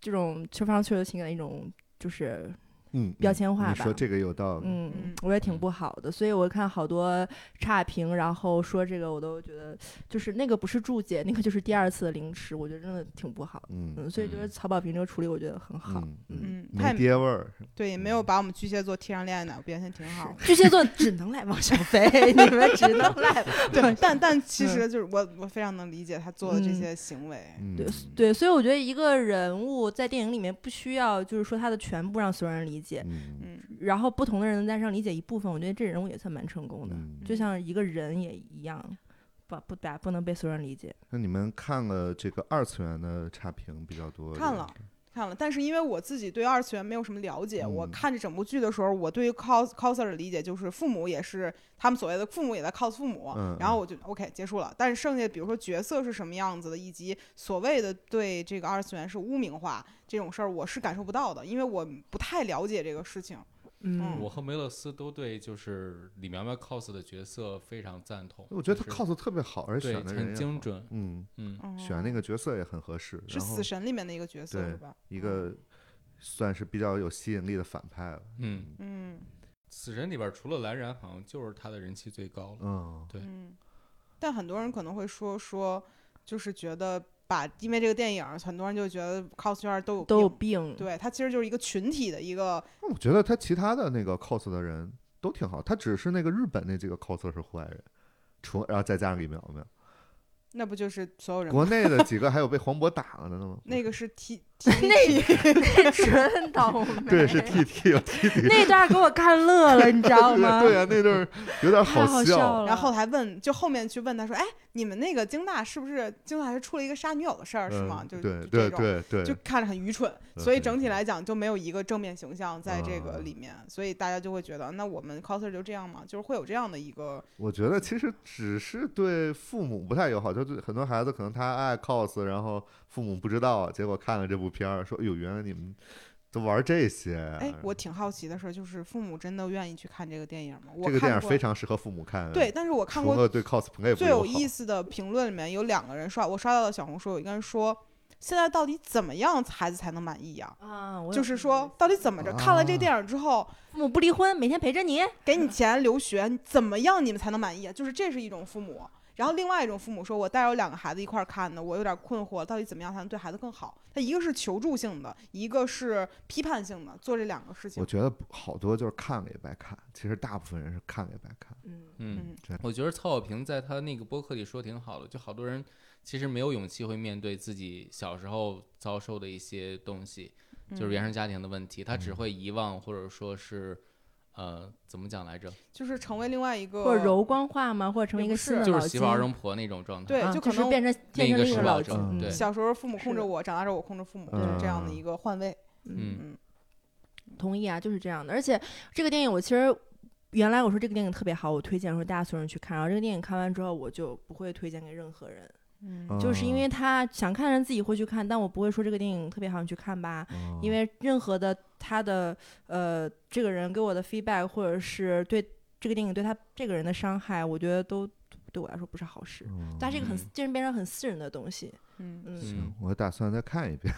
Speaker 3: 这种缺乏确的情感的一种就是
Speaker 1: 嗯，
Speaker 3: 标
Speaker 1: 嗯
Speaker 3: 签化
Speaker 1: 你
Speaker 3: 吧
Speaker 1: 说这个有道理。
Speaker 3: 嗯
Speaker 2: 嗯，
Speaker 3: 我也挺不好的，所以我看好多差评，然后说这个我都觉得就是那个不是注解，那个就是第二次的凌迟，我觉得真的挺不好的。
Speaker 1: 嗯
Speaker 3: 嗯，所以就是
Speaker 4: 嗯
Speaker 3: 曹保平这个处理，我觉得很好。
Speaker 1: 嗯
Speaker 2: 嗯，
Speaker 1: 没
Speaker 2: 她也
Speaker 1: 爹味儿，
Speaker 2: 对，也没
Speaker 1: 嗯
Speaker 2: 有把我们巨蟹座贴上恋爱脑标签，挺好的。
Speaker 3: 是巨蟹座只能赖王小飞，你们只能赖。
Speaker 2: 对， [LAUGHS] 但但其实就是我，我非常能理解她做的这
Speaker 3: 嗯
Speaker 2: 些行为。
Speaker 1: 嗯，
Speaker 3: 对对，所以我觉得一个人物在电影里面不需要就是说他的全部让所有人理解，
Speaker 1: 嗯
Speaker 2: 嗯
Speaker 3: 然后不同的人能在上理解一部分，我觉得这人物也算蛮成功的，
Speaker 1: 嗯，
Speaker 3: 就像一个人也一样。不不把不能被所有人理解，
Speaker 1: 那你们看了这个二次元的差评比较多？
Speaker 2: 看了，看了，但是因为我自己对二次元没有什么了解，我
Speaker 1: 嗯
Speaker 2: 看这整部剧的时候，我对于 cos coser 的理解就是父母也是他们所谓的父母也在 cos 父母，
Speaker 1: 嗯
Speaker 2: 然后
Speaker 1: 嗯
Speaker 2: 我就 OK 结束了。但是剩下比如说角色是什么样子的，以及所谓的对这个二次元是污名化这种事儿，我是感受不到的，因为我不太了解这个事情。
Speaker 3: 嗯
Speaker 2: 嗯
Speaker 4: 我和梅勒斯都对就是李苗苗 cos 的角色非常赞同。
Speaker 1: 我觉得
Speaker 4: 就
Speaker 1: 他
Speaker 4: 是
Speaker 1: cos 得特别好，而且
Speaker 4: 对
Speaker 1: 选的人
Speaker 4: 很
Speaker 1: 也
Speaker 4: 精
Speaker 1: 好，
Speaker 4: 准，
Speaker 1: 嗯，
Speaker 4: 嗯，
Speaker 2: 嗯
Speaker 1: 选那个角色也很合适，
Speaker 2: 是
Speaker 1: 然后
Speaker 2: 死神里面的一个角色
Speaker 1: 对
Speaker 2: 是吧？嗯
Speaker 1: 一个算是比较有吸引力的反派了，
Speaker 4: 嗯，
Speaker 2: 嗯
Speaker 4: 死神里边除了蓝然，好像就是他的人气最高了。
Speaker 1: 嗯，
Speaker 4: 对
Speaker 2: 嗯，但很多人可能会说说，就是觉得把因为这个电影儿，很多人就觉得 cos 圈儿都有
Speaker 3: 都有
Speaker 2: 病
Speaker 3: 病，
Speaker 2: 对，它其实就是一个群体的一个
Speaker 1: 那我觉得他其他的那个 cos 的人都挺好，他只是那个日本那几个 cos 是坏人，除然后再加上李苗苗，
Speaker 2: 那不就是所有人吗？
Speaker 1: 国内的几个还有被黄渤打了的呢吗
Speaker 2: [LAUGHS] ？那个是
Speaker 3: [LAUGHS]
Speaker 2: T T
Speaker 3: [LAUGHS] 真倒霉。
Speaker 1: [LAUGHS] [LAUGHS] 对，是
Speaker 3: [LAUGHS]
Speaker 1: T T 有 T T，
Speaker 3: 那段给我看乐了，你知道吗？
Speaker 1: [LAUGHS] 对啊，那阵儿有点
Speaker 3: 太好
Speaker 1: 笑。
Speaker 3: 了。
Speaker 2: [LAUGHS] 然后还问，就后面去问他说：“哎，你们那个京大是不是京大是出了一个杀女友的事儿、是
Speaker 1: 嗯
Speaker 2: 吗？”就
Speaker 1: 对
Speaker 2: 就
Speaker 1: 对
Speaker 2: 这种
Speaker 1: 对对，
Speaker 2: 就看着很愚蠢，
Speaker 1: 嗯
Speaker 2: 所以
Speaker 1: 很愚
Speaker 2: 整体
Speaker 1: 蠢
Speaker 2: 来讲就没有一个正面形象在这
Speaker 1: 啊
Speaker 2: 个里面，所以大家就会觉得，那我们 coser 就这样嘛，就是会有这样的一个，
Speaker 1: 我觉得其实只是对父母不太友好，就是很多孩子可能他爱 cos，然后父母不知道，结果看了这部片儿，说：“哎呦，原来你们都玩这些。”啊
Speaker 2: 哎，我挺好奇的事儿，就是父母真的愿意去看这个电影吗？我
Speaker 1: 这个电
Speaker 2: 看
Speaker 1: 影
Speaker 2: 过
Speaker 1: 非常适合父母看。
Speaker 2: 对，，但是我看
Speaker 1: 除
Speaker 2: 过
Speaker 1: 了对 cosplay 不
Speaker 2: 最有意
Speaker 1: 思。
Speaker 2: 思的评论里面有两个人刷，我刷到了小红书有一个人说，现在到底怎么样孩子才能满意呀、
Speaker 3: 啊，我有
Speaker 2: 就是说，到底怎么着？看
Speaker 1: 啊
Speaker 2: 了这个电影之后，
Speaker 3: 父母不离婚，每天陪着你。
Speaker 2: 给你钱留学，你怎么样你们才能满意啊？就是这是一种父母，然后另外一种父母说，我带着两个孩子一块儿看的，我有点困惑，到底怎么样才能对孩子更好？他一个是求助性的，一个是批判性的，做这两个事
Speaker 1: 我
Speaker 2: 情。
Speaker 1: 觉得好多就是看了也白看，其实大部分人是看了也白看。
Speaker 3: 嗯，
Speaker 4: 嗯，
Speaker 2: 嗯
Speaker 4: 我觉得曹小平在他那个播客里说挺好的，就好多人其实没有勇气会面对自己小时候遭受的一些东西，
Speaker 3: 嗯
Speaker 4: 就是
Speaker 2: 嗯
Speaker 4: 原生家庭的问题，他只会遗忘或者说是，呃，怎么讲来着？
Speaker 2: 就是成为另外一个
Speaker 3: 或者柔光化吗？或者成为一个
Speaker 2: 也不是
Speaker 3: 新的
Speaker 4: 就
Speaker 3: 老
Speaker 4: 是媳妇儿
Speaker 3: 金
Speaker 4: 容婆那种状态。
Speaker 2: 对
Speaker 3: 啊
Speaker 2: 就
Speaker 3: 就
Speaker 2: 可
Speaker 3: 是
Speaker 2: 能
Speaker 3: 变成变成
Speaker 4: 另一个
Speaker 3: 另一
Speaker 4: 施
Speaker 3: 个
Speaker 4: 暴
Speaker 3: 老
Speaker 4: 者
Speaker 3: 金，
Speaker 1: 嗯
Speaker 3: 嗯
Speaker 4: 对
Speaker 2: 小时候父母控
Speaker 3: 是
Speaker 2: 制
Speaker 3: 的
Speaker 2: 我，长大之后我控制父母，
Speaker 1: 嗯
Speaker 2: 就是这样的一个换位。
Speaker 4: 嗯
Speaker 2: 嗯
Speaker 3: 同意啊，就是这样的。而且这个电影我其实。原来我说这个电影特别好，我推荐说大家所有人去看。然后这个电影看完之后，我就不会推荐给任何人，
Speaker 2: 嗯
Speaker 3: 就是因为他想看的人自己会去看，但我不会说这个电影特别好，你去看吧。
Speaker 1: 嗯，
Speaker 3: 因
Speaker 1: 为
Speaker 3: 为任何的他的呃这个人给我的 feedback，或者是对这个电影对他这个人的伤害，我觉得都对我来说不是好事。但这个很
Speaker 4: 嗯
Speaker 3: 这变成很私人的东西，
Speaker 2: 嗯，
Speaker 3: 嗯，
Speaker 4: 嗯
Speaker 1: 行，我打算再看一遍。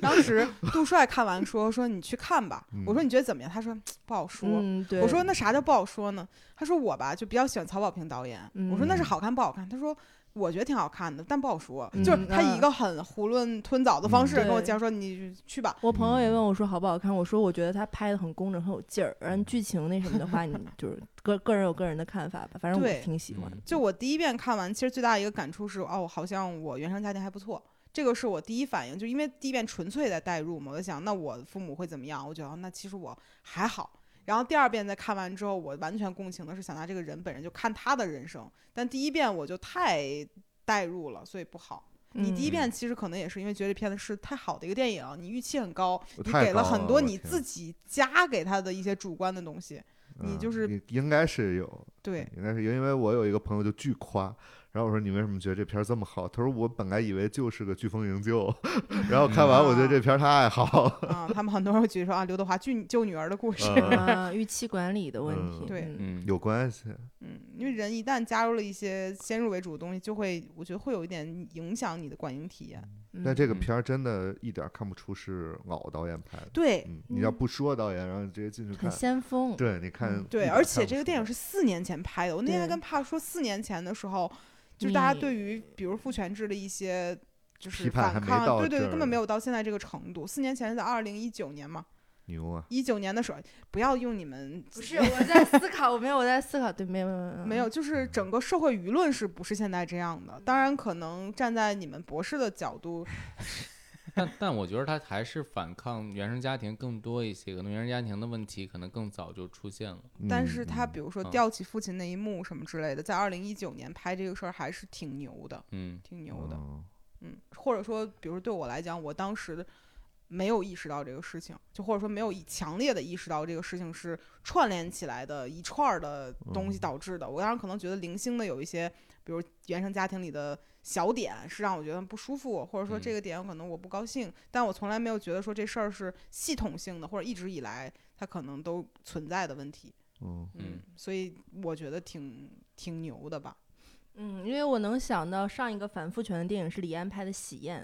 Speaker 2: 当时杜帅看完说说你去看吧，我说
Speaker 1: 嗯
Speaker 2: 你觉得怎么样？他说不好说。
Speaker 3: 嗯，对，
Speaker 2: 我说那啥叫不好说呢？他说我吧就比较喜欢曹保平导演。我说那是
Speaker 1: 嗯
Speaker 2: 好看不好看？他说我觉得挺好看的，但不好说。
Speaker 3: 嗯
Speaker 2: 就是他以一
Speaker 3: 嗯
Speaker 2: 个很囫囵吞枣的方式
Speaker 3: 嗯
Speaker 2: 跟我
Speaker 3: 对
Speaker 2: 讲说你去吧。
Speaker 3: 我朋友也问我说好不好看，我说我觉得他拍的很工整，很有劲儿。
Speaker 2: 嗯
Speaker 3: 然后剧情那什么的
Speaker 2: [LAUGHS]
Speaker 3: 话，你就是个个人有个人的看法吧，反正我
Speaker 2: 对
Speaker 3: 挺喜欢的。
Speaker 2: 就我第一遍看完，其实最大的一个感触是，哦，好像我原生家庭还不错。这个是我第一反应，就因为第一遍纯粹在代入嘛，我就想，那我父母会怎么样？我觉得哦那其实我还好。然后第二遍再看完之后，我完全共情的是想拿这个人本人就看他的人生，但第一遍我就太代入了，所以不好。你第一
Speaker 3: 嗯
Speaker 2: 遍其实可能也是因为觉得这片子是太好的一个电影，你预期很高，你
Speaker 1: 太
Speaker 2: 给了
Speaker 1: 高
Speaker 2: 很
Speaker 1: 了
Speaker 2: 多
Speaker 1: 我
Speaker 2: 你
Speaker 1: 天
Speaker 2: 自己加给他的一些主观的东西。你
Speaker 1: 嗯
Speaker 2: 就是
Speaker 1: 你应该是有， [LAUGHS]
Speaker 2: 对，
Speaker 1: 应该是有，因为我有一个朋友就巨夸，然后我说你为什么觉得这片儿这么好？他说我本来以为就是个飓风营救， [LAUGHS] 然后看完我觉得这片儿太好，
Speaker 2: 啊，他们很多人会觉得说啊，刘德华救救女儿的
Speaker 1: [LAUGHS]
Speaker 2: 故事，
Speaker 1: 嗯
Speaker 3: 啊，预期管理的问
Speaker 1: 嗯
Speaker 3: 题，
Speaker 2: 对
Speaker 3: 嗯
Speaker 4: 嗯，
Speaker 1: [LAUGHS] 有关系。
Speaker 2: 嗯，因为人一旦加入了一些先入为主的东西，就会我觉得会有一点影响你的观影体验。
Speaker 3: 嗯
Speaker 1: 但这个片儿真的一点儿看不出是老导演拍的，
Speaker 2: 对
Speaker 1: 嗯，你要不说导演，然后直接进去
Speaker 3: 嗯
Speaker 1: 看，
Speaker 3: 很先锋，
Speaker 1: 对，你看
Speaker 3: 嗯
Speaker 1: 一
Speaker 2: 对，
Speaker 1: 点儿
Speaker 2: 而且
Speaker 1: 看不
Speaker 2: 这个
Speaker 1: 出
Speaker 2: 电影
Speaker 1: 来
Speaker 2: 是四年前拍的。我那天还
Speaker 3: 对
Speaker 2: 跟帕说，四年前的时候，就是大家
Speaker 3: 你
Speaker 2: 对于比如父权制的一些就是
Speaker 1: 批判
Speaker 2: 反
Speaker 1: 还没
Speaker 2: 抗，
Speaker 1: 到
Speaker 2: 对对，
Speaker 1: 这
Speaker 2: 对根本没
Speaker 1: 儿
Speaker 2: 有到现在这个程度。四年前是在二零一九年嘛，
Speaker 1: 牛啊，
Speaker 2: 一九年的时候，不要用你们
Speaker 3: 不是啊我在思考，我没有我在思考，对，没有没有
Speaker 2: 没有，就是整个社会舆论是不是现在这样的？当然，可能站在你们博士的角度，
Speaker 4: 但但我觉得他还是反抗原生家庭更多一些，可能原生家庭的问题可能更早就出现了。
Speaker 2: 但
Speaker 1: 嗯
Speaker 2: 是他
Speaker 1: 嗯
Speaker 2: 比如说
Speaker 4: 嗯
Speaker 2: 吊起父亲那一幕什么之类的，在二零一九年拍这个事儿还是挺牛的，
Speaker 4: 嗯
Speaker 2: 挺牛的。
Speaker 1: 嗯
Speaker 2: 嗯，或者说，比如对我来讲，我当时没有意识到这个事情，就或者说没有以强烈的意识到这个事情是串联起来的一串儿的东西
Speaker 1: 嗯
Speaker 2: 导致的。我当时可能觉得零星的有一些，比如原生家庭里的小点是让我觉得不舒服，或者说这
Speaker 4: 嗯
Speaker 2: 个点可能我不高兴，但我从来没有觉得说这事儿是系统性的，或者一直以来它他可能都存在的问题。
Speaker 1: 嗯
Speaker 4: 嗯，
Speaker 2: 所以我觉得挺挺牛的吧。
Speaker 3: 嗯，因为我能想到上一个反父权的电影是李安拍的《喜宴》，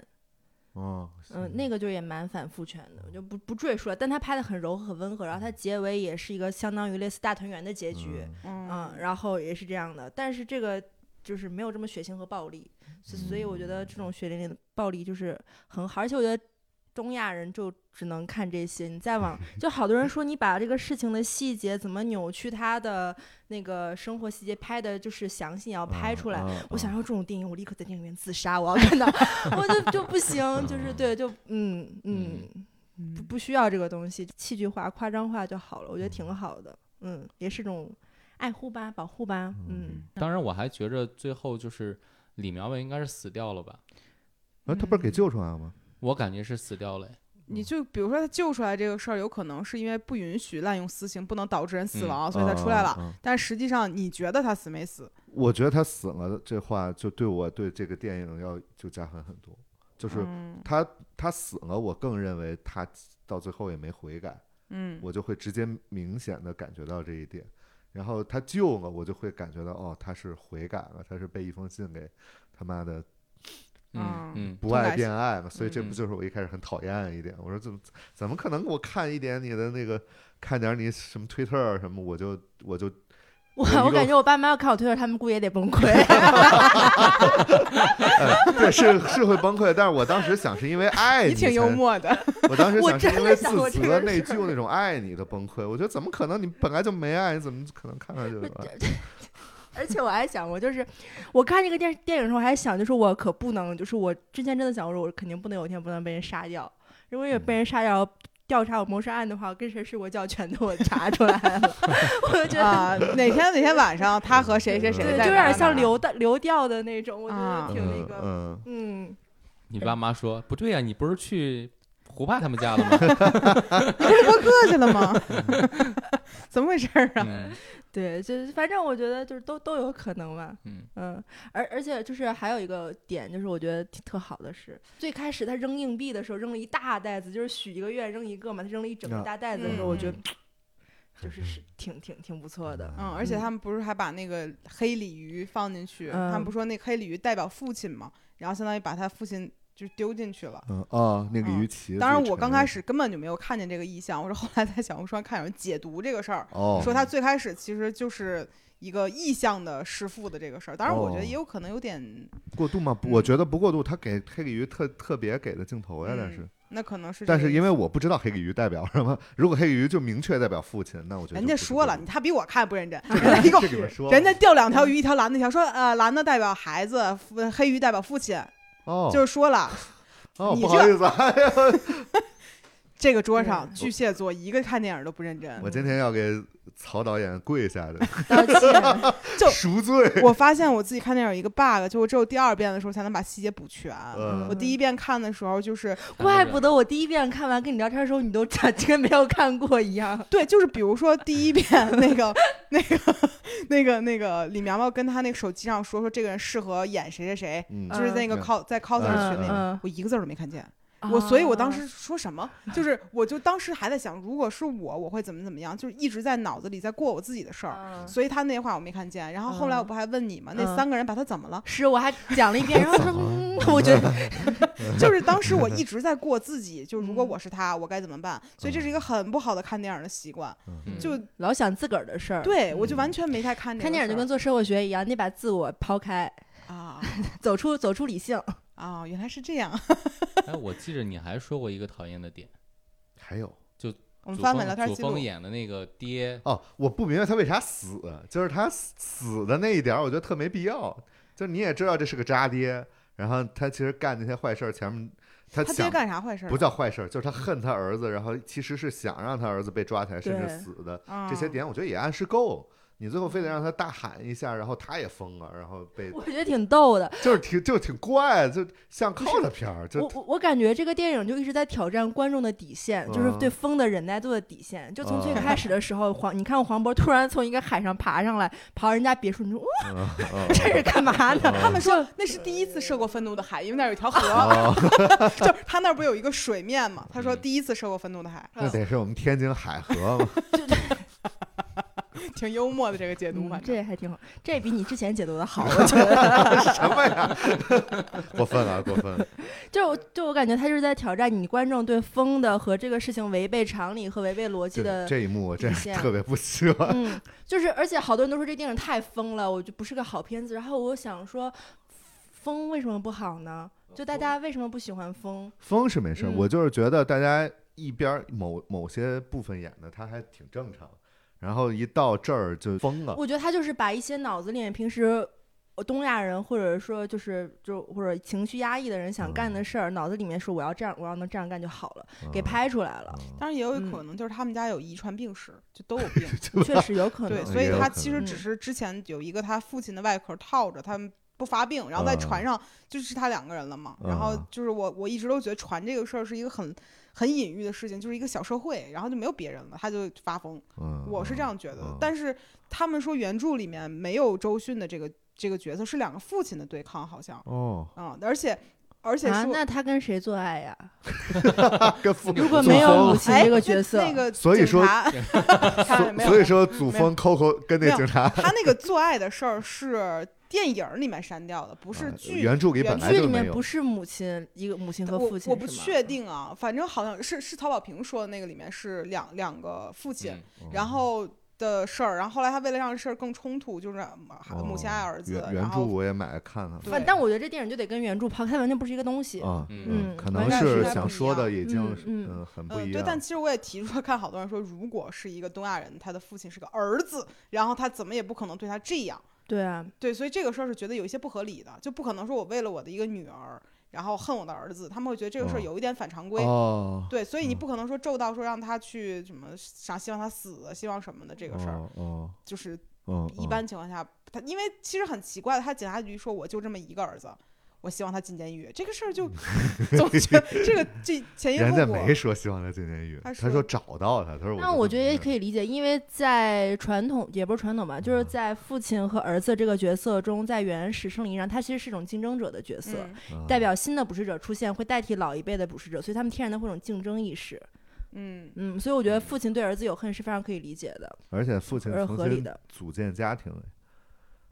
Speaker 1: 哦，
Speaker 3: 嗯，那个就也蛮反父权的，我就不不赘述了。但他拍的很柔和、很温和，然后他结尾也是一个相当于类似大团圆的结局，
Speaker 2: 嗯
Speaker 3: 嗯，然后也是这样的。但是这个就是没有这么血腥和暴力，所所以我觉得这种血淋淋的暴力就是很好，而且我觉得。东亚人就只能看这些，你再往就好多人说你把这个事情的细节怎么扭曲他的那个生活细节拍的，就是详细也要拍出来。
Speaker 1: 啊
Speaker 3: 我想要这种电影，我立刻在电影院自杀，我要看到， [LAUGHS] 我就就不行，就是对，就嗯嗯，不不需要这个东西，戏剧化、夸张化就好了，我觉得挺好的，嗯，也是种爱护吧、保护吧，嗯，
Speaker 4: 当然我还觉着最后就是李苗苗应该是死掉了吧，
Speaker 1: 啊，他不是给救出来了吗？
Speaker 4: 我感觉是死掉了。哎
Speaker 2: 你就比如说他救出来这个事儿，有可能是因为不允许滥用私刑，不能导致人死亡，哦所以他出来了。
Speaker 1: 嗯嗯嗯
Speaker 2: 但实际上，你觉得他死没死？
Speaker 1: 我觉得他死了这话，就对我对这个电影要就加分很多。就是
Speaker 2: 嗯
Speaker 1: 他他死了，我更认为他到最后也没悔改，
Speaker 2: 嗯
Speaker 1: 我就会直接明显的感觉到这一点。然后他救了，我就会感觉到哦，他是悔改了，他是被一封信给他妈的
Speaker 4: 嗯
Speaker 2: 嗯
Speaker 4: 嗯，
Speaker 1: 不
Speaker 2: 痛
Speaker 1: 爱
Speaker 2: 改
Speaker 1: 变爱嘛，所以这
Speaker 4: 嗯
Speaker 1: 不就是我一开始很讨厌的一点？我说怎么怎么可能？我看一点你的那个，看点你什么推特儿什么，我就我就
Speaker 3: 我
Speaker 1: 有一个
Speaker 3: 我感觉我爸妈要看我推特，他们估计也得
Speaker 1: [LAUGHS]
Speaker 3: 崩溃， [LAUGHS]
Speaker 1: 对是是会崩溃。但是我当时想是因为爱
Speaker 2: 你挺幽
Speaker 1: 才
Speaker 2: 默的，
Speaker 1: 我当时
Speaker 3: 我
Speaker 1: 想是
Speaker 3: 真
Speaker 1: 因
Speaker 3: 的
Speaker 1: 为
Speaker 3: 想过
Speaker 1: 自
Speaker 3: 这
Speaker 1: 责、
Speaker 3: 个
Speaker 1: 内
Speaker 3: 事儿
Speaker 1: 疚那种爱你的崩溃，我觉得怎么可能？你本来就没爱，你怎么可能看看就有爱？
Speaker 3: 而且我还想过，就是我看这个电电影的时候，还想就是我可不能，就是我之前真的想过，我肯定不能有一天不能被人杀掉，如果有
Speaker 1: 嗯
Speaker 3: 被人杀掉。调查我谋杀案的话，我跟谁睡过觉全都我查出来了， [LAUGHS] 我就觉得
Speaker 2: 啊，哪天哪天晚上他和谁谁谁
Speaker 1: 对
Speaker 3: 对，
Speaker 2: 在
Speaker 3: 就有
Speaker 2: 哪儿
Speaker 3: 点像
Speaker 2: 哪儿
Speaker 3: 流的流调的那种，我觉
Speaker 2: 啊
Speaker 3: 得挺那
Speaker 1: 嗯
Speaker 3: 个，
Speaker 1: 嗯，
Speaker 3: 嗯，
Speaker 4: 你爸妈说不对呀、你不是去胡爸他们家了
Speaker 2: [LAUGHS]
Speaker 4: 吗？
Speaker 2: 你不是播客去了 [LAUGHS] 吗？怎么回事儿啊？
Speaker 4: 嗯
Speaker 3: 对，就是反正我觉得就是都都有可能吧，
Speaker 4: 嗯
Speaker 3: 嗯，而而且就是还有一个点，就是我觉得挺特好的是，最开始他扔硬币的时候扔了一大袋子，就是许一个愿扔一个嘛，他扔了一整个
Speaker 1: 啊
Speaker 3: 大袋子的时候，我觉得
Speaker 2: 嗯
Speaker 3: 就是是挺挺挺不错的，
Speaker 2: 嗯，而且他们不是还把那个黑鲤鱼放进去？
Speaker 3: 嗯
Speaker 2: 他们不说那黑鲤鱼代表父亲嘛，然后相当于把他父亲就丢进去了。
Speaker 1: 嗯哦，那个
Speaker 2: 嗯
Speaker 1: 鱼鳍。
Speaker 2: 当然，我刚开始根本就没有看见这个意象，我是后来在小红书上看有人解读这个事儿，
Speaker 1: 哦，
Speaker 2: 说他最开始其实就是一个意象的弑父的这个事儿。当然，我
Speaker 1: 哦
Speaker 2: 觉得也有可能有点，
Speaker 1: 过度吗？不我觉得不过度，他给黑鲤鱼特特别给的镜头呀，但是
Speaker 2: 嗯那可能是这个意思。
Speaker 1: 但是因为我不知道黑鲤鱼代表什么，如果黑鲤鱼就明确代表父亲，那我觉得
Speaker 2: 人
Speaker 1: 就
Speaker 2: 家
Speaker 1: 不是
Speaker 2: 说
Speaker 1: 过
Speaker 2: 了， [LAUGHS]
Speaker 1: 度
Speaker 2: 你他比我看不认真， [LAUGHS]
Speaker 1: 这
Speaker 2: 一
Speaker 1: 个
Speaker 2: 共
Speaker 1: 这里面说嗯
Speaker 2: 人
Speaker 1: 了
Speaker 2: 家钓两条鱼，一条蓝的，一条说呃蓝的代表孩子，父黑鱼代表父亲，
Speaker 1: 哦，
Speaker 2: 就是说了
Speaker 1: 哦，
Speaker 2: 你
Speaker 1: 不好
Speaker 2: 这
Speaker 1: 意思，哎呀，
Speaker 2: 这个桌上
Speaker 3: 对
Speaker 2: 巨蟹座一个看电影都不认真
Speaker 1: 啊我。今天要给曹导演跪
Speaker 2: [LAUGHS]
Speaker 1: 下的
Speaker 3: 道歉，
Speaker 1: [LAUGHS]
Speaker 2: 就
Speaker 1: 赎罪。
Speaker 2: 我发现我自己看电影有一个 bug，就我只有第二遍的时候才能把细节补全。
Speaker 3: 嗯
Speaker 1: 呃
Speaker 2: 我第一遍看的时候就是 [LAUGHS]
Speaker 3: 怪不得我第一遍看完跟你聊天的时候，你都长得跟没有看过一样，
Speaker 2: 对，就是比如说第一遍那个、那个、那个、那个李苗苗跟他那个手机上说说这个人适合演谁谁谁，
Speaker 1: 嗯
Speaker 3: 嗯
Speaker 2: 就是那个
Speaker 1: 嗯
Speaker 2: cos 在 coser
Speaker 1: 嗯
Speaker 2: 群里，
Speaker 3: 嗯
Speaker 2: 我一个字儿都没看见。 [LAUGHS] 我所以，我当
Speaker 3: 啊
Speaker 2: 时说什么，就是我就当时还在想，如果是我，我会怎么怎么样，就是一直在脑子里在过我自己的事儿。
Speaker 3: 嗯
Speaker 2: 所以他那话我没看见，然后后来我不还问你吗？那
Speaker 3: 嗯
Speaker 2: 三个人把他怎
Speaker 1: [LAUGHS]
Speaker 2: 么了？
Speaker 3: [LAUGHS] 是我还讲了一遍，然后说，
Speaker 2: [LAUGHS]
Speaker 3: 嗯我觉得
Speaker 2: 就是当时我一直在过自己，就如果
Speaker 3: 嗯
Speaker 2: 我是他，我该怎么办？所以这
Speaker 1: 嗯
Speaker 2: 是一个很不好的看电影的习惯，
Speaker 4: 嗯
Speaker 2: 就
Speaker 3: 老想自个儿的事
Speaker 1: 嗯
Speaker 3: 儿，
Speaker 2: 对我就完全没太看这
Speaker 3: 看
Speaker 2: 个
Speaker 3: 电影
Speaker 2: 事
Speaker 3: 就
Speaker 2: 儿
Speaker 3: 跟做社会学一样，你得把自我抛开，
Speaker 2: 啊
Speaker 3: 走出走出理性。
Speaker 2: 啊，原来是这样。
Speaker 4: 哎，我记着你还说过一个讨厌的点，
Speaker 1: 还有
Speaker 2: 我们
Speaker 4: 祖
Speaker 2: 翻回
Speaker 4: 峰
Speaker 2: 聊天
Speaker 4: 祖
Speaker 2: 记录
Speaker 4: 峰，演的那个爹，
Speaker 1: 哦，我不明白他为啥死，就是他死死的那一点儿，我觉得特没必要。就是你也知道这是个渣爹，然后他其实干那些坏事儿，前面他
Speaker 2: 他爹
Speaker 1: 想
Speaker 2: 干啥坏事儿了？
Speaker 1: 不叫坏事儿，就是他恨他儿子，然后其实是想让他儿子被抓起来，甚至
Speaker 3: 对
Speaker 1: 死的。
Speaker 2: 啊
Speaker 3: 嗯
Speaker 1: 这些点我觉得也暗示够。你最后非得让他大喊一下，然后他也疯了，然后被
Speaker 3: [LAUGHS] 我觉得挺逗的。
Speaker 1: 就是挺就挺怪，就像靠的片儿，就
Speaker 3: 我我我感觉这个电影就一直在挑战观众的底线，就是
Speaker 1: 啊
Speaker 3: 对风的忍耐度的底线。就从最
Speaker 1: 啊
Speaker 3: 开始的时候，黄你看黄渤突然从一个海上爬上来，爬到人家别墅，你说哇
Speaker 1: 嗯嗯
Speaker 3: [LAUGHS] 这是干嘛呢？
Speaker 2: 他们说那是第一次涉过愤怒的海，因为那儿有一条河，
Speaker 1: 哦， [LAUGHS]
Speaker 2: [LAUGHS] 就是他那儿不有一个水面嘛？他说
Speaker 4: 嗯
Speaker 2: 第一次涉过愤怒的海，
Speaker 1: 那得是我们天津海河嘛，
Speaker 2: 挺幽默的这个解读，
Speaker 3: 嗯
Speaker 2: 反正
Speaker 3: 这还挺好，这比你之前解读的好，我觉得。
Speaker 1: [LAUGHS] 什么呀？ [LAUGHS] 过分了，过分了！
Speaker 3: 就我就我感觉他就是在挑战你观众对风的和这个事情违背常理和违背逻辑
Speaker 1: 这
Speaker 3: 的。
Speaker 1: 这一幕我真
Speaker 3: 底
Speaker 1: 是
Speaker 3: 线
Speaker 1: 特别不喜欢。
Speaker 3: 嗯， [LAUGHS] 就是而且好多人都说这电影太疯了，我就不是个好片子。然后我想说，风为什么不好呢？就大家为什么不喜欢风？
Speaker 1: 风是没事儿，
Speaker 3: 嗯
Speaker 1: 我就是觉得大家一边儿某某些部分演的他还挺正常，然后一到这儿就疯了。
Speaker 3: 我觉得他就是把一些脑子里面平时呃东亚人或者说就是就或者情绪压抑的人想干的事儿，脑子里面说我要这样，我要能这样干就好了，给
Speaker 1: 嗯
Speaker 3: 拍出来 [LAUGHS] 了。
Speaker 1: 嗯 [LAUGHS]
Speaker 2: 当然也有可能就是他们家有遗传病史，就都有病。
Speaker 3: 确实有可
Speaker 2: 对，
Speaker 1: 嗯
Speaker 3: 能。
Speaker 2: 所以
Speaker 1: 也有
Speaker 2: 他
Speaker 1: 可
Speaker 2: 其实
Speaker 3: 能
Speaker 2: 只是之前有一个他父亲的外壳套着，他们不发病，然后在
Speaker 1: 嗯
Speaker 2: 船上就是他两个人了嘛。然后
Speaker 1: 嗯
Speaker 2: 就是我我一直都觉得船这个事儿是一个很很隐喻的事情，就是一个小社会，然后就没有别人了，他就发疯。
Speaker 1: 嗯
Speaker 2: 我是这样觉得的
Speaker 1: 嗯。
Speaker 2: 但是他们说原著里面没有周迅的这个这个角色，是两个父亲的对抗，好像
Speaker 3: [LAUGHS]
Speaker 1: 哦，
Speaker 2: 嗯，而且而且
Speaker 3: 啊，
Speaker 2: 说
Speaker 3: 那他跟谁做爱呀？
Speaker 1: 跟父
Speaker 3: [LAUGHS] 如果没有母亲
Speaker 2: 哎
Speaker 3: 这个
Speaker 2: 那
Speaker 3: 角色，
Speaker 2: 那个
Speaker 1: [LAUGHS] 所以
Speaker 2: 警
Speaker 1: 说
Speaker 2: 察看没有
Speaker 1: 所以说祖
Speaker 2: 没有
Speaker 1: 峰 Coco 跟
Speaker 2: 没
Speaker 1: 那
Speaker 2: 有
Speaker 1: 警察，
Speaker 2: 他那个做爱的事儿是电影儿里面删掉的，不是
Speaker 1: 啊
Speaker 2: 剧
Speaker 1: 原著里本
Speaker 2: 原
Speaker 1: 来
Speaker 3: 剧
Speaker 1: 就
Speaker 3: 里
Speaker 1: 没
Speaker 3: 面
Speaker 1: 有
Speaker 3: 不。是母亲一个母亲和
Speaker 2: 我
Speaker 3: 父亲
Speaker 2: 我不
Speaker 3: 是吗
Speaker 2: 确定啊，反正好像是是曹保平说的那个里面是两两个父亲，
Speaker 4: 嗯
Speaker 2: 然后的事儿，然后后来他为了让这事儿更冲突，就是
Speaker 1: 哦
Speaker 2: 母亲爱儿子，
Speaker 1: 原
Speaker 2: 然
Speaker 1: 原著
Speaker 2: 后
Speaker 1: 我也买来看了。
Speaker 2: 对
Speaker 3: 反但我觉得这电影就得跟原著抛开，它完全不是一个东西。
Speaker 1: 啊，
Speaker 4: 嗯
Speaker 1: 可能
Speaker 3: 完全
Speaker 1: 是
Speaker 3: 是
Speaker 1: 想
Speaker 2: 不一
Speaker 1: 说的
Speaker 2: 样
Speaker 1: 已经
Speaker 3: 嗯
Speaker 1: 是
Speaker 3: 嗯
Speaker 1: 嗯很不
Speaker 2: 嗯
Speaker 1: 一
Speaker 2: 对，
Speaker 1: 样
Speaker 2: 但。其实我也提出来看，好多人说如果是一个东亚人，他的父亲是个儿子，然后他怎么也不可能对他这样，
Speaker 3: 对啊，
Speaker 2: 对，所以这个事儿是觉得有一些不合理的，就不可能说我为了我的一个女儿，然后恨我的儿子，他们会觉得这个事儿
Speaker 1: 哦
Speaker 2: 有一点反常规，
Speaker 1: 哦，
Speaker 2: 对，所以你
Speaker 1: 嗯
Speaker 2: 不可能说咒到说让他去什么啥，希望他死，希望什么的这
Speaker 1: 这
Speaker 2: 个事儿，
Speaker 1: 哦
Speaker 2: 就是
Speaker 1: 哦，
Speaker 2: 一般情况下，他因为其实很奇怪，他警察局说我就这么一个儿子，我希望他进监狱，这个事儿就 [LAUGHS] 总觉得这个这前因
Speaker 1: 人
Speaker 2: 后
Speaker 1: 家
Speaker 2: 果。
Speaker 1: 没说希望他进监狱，
Speaker 2: 他
Speaker 1: 他
Speaker 2: 说
Speaker 1: 说找到他，他说。
Speaker 3: 但我觉得也可
Speaker 1: 以，
Speaker 3: 以理解，因为在传统也不是传统吧，就是在父亲和儿子这个角色中，在原始圣灵上，他其实是一种竞争者的角色，
Speaker 2: 嗯
Speaker 1: 嗯
Speaker 3: 代表新的捕食者出现，会代替老一辈的捕食者，所以他们天然的会有一种竞争意识。
Speaker 2: 嗯，
Speaker 3: 嗯，所以我觉得父亲对儿子有恨是非常可以理解的，
Speaker 1: 嗯而且父亲
Speaker 3: 而
Speaker 1: 重
Speaker 3: 合理
Speaker 1: 新
Speaker 3: 的。
Speaker 1: 组建家庭了。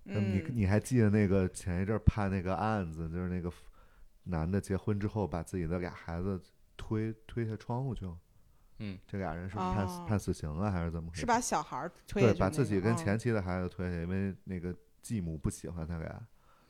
Speaker 1: 嗯你
Speaker 2: 嗯
Speaker 1: 你还记得那个前一阵儿判那个案子，就是那个男的结婚之后把自己的俩孩子推推下窗户去了。
Speaker 4: 嗯，
Speaker 1: 这俩人是不是判死
Speaker 2: 哦
Speaker 1: 判死刑了还是怎么回事？
Speaker 2: 是把小孩儿推下
Speaker 1: 对，
Speaker 2: 去
Speaker 1: 把
Speaker 2: 那
Speaker 1: 自己
Speaker 2: 个
Speaker 1: 跟
Speaker 2: 嗯
Speaker 1: 前妻的孩子推下去，因为那个继母不喜欢他俩，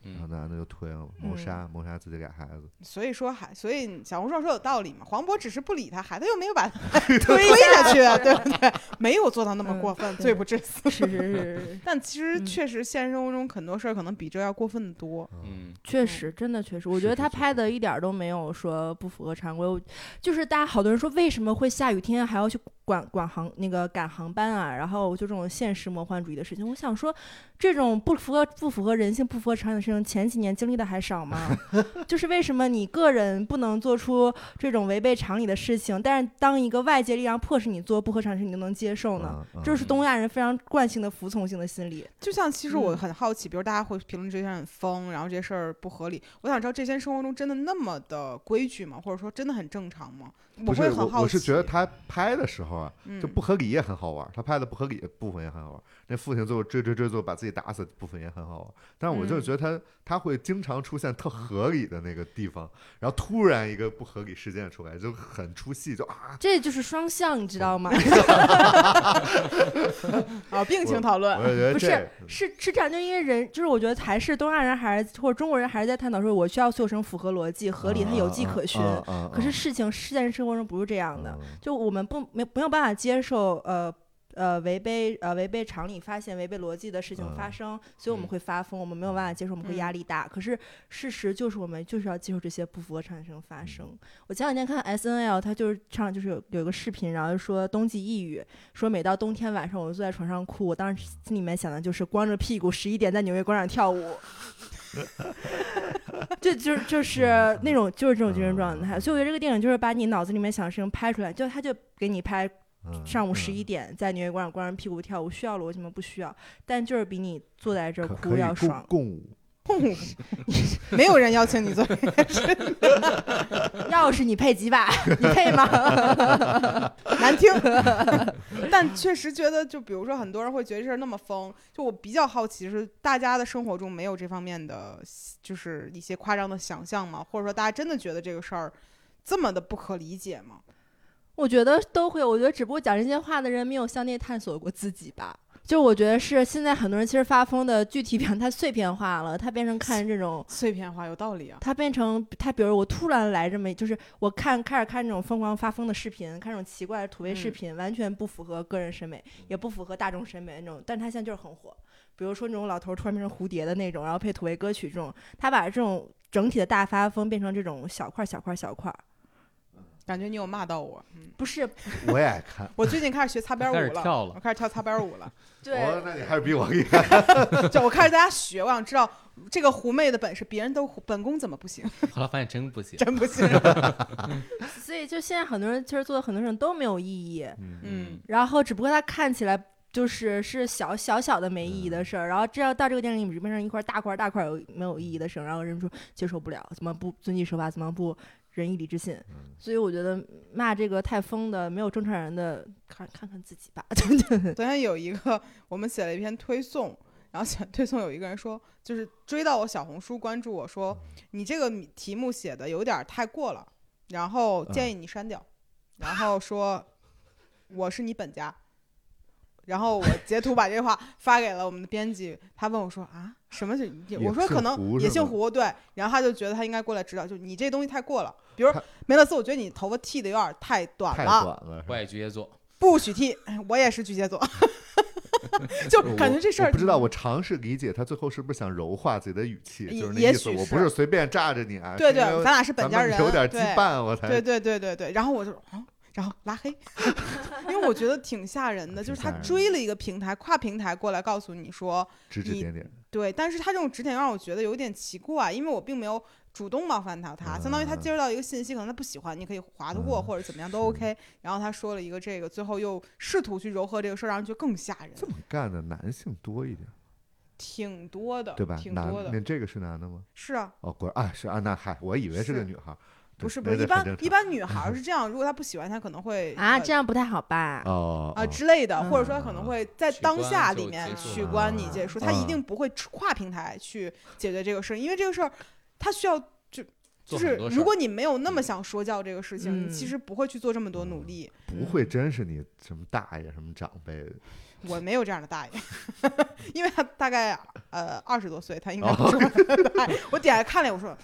Speaker 1: 然后
Speaker 4: 嗯，
Speaker 1: 那男的就推了，谋杀
Speaker 2: 嗯
Speaker 1: 谋杀自己俩孩子。
Speaker 2: 所以说还所以小红书上说有道理嘛，黄渤只是不理他，孩子又没有把他
Speaker 1: [LAUGHS]
Speaker 2: 推下去，啊对不对？没有做到那么
Speaker 3: 嗯
Speaker 2: 过分，
Speaker 3: 对
Speaker 2: 罪不至死。 [LAUGHS]
Speaker 3: 是是是是，
Speaker 2: 但其实
Speaker 3: 嗯
Speaker 2: 确实现实生活中很多事儿可能比这要过分的多。
Speaker 4: 嗯，
Speaker 3: 确实，真的确实，我
Speaker 1: 是
Speaker 3: 觉得
Speaker 1: 是
Speaker 3: 他
Speaker 1: 是
Speaker 3: 拍的一点儿都没有说不符合常规。我就是大家好多人说，为什么会下雨天还要去管管航那个赶航班啊？然后就这种现实魔幻主义的事情，我想说，这种不符合不符合人性、不符合常理的事情，前几年经历的还少吗？ [LAUGHS] 就是为什么你个人不能做出这种违背常理的事情，但是当一个外界力量迫使你做不合常理的事，你都能接受呢？
Speaker 1: 嗯嗯
Speaker 3: 这是东亚人非常惯性的服从性的心理。
Speaker 2: 就像其实我
Speaker 3: 嗯
Speaker 2: 很好奇，比如大家会评论这些人很疯，然后这些事儿不合理，我想知道这些生活中真的那么的规矩吗？或者说真的很正常吗？
Speaker 1: 不是
Speaker 2: 会很
Speaker 1: 我
Speaker 2: 好奇。
Speaker 1: 我是觉得他拍的时候啊，
Speaker 2: 嗯
Speaker 1: 就不合理也很好玩儿，他拍的不合理的部分也很好玩儿。那父亲最后追追追，最后把自己打死的部分也很好玩儿。但是我
Speaker 3: 嗯
Speaker 1: 就是觉得他、他会经常出现特合理的那个地方，然后突然一个不合理事件出来，就很出戏，就啊，
Speaker 3: 这就是双向，你知道吗？ [LAUGHS]
Speaker 2: 啊，病情讨
Speaker 1: 我
Speaker 2: 论，
Speaker 1: 就觉得
Speaker 3: 呃不
Speaker 1: 这
Speaker 3: 是是是这样，就因为人就是我觉得还是东亚人还是或者中国人还是在探讨说，我需要做成符合逻辑、合理，它有迹可循。
Speaker 1: 啊啊啊啊
Speaker 3: 可是事情是现实生活中不是这样的，
Speaker 1: 嗯
Speaker 3: 就我们不没没有办法接受呃。呃违背呃违背常理发现、违背逻辑的事情发
Speaker 1: 嗯
Speaker 3: 生，所以我们
Speaker 4: 嗯
Speaker 3: 会发疯，我们没有办法接受，我们会压力大。可是事实就是我们就是要接受这些不符合常理性发生。
Speaker 1: 嗯
Speaker 3: 我前两天看 S N L，他就是唱就是有有一个视频，然后就说冬季抑郁，说每到冬天晚上我就坐在床上哭，我当时心里面想的就是光着屁股十一点在纽约广场跳舞。 [LAUGHS] 这就是就是那种就是这种精神
Speaker 1: 哦
Speaker 3: 状态，所以我觉得这个电影就是把你脑子里面想的事情拍出来，就他就给你拍
Speaker 1: 嗯
Speaker 3: 上午十一点在纽约广场光着屁股跳舞，需要逻辑吗？不需要，但就是比你坐在这儿
Speaker 1: 可
Speaker 3: 哭
Speaker 1: 可
Speaker 3: 要
Speaker 1: 以共
Speaker 3: 爽。
Speaker 1: 共舞，
Speaker 2: [LAUGHS] 没有人邀请你做这件事，
Speaker 3: 要是你配几把，你
Speaker 1: [LAUGHS]
Speaker 3: 配吗？
Speaker 2: 难听。 [LAUGHS] 但确实觉得，就比如说很多人会觉得这事儿那么疯，就我比较好奇是大家的生活中没有这方面的，就是一些夸张的想象吗？或者说大家真的觉得这个事儿这么的不可理解吗？
Speaker 3: 我觉得都会，我觉得只不过讲这些话的人没有向内探索过自己吧。就我觉得是现在很多人其实发疯的具体表现太碎片化了，他变成看这种
Speaker 2: 碎片化有道理啊。
Speaker 3: 他变成他，比如我突然来这么，就是我看开始看这种疯狂发疯的视频，看这种奇怪的土味视
Speaker 2: 嗯
Speaker 3: 频，完全不符合个人审美，也不符合大众审美那种。但他现在就是很火，比如说那种老头儿突然变成蝴蝶的那种，然后配土味歌曲这种，他把这种整体的大发疯变成这种小块儿小块儿小块儿，
Speaker 2: 感觉你有骂到我，嗯，
Speaker 3: 不是
Speaker 1: 我也爱
Speaker 3: [LAUGHS]
Speaker 1: 看。
Speaker 2: 我最近开始学擦边舞
Speaker 4: 开始
Speaker 2: 了，
Speaker 4: 跳
Speaker 2: [LAUGHS] 我
Speaker 4: 了，
Speaker 2: 开始跳擦边舞了。
Speaker 1: 哦
Speaker 3: 对，
Speaker 1: 那你还是比我厉害。
Speaker 2: 就我开始大家学，我想知道这个狐媚的本事，别人都狐本宫怎么不行？
Speaker 4: 后来发现真不行。
Speaker 2: 真不行。
Speaker 3: 所以就现在很多人其实做的很多事情都没有意义，
Speaker 2: 嗯，
Speaker 3: 然后只不过它看起来就是是小小小的没意
Speaker 1: 嗯
Speaker 3: 义的事儿，然后这要到这个电影里面变成一块大块大块有没有意义的事儿，然后人们说接受不了，怎么不遵纪守法，怎么不仁义礼智信？
Speaker 1: 嗯
Speaker 3: 所以我觉得骂这个太疯的，没有正常人的，看看看自己吧， [LAUGHS] 真的。
Speaker 2: [LAUGHS] 昨天有一个我们写了一篇推送，然后写推送有一个人说，就是追到我小红书关注我说，你这个题目写的有点儿太过了，然后
Speaker 1: 嗯
Speaker 2: 建议你删掉，然后说我是你本家。然后我截图把这话发给了我们的编辑，他问我说啊，什么是？我说
Speaker 1: 姓
Speaker 2: 可能
Speaker 1: 胡
Speaker 2: 也
Speaker 1: 是
Speaker 2: 姓
Speaker 1: 吗
Speaker 2: 胡，对。然后他就觉得他应该过来指导，就你这东西太过了。比如
Speaker 1: 他
Speaker 2: 梅勒斯，我觉得你头发剃的有点儿太短
Speaker 1: 太
Speaker 2: 了
Speaker 1: 短，了，
Speaker 4: 我也巨蟹座，
Speaker 2: 不许剃。 [LAUGHS] 我也是巨蟹座， [LAUGHS] 就感觉这事
Speaker 1: 我
Speaker 2: 儿
Speaker 1: 不知道，我尝试理解他最后是不是想柔化自己的语气，
Speaker 2: 也
Speaker 1: 就是那
Speaker 2: 也
Speaker 1: 意思。
Speaker 2: 许
Speaker 1: 我
Speaker 2: 是
Speaker 1: 不是随便炸着你啊，
Speaker 2: 对
Speaker 1: 是
Speaker 2: 对
Speaker 1: 因，为
Speaker 2: 咱俩是本
Speaker 1: 咱
Speaker 2: 家
Speaker 1: 们
Speaker 2: 人，
Speaker 1: 有点羁
Speaker 2: 对
Speaker 1: 绊，我才
Speaker 2: 对对对对对，然后我就啊，然后拉黑， [LAUGHS] 因为我觉得挺吓人的，就是
Speaker 1: 挺
Speaker 2: 他
Speaker 1: 吓人
Speaker 2: 追了一个平台，跨平台过来告诉你说，
Speaker 1: 指指
Speaker 2: 你
Speaker 1: 点点。
Speaker 2: 对，但是他这种指点让我觉得有点奇怪，因为我并没有主动冒犯到他，相当于他
Speaker 1: 嗯
Speaker 2: 接收到一个信息，可能他不喜欢，你可以划得过
Speaker 1: 嗯
Speaker 2: 或者怎么样
Speaker 1: 是
Speaker 2: 都 OK，然后他说了一个这个，最后又试图去柔和这个事儿，让人觉得更吓人，
Speaker 1: 这么干的男性多一点，
Speaker 2: 挺多的，
Speaker 1: 对吧？
Speaker 2: 挺
Speaker 1: 男
Speaker 2: 多，的，
Speaker 1: 那这个是男的吗？
Speaker 2: 是啊，
Speaker 1: 哦，果然啊，是啊，那嗨，我以为是个
Speaker 2: 是
Speaker 1: 女孩儿，对
Speaker 2: 不是不
Speaker 1: 那
Speaker 2: 是，一
Speaker 1: 这很
Speaker 2: 般
Speaker 1: 正常
Speaker 2: 一般女
Speaker 1: [LAUGHS]
Speaker 2: 孩儿是这样，如果她不喜欢，她可能会
Speaker 3: 啊，
Speaker 2: 呃
Speaker 3: 这样不太好吧？
Speaker 1: 哦
Speaker 2: 啊
Speaker 1: 哦
Speaker 2: 之类的，或者说他可
Speaker 1: 嗯
Speaker 2: 能会在
Speaker 4: 取
Speaker 2: 当
Speaker 4: 关
Speaker 2: 下
Speaker 4: 就
Speaker 2: 里面
Speaker 4: 结束
Speaker 2: 取
Speaker 1: 了
Speaker 2: 关你
Speaker 1: 嗯
Speaker 2: 结束，他一
Speaker 1: 嗯
Speaker 2: 定不会跨平台去解决这个事儿，因为这个事儿他需要就
Speaker 4: 做
Speaker 2: 是
Speaker 4: 很多事
Speaker 2: 如
Speaker 4: 儿。嗯
Speaker 2: 果你没有那么想说教这个事情，你其
Speaker 3: 嗯
Speaker 2: 实不会去做这么多
Speaker 1: 嗯
Speaker 2: 努力。
Speaker 1: 不会真是你什么大爷什么长辈的，
Speaker 2: 我没有这样的大爷， [LAUGHS] 因为他大概呃二十多岁，他应该
Speaker 1: 哦
Speaker 2: 不是我的
Speaker 1: [LAUGHS]
Speaker 2: 大 [LAUGHS] 爷。我点开看了，我说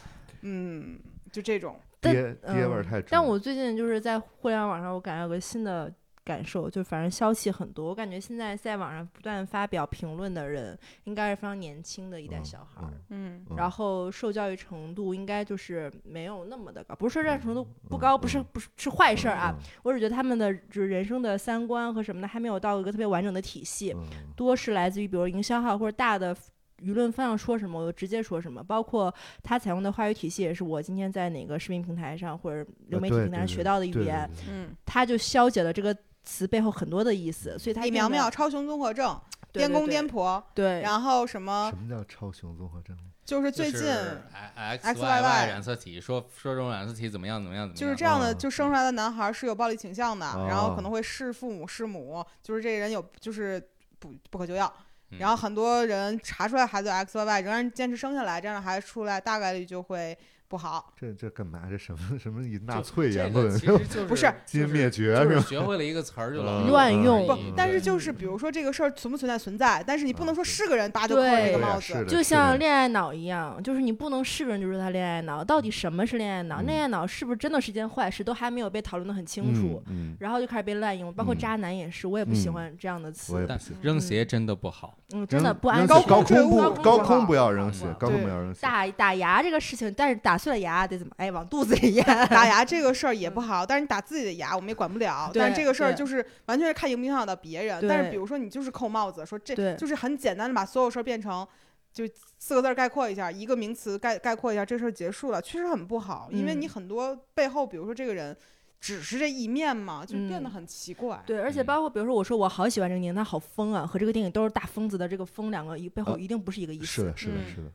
Speaker 2: 嗯，就这种，
Speaker 3: 但
Speaker 1: 爹爹味儿
Speaker 3: 嗯
Speaker 1: 太重。
Speaker 3: 但我最近就是在互联网上，我感觉有个新的感受，就反正消息很多。我感觉现在在网上不断发表评论的人，应该是非常年轻的一代
Speaker 1: 嗯
Speaker 3: 小孩儿。
Speaker 1: 嗯
Speaker 2: 嗯
Speaker 1: 嗯
Speaker 3: 然后受教育程度应该就是没有那么的高，不是说教育程度
Speaker 1: 嗯
Speaker 3: 不高，不是不是是坏事儿啊，，我只觉得他们的就是人生的三观和什么的还没有到一个特别完整的体系，
Speaker 1: 嗯嗯
Speaker 3: 多是来自于比如营销号或者大的舆论方向说什么，我就直接说什么。包括他采用的话语体系，也是我今天在哪个视频平台上或者流
Speaker 1: 啊
Speaker 3: 媒体
Speaker 1: 对
Speaker 3: 平台上
Speaker 1: 对
Speaker 3: 学到的语
Speaker 1: 对对
Speaker 3: 言，
Speaker 1: 对
Speaker 2: 嗯，
Speaker 3: 他就消解了这个词背后很多的意思，所以他
Speaker 2: 李
Speaker 3: 变
Speaker 2: 苗
Speaker 3: 得
Speaker 2: 苗超雄综合症，
Speaker 3: 对
Speaker 2: 颠
Speaker 3: 对
Speaker 2: 公
Speaker 3: 对
Speaker 2: 颠婆，
Speaker 3: 对，
Speaker 2: 然后什么
Speaker 1: 什么叫超雄综合症？
Speaker 2: 就是
Speaker 4: 就
Speaker 2: 最近
Speaker 4: 是 X
Speaker 2: XYY
Speaker 4: Y Y 染色体，说说这种染色体怎么样怎么样怎么样，
Speaker 2: 就是这样的，
Speaker 1: 嗯
Speaker 2: 就生出来的男孩是有暴力倾向的，然后
Speaker 1: 哦
Speaker 2: 可能会弑父母、弑母，就是这人有就是不不可救药。
Speaker 4: 嗯
Speaker 2: 然后很多人查出来孩子有 X Y Y，仍然坚持生下来，这样的孩子出来大概率就会不好。
Speaker 1: 这这干嘛？这什么什么以纳
Speaker 4: 就
Speaker 1: 粹
Speaker 4: 这
Speaker 1: 言
Speaker 4: 个
Speaker 1: 论 [LAUGHS]
Speaker 4: 其，实就是
Speaker 2: 不是
Speaker 1: 基因灭绝
Speaker 4: 就是是
Speaker 1: 吧？
Speaker 4: 学会了一个词儿就老
Speaker 1: 嗯
Speaker 3: 乱用
Speaker 2: 不
Speaker 4: 而已，
Speaker 2: 但是
Speaker 4: 对
Speaker 2: 就是比如说这个事儿存不存在存在，但是你不能说
Speaker 1: 啊对
Speaker 2: 是个人叭就扣上这个
Speaker 1: 对呀
Speaker 2: 帽
Speaker 1: 是
Speaker 2: 子
Speaker 1: 的。
Speaker 3: 就像恋爱脑一样，就是你不能是个人就说他恋爱脑，到底什么是恋爱脑？
Speaker 1: 嗯
Speaker 3: 恋爱脑是不是真的是件坏事，都还没有被讨论的很清楚，
Speaker 1: 嗯，嗯，
Speaker 3: 然后就开始被滥用，包括
Speaker 1: 嗯
Speaker 3: 渣男也是，我也不喜
Speaker 1: 嗯
Speaker 3: 欢这样的
Speaker 1: 我也
Speaker 3: 词，
Speaker 1: 不
Speaker 4: 但
Speaker 1: 行。
Speaker 4: 扔鞋真的不好，
Speaker 3: 嗯，真的
Speaker 1: 扔
Speaker 3: 不安
Speaker 1: 扔
Speaker 3: 全。
Speaker 1: 鞋高
Speaker 2: 坠
Speaker 1: 空
Speaker 2: 物
Speaker 1: 不
Speaker 2: 不
Speaker 1: 高
Speaker 2: 好嗯
Speaker 1: 空不要扔鞋
Speaker 4: 对，
Speaker 1: 高空不要扔鞋。
Speaker 3: 打打牙这个事情，但是打碎了牙得怎么？哎，往肚子里 [LAUGHS] 咽。
Speaker 2: 打牙这个事儿也不好，但是你打自己的牙我们也管不了。
Speaker 3: 嗯对
Speaker 2: 但这个事儿
Speaker 3: 对
Speaker 2: 就是完全是看影不影响到别人。
Speaker 3: 对
Speaker 2: 但是比如说你就是扣帽子，说这
Speaker 3: 对
Speaker 2: 就是很简单的把所有事儿变成就四个字儿概括一下，一个名词概概括一下，这事儿结束了，确实很不好，因为
Speaker 3: 嗯
Speaker 2: 你很多背后，比如说这个人只是这一面嘛，就变得
Speaker 3: 嗯
Speaker 2: 很奇怪。
Speaker 3: 对，而且
Speaker 4: 嗯
Speaker 3: 包括比如说，我说我好喜欢这个电影，它好疯啊，和这个电影都是大疯子的这个疯两个一背后
Speaker 1: 啊
Speaker 3: 一定不是一个意
Speaker 1: 是
Speaker 3: 思。
Speaker 1: 的，是的，
Speaker 2: 嗯
Speaker 1: 是的，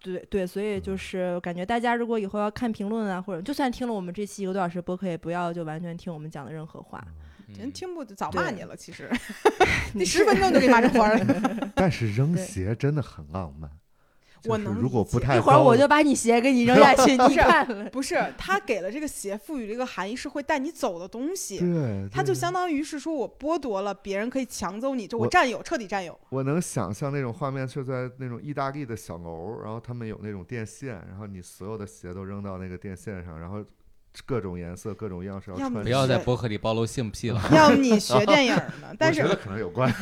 Speaker 3: 对对，所以
Speaker 1: 嗯
Speaker 3: 就是感觉大家如果以后要看评论啊，或者就算听了我们这期一个多小时播客，也不要就完全听我们讲的任何
Speaker 2: [LAUGHS]
Speaker 3: 话。
Speaker 2: 啊人听不早骂
Speaker 3: 嗯对
Speaker 2: 你了，其实
Speaker 3: [LAUGHS] 你
Speaker 2: 你
Speaker 3: 是
Speaker 2: 十分钟就给你骂成花
Speaker 3: [LAUGHS]
Speaker 2: 了。
Speaker 1: 嗯但是扔
Speaker 3: 对
Speaker 1: 鞋真的很浪漫。就
Speaker 2: 我
Speaker 1: 是
Speaker 2: 能
Speaker 1: 如果
Speaker 2: 理
Speaker 1: 不
Speaker 2: 解
Speaker 1: 太
Speaker 3: 一会儿
Speaker 1: 高
Speaker 3: 我
Speaker 1: 的
Speaker 3: 就把你鞋给你扔
Speaker 2: [LAUGHS]
Speaker 3: 下去，
Speaker 2: 不
Speaker 3: 你
Speaker 2: 是啊
Speaker 3: 看。
Speaker 2: 不是他给了这个鞋赋予了一个含义，是会带你走的东西。
Speaker 1: 对，
Speaker 2: 他
Speaker 1: 对
Speaker 2: 就相当于是说我剥夺了别人可以抢走你，就
Speaker 1: 嗯
Speaker 2: 我
Speaker 1: 我
Speaker 2: 占有，彻底占有。
Speaker 1: 我能想象那种画面，是在那种意大利的小楼，然后他们有那种电线，然后你所有的鞋都扔到那个电线上，然后各种颜色、各种样式要
Speaker 2: 要
Speaker 1: 穿
Speaker 2: 么
Speaker 1: 上。
Speaker 4: 不要
Speaker 2: 在
Speaker 4: 在博客里暴露性癖了。
Speaker 2: 要不你学电影儿
Speaker 1: [LAUGHS]
Speaker 2: 呢？但
Speaker 1: 我觉得
Speaker 2: 是，
Speaker 1: 可能有关。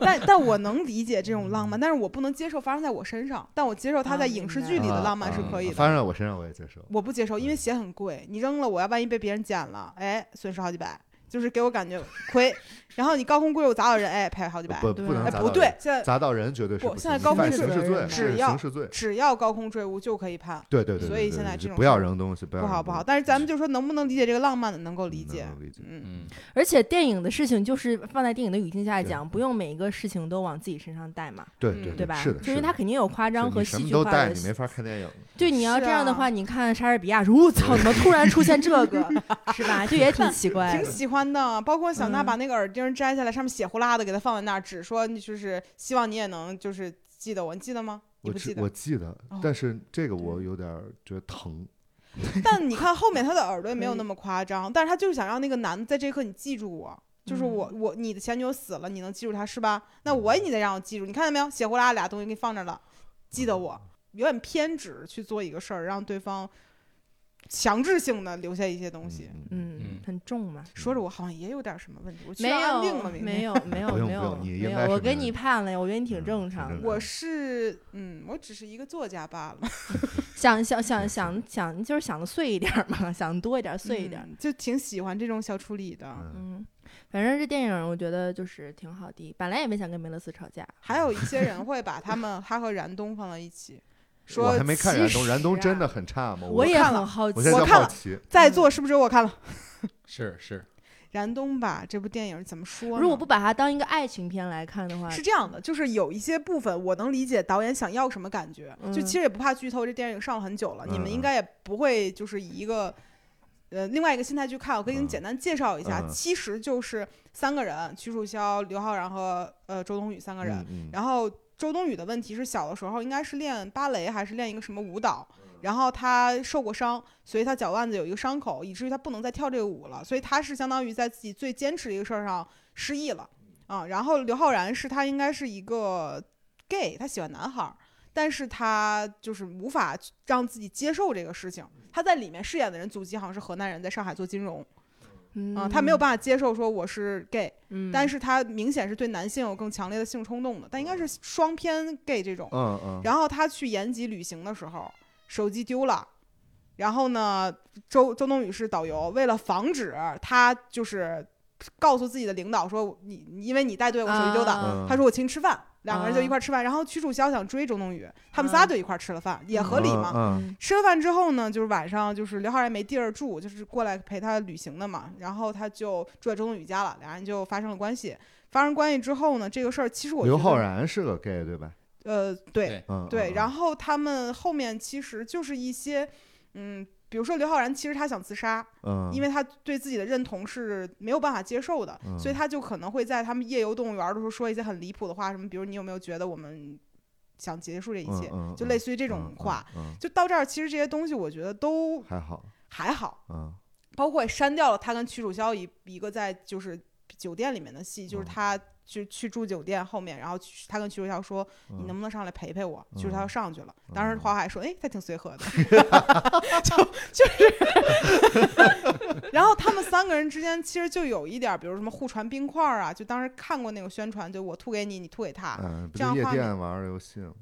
Speaker 2: 但但我能理解这种浪
Speaker 1: 嗯
Speaker 2: 漫，但是我不能接受发生在我身上。但我接受他
Speaker 3: 啊
Speaker 2: 在
Speaker 3: 明
Speaker 2: 影视
Speaker 3: 白
Speaker 2: 剧里的浪漫是
Speaker 1: 啊
Speaker 2: 可以的。
Speaker 1: 发生在我身上我也接受。
Speaker 2: 我不接受，因为鞋很贵，你扔了，我要万一被别人捡了，哎，损失好几百，就是给我感觉亏。然后你高空坠落砸到人，哎，赔好几百。
Speaker 1: 不，
Speaker 3: 对
Speaker 1: 不能
Speaker 2: 哎，
Speaker 1: 砸到
Speaker 2: 不对
Speaker 1: 人，，
Speaker 2: 现在
Speaker 1: 砸到人绝对是
Speaker 2: 不
Speaker 1: 不行
Speaker 2: 现在
Speaker 1: 的
Speaker 2: 高
Speaker 1: 犯
Speaker 3: 空坠
Speaker 1: 刑
Speaker 3: 落
Speaker 1: 事
Speaker 3: 的
Speaker 1: 罪
Speaker 3: 人
Speaker 1: 是
Speaker 2: 只要
Speaker 1: 刑事罪。
Speaker 2: 只要高空坠物就可以判，
Speaker 1: 对对对对，
Speaker 2: 所以
Speaker 1: 对
Speaker 2: 现
Speaker 1: 对
Speaker 2: 在
Speaker 1: 就
Speaker 2: 这种
Speaker 1: 不
Speaker 2: 事
Speaker 1: 要
Speaker 2: 儿
Speaker 1: 扔东西，不要嗯
Speaker 2: 不好
Speaker 1: 扔
Speaker 2: 不
Speaker 1: 东
Speaker 2: 好。
Speaker 1: 西
Speaker 2: 但是咱们就说能不能理解这个浪漫的，能够理解
Speaker 1: 能。理解
Speaker 2: 嗯，
Speaker 4: 嗯，
Speaker 3: 而且电影的事情就是放在电影的语境下
Speaker 1: 对
Speaker 3: 讲，不用每一个事情都往自己身上带嘛，
Speaker 1: 对
Speaker 2: 嗯
Speaker 1: 对
Speaker 3: 对吧？
Speaker 1: 是的，
Speaker 3: 就是
Speaker 1: 是
Speaker 3: 它
Speaker 1: 的
Speaker 3: 肯定有夸张
Speaker 1: 就
Speaker 3: 和
Speaker 1: 你什
Speaker 3: 戏
Speaker 1: 么
Speaker 3: 剧
Speaker 1: 都
Speaker 3: 化
Speaker 1: 带，
Speaker 3: 的
Speaker 1: 你。没法看电影。
Speaker 3: 对，你要
Speaker 2: 是
Speaker 3: 这样的
Speaker 2: 啊
Speaker 3: 话，你看莎士比亚说，我操，怎么突然出现这个， [LAUGHS] 是吧？就也挺奇怪
Speaker 2: [LAUGHS] 挺
Speaker 3: 的。
Speaker 2: 喜欢的，包括小娜
Speaker 3: 哎嗯
Speaker 2: 把那个耳钉摘下来，上面血呼啦的给它放在那儿，只说你就是希望你也能就是记得我，你记得吗？你
Speaker 1: 我
Speaker 2: 不记
Speaker 1: 记
Speaker 2: 得
Speaker 1: 我，记得
Speaker 2: 哦，
Speaker 1: 但是这个我有点儿觉得疼。
Speaker 2: 但你看后面他的耳朵也没有
Speaker 3: 可以
Speaker 2: 那么夸张，但是他就是想让那个男的在这一刻你记住我，就是我
Speaker 3: 嗯
Speaker 2: 我你的前女友死了，你能记住他是吧？那我也得让我记住，你看见没有？血呼啦俩东西给你放这儿了，记
Speaker 3: 嗯
Speaker 2: 得我，有点偏执去做一个事儿，让对方强制性的留下一些东西。
Speaker 1: 嗯，嗯
Speaker 3: 嗯
Speaker 4: 嗯，
Speaker 3: 很重嘛。
Speaker 2: 说着我好像也有点什么问题，我去
Speaker 3: 没
Speaker 2: 安
Speaker 3: 有
Speaker 2: 病了，明，天
Speaker 3: 没有，没有，
Speaker 1: 不用
Speaker 3: 没
Speaker 1: 不
Speaker 3: 有，
Speaker 1: 用你
Speaker 3: 没
Speaker 1: 应
Speaker 3: 有
Speaker 1: 该
Speaker 3: 我
Speaker 1: 是
Speaker 3: 给
Speaker 1: 没
Speaker 3: 你
Speaker 1: 有
Speaker 3: 判了呀，我觉得你挺
Speaker 1: 嗯
Speaker 3: 正
Speaker 1: 挺
Speaker 3: 常
Speaker 1: 正
Speaker 3: 的。
Speaker 2: 我是嗯，我只是一个作家罢了， [LAUGHS]
Speaker 3: 想想想想想，就是想的碎一点儿嘛， [LAUGHS] 想得多一点儿，碎一点儿。
Speaker 2: 嗯就挺喜欢这种小处理的。
Speaker 1: 嗯
Speaker 3: 嗯，反正这电影我觉得就是挺好的，本来也没想跟梅勒斯吵架。
Speaker 2: [LAUGHS] 还有一些人会把他们 [LAUGHS] 他和燃冬放到一起，
Speaker 1: 我
Speaker 2: 说
Speaker 1: 还没看燃冬，
Speaker 3: 其
Speaker 1: 燃冬
Speaker 3: 实
Speaker 1: 真
Speaker 3: 啊
Speaker 1: 的很差吗？
Speaker 3: 也
Speaker 2: 看
Speaker 3: 很
Speaker 2: 了
Speaker 3: 好
Speaker 1: 哦
Speaker 3: 奇
Speaker 1: 我，现在
Speaker 2: 我
Speaker 1: 就
Speaker 2: 看
Speaker 1: 好
Speaker 2: 了
Speaker 1: 奇，
Speaker 2: 在座是不是只有我看了
Speaker 4: 是是，
Speaker 2: 燃冬吧？这部电影怎么说呢？
Speaker 3: 如果不把它当一个爱情片来看的话，
Speaker 2: 是这样的，就是有一些部分我能理解导演想要什么感觉，就
Speaker 3: 嗯
Speaker 2: 其实也不怕剧透，这电影上了很久了，你们
Speaker 1: 嗯
Speaker 2: 应该也不会就是以一个。呃，另外一个心态去看，我可以给你
Speaker 1: 嗯
Speaker 2: 简单介绍一下，
Speaker 1: 嗯
Speaker 2: 其实就是三个人，曲楚萧、刘昊然和呃周冬雨三个人，
Speaker 1: 嗯
Speaker 2: 然后周冬雨的问题是小的时候应该是练芭蕾还是练一个什么舞蹈，然后她受过伤，所以她脚腕子有一个伤口，以至于她不能再跳这个舞了，所以她是相当于在自己最坚持的一个事儿上失忆了啊。然后刘昊然是他应该是一个 gay，他喜欢男孩儿。但是他就是无法让自己接受这个事情。他在里面饰演的人祖籍好像是河南人，在上海做金融
Speaker 3: 嗯
Speaker 2: 啊、他没有办法接受说我是 gay，
Speaker 3: 嗯，
Speaker 2: 但是他明显是对男性有更强烈的性冲动的，但应
Speaker 3: 哦
Speaker 2: 该是双偏 gay 这种。
Speaker 1: 嗯嗯，
Speaker 2: 然后他去延吉旅行的时候，手机丢了，然后呢，周周冬雨是导游，为了防止他就是告诉自己的领导说你你因为你带队我手机丢的，
Speaker 3: 啊
Speaker 2: 他说我请你吃饭，两个人就
Speaker 3: 啊
Speaker 2: 一块儿吃饭。然后屈楚萧想追周冬雨，他们仨
Speaker 3: 啊
Speaker 2: 就一块儿吃了饭，也合理嘛。
Speaker 1: 嗯
Speaker 2: 吃了饭之后呢，就是晚上就是刘昊然没地儿住，就是过来陪他旅行的嘛。然后他就住在周冬雨家了，俩人就发生了关系。发生关系之后呢，这个事儿其实我
Speaker 1: 嗯刘
Speaker 2: 觉得
Speaker 1: 昊然是个 gay 对吧？
Speaker 2: 呃对
Speaker 4: 对
Speaker 1: 嗯，
Speaker 2: 对，然
Speaker 1: 后
Speaker 2: 后他们后面其实就是一些嗯，比如说刘昊然其实他想自杀，
Speaker 1: 嗯，
Speaker 2: 因
Speaker 1: 为
Speaker 2: 为他对自己的认同是没有办法接受的，所以
Speaker 1: 嗯
Speaker 2: 他就可能会在他们夜游动物园的时候说一些很离谱的话，什么比如你有没有觉得我们想结束这一
Speaker 1: 嗯
Speaker 2: 切，
Speaker 1: 嗯
Speaker 2: 就
Speaker 1: 嗯
Speaker 2: 类似于
Speaker 1: 这
Speaker 2: 这种话。，
Speaker 1: 嗯嗯
Speaker 2: 就到这儿，其实这些东西我觉得都
Speaker 1: 还好，
Speaker 2: 还好，
Speaker 1: 嗯
Speaker 2: 包括也删掉了他跟屈楚萧一一个在就是酒店里面的戏，就是
Speaker 1: 嗯
Speaker 2: 他去去住酒店后面，然后去他跟屈楚萧说：“
Speaker 1: 嗯，
Speaker 2: 你能不能上来陪陪我？”就是
Speaker 1: 嗯
Speaker 2: 他要上去了，当时
Speaker 1: 嗯
Speaker 2: 花海说：“哎，他挺随和
Speaker 1: [LAUGHS]
Speaker 2: 的。” [LAUGHS] 就就是， [LAUGHS] 然后他们三个人之间其实就有一点儿，比如什么互传冰块儿啊，就当时看过那个宣传，就我吐给你，你吐给他，
Speaker 1: 嗯，不
Speaker 2: 这样
Speaker 1: 就夜
Speaker 2: 画面
Speaker 1: 店玩儿游戏吗，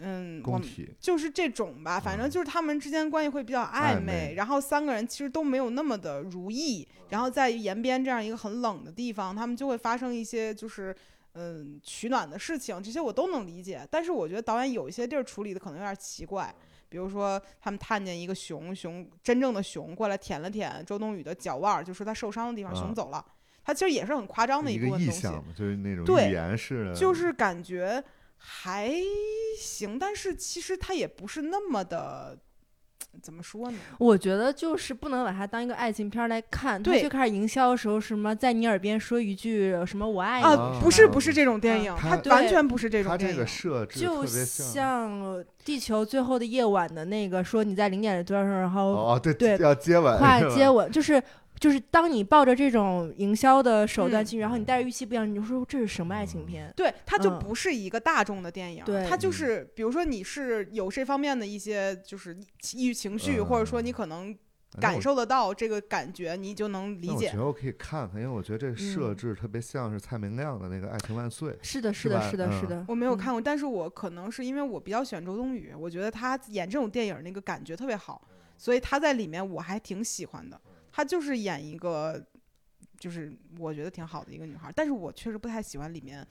Speaker 2: 嗯，我
Speaker 1: 工
Speaker 2: 们
Speaker 1: 体，
Speaker 2: 就是这种吧，反正
Speaker 1: 嗯
Speaker 2: 就是他们之间关系会比较
Speaker 1: 暧
Speaker 2: 暧
Speaker 1: 昧嗯
Speaker 2: 然后三个人其实都没有那么的如意，然后在延边这样一个很冷的地方，他们就会发生一些就是嗯取暖的事情，这些我都能理解。但是我觉得导演有一些地儿处理的可能有点奇怪，
Speaker 1: 嗯
Speaker 2: 比如说他们看见一个熊，熊真正的熊过来舔了舔周冬雨的脚腕儿，就说他受伤的地方，
Speaker 1: 啊
Speaker 2: 熊走了。他其实也是很夸张的
Speaker 1: 一
Speaker 2: 部
Speaker 1: 个
Speaker 2: 分
Speaker 1: 意
Speaker 2: 东西，
Speaker 1: 象嘛，就是那种
Speaker 2: 对
Speaker 1: 语言式的，
Speaker 2: 就是感觉还行，但是其实它也不是那么的，怎么说呢？
Speaker 3: 我觉得就是不能把它当一个爱情片儿来看。他
Speaker 2: 对
Speaker 3: 最开始营销的时候，什么在你耳边说一句什么“我爱你”
Speaker 2: 啊，不是不是这种电影，
Speaker 1: 嗯
Speaker 2: 它
Speaker 1: 它
Speaker 2: 完全不是这种
Speaker 1: 它
Speaker 2: 电
Speaker 1: 这
Speaker 2: 影
Speaker 1: 个。设置特
Speaker 3: 就
Speaker 1: 别
Speaker 3: 像《地球最后的夜晚》的那个说你在零点的多少时候，然后
Speaker 1: 哦，对
Speaker 3: 对
Speaker 1: 要接吻，
Speaker 3: 快
Speaker 1: 是吧
Speaker 3: 接吻，就是就是当你抱着这种营销的手段
Speaker 2: 嗯
Speaker 3: 进去，然后你带着预期不一样，你就说这是什么爱情片？
Speaker 2: 对，它就
Speaker 3: 嗯
Speaker 2: 不是一个大众的电影，
Speaker 3: 对
Speaker 2: 它
Speaker 1: 嗯
Speaker 2: 就是，比如说你是有这方面的一些就是抑郁情绪，
Speaker 1: 嗯
Speaker 2: 或者说你可能
Speaker 1: 哎那
Speaker 2: 感
Speaker 1: 我
Speaker 2: 受得到这个感觉，你就能理
Speaker 1: 那我觉
Speaker 2: 解。
Speaker 1: 得我可以看看，因为我觉得这设
Speaker 3: 嗯
Speaker 1: 置特别像是蔡明亮的那个《爱情万岁》。
Speaker 3: 是的，是
Speaker 1: 吧
Speaker 3: 的，是的，
Speaker 1: 嗯
Speaker 3: 是的。
Speaker 2: 我没有
Speaker 3: 嗯
Speaker 2: 看过，但是我可能是因为我比较喜欢周冬雨，我觉得她演这种电影那个感觉特别好，
Speaker 3: 嗯
Speaker 2: 所以她在里面我还挺喜欢的。她就是演一个，就是我觉得挺好的一个女孩，但是我确实不太喜欢里面。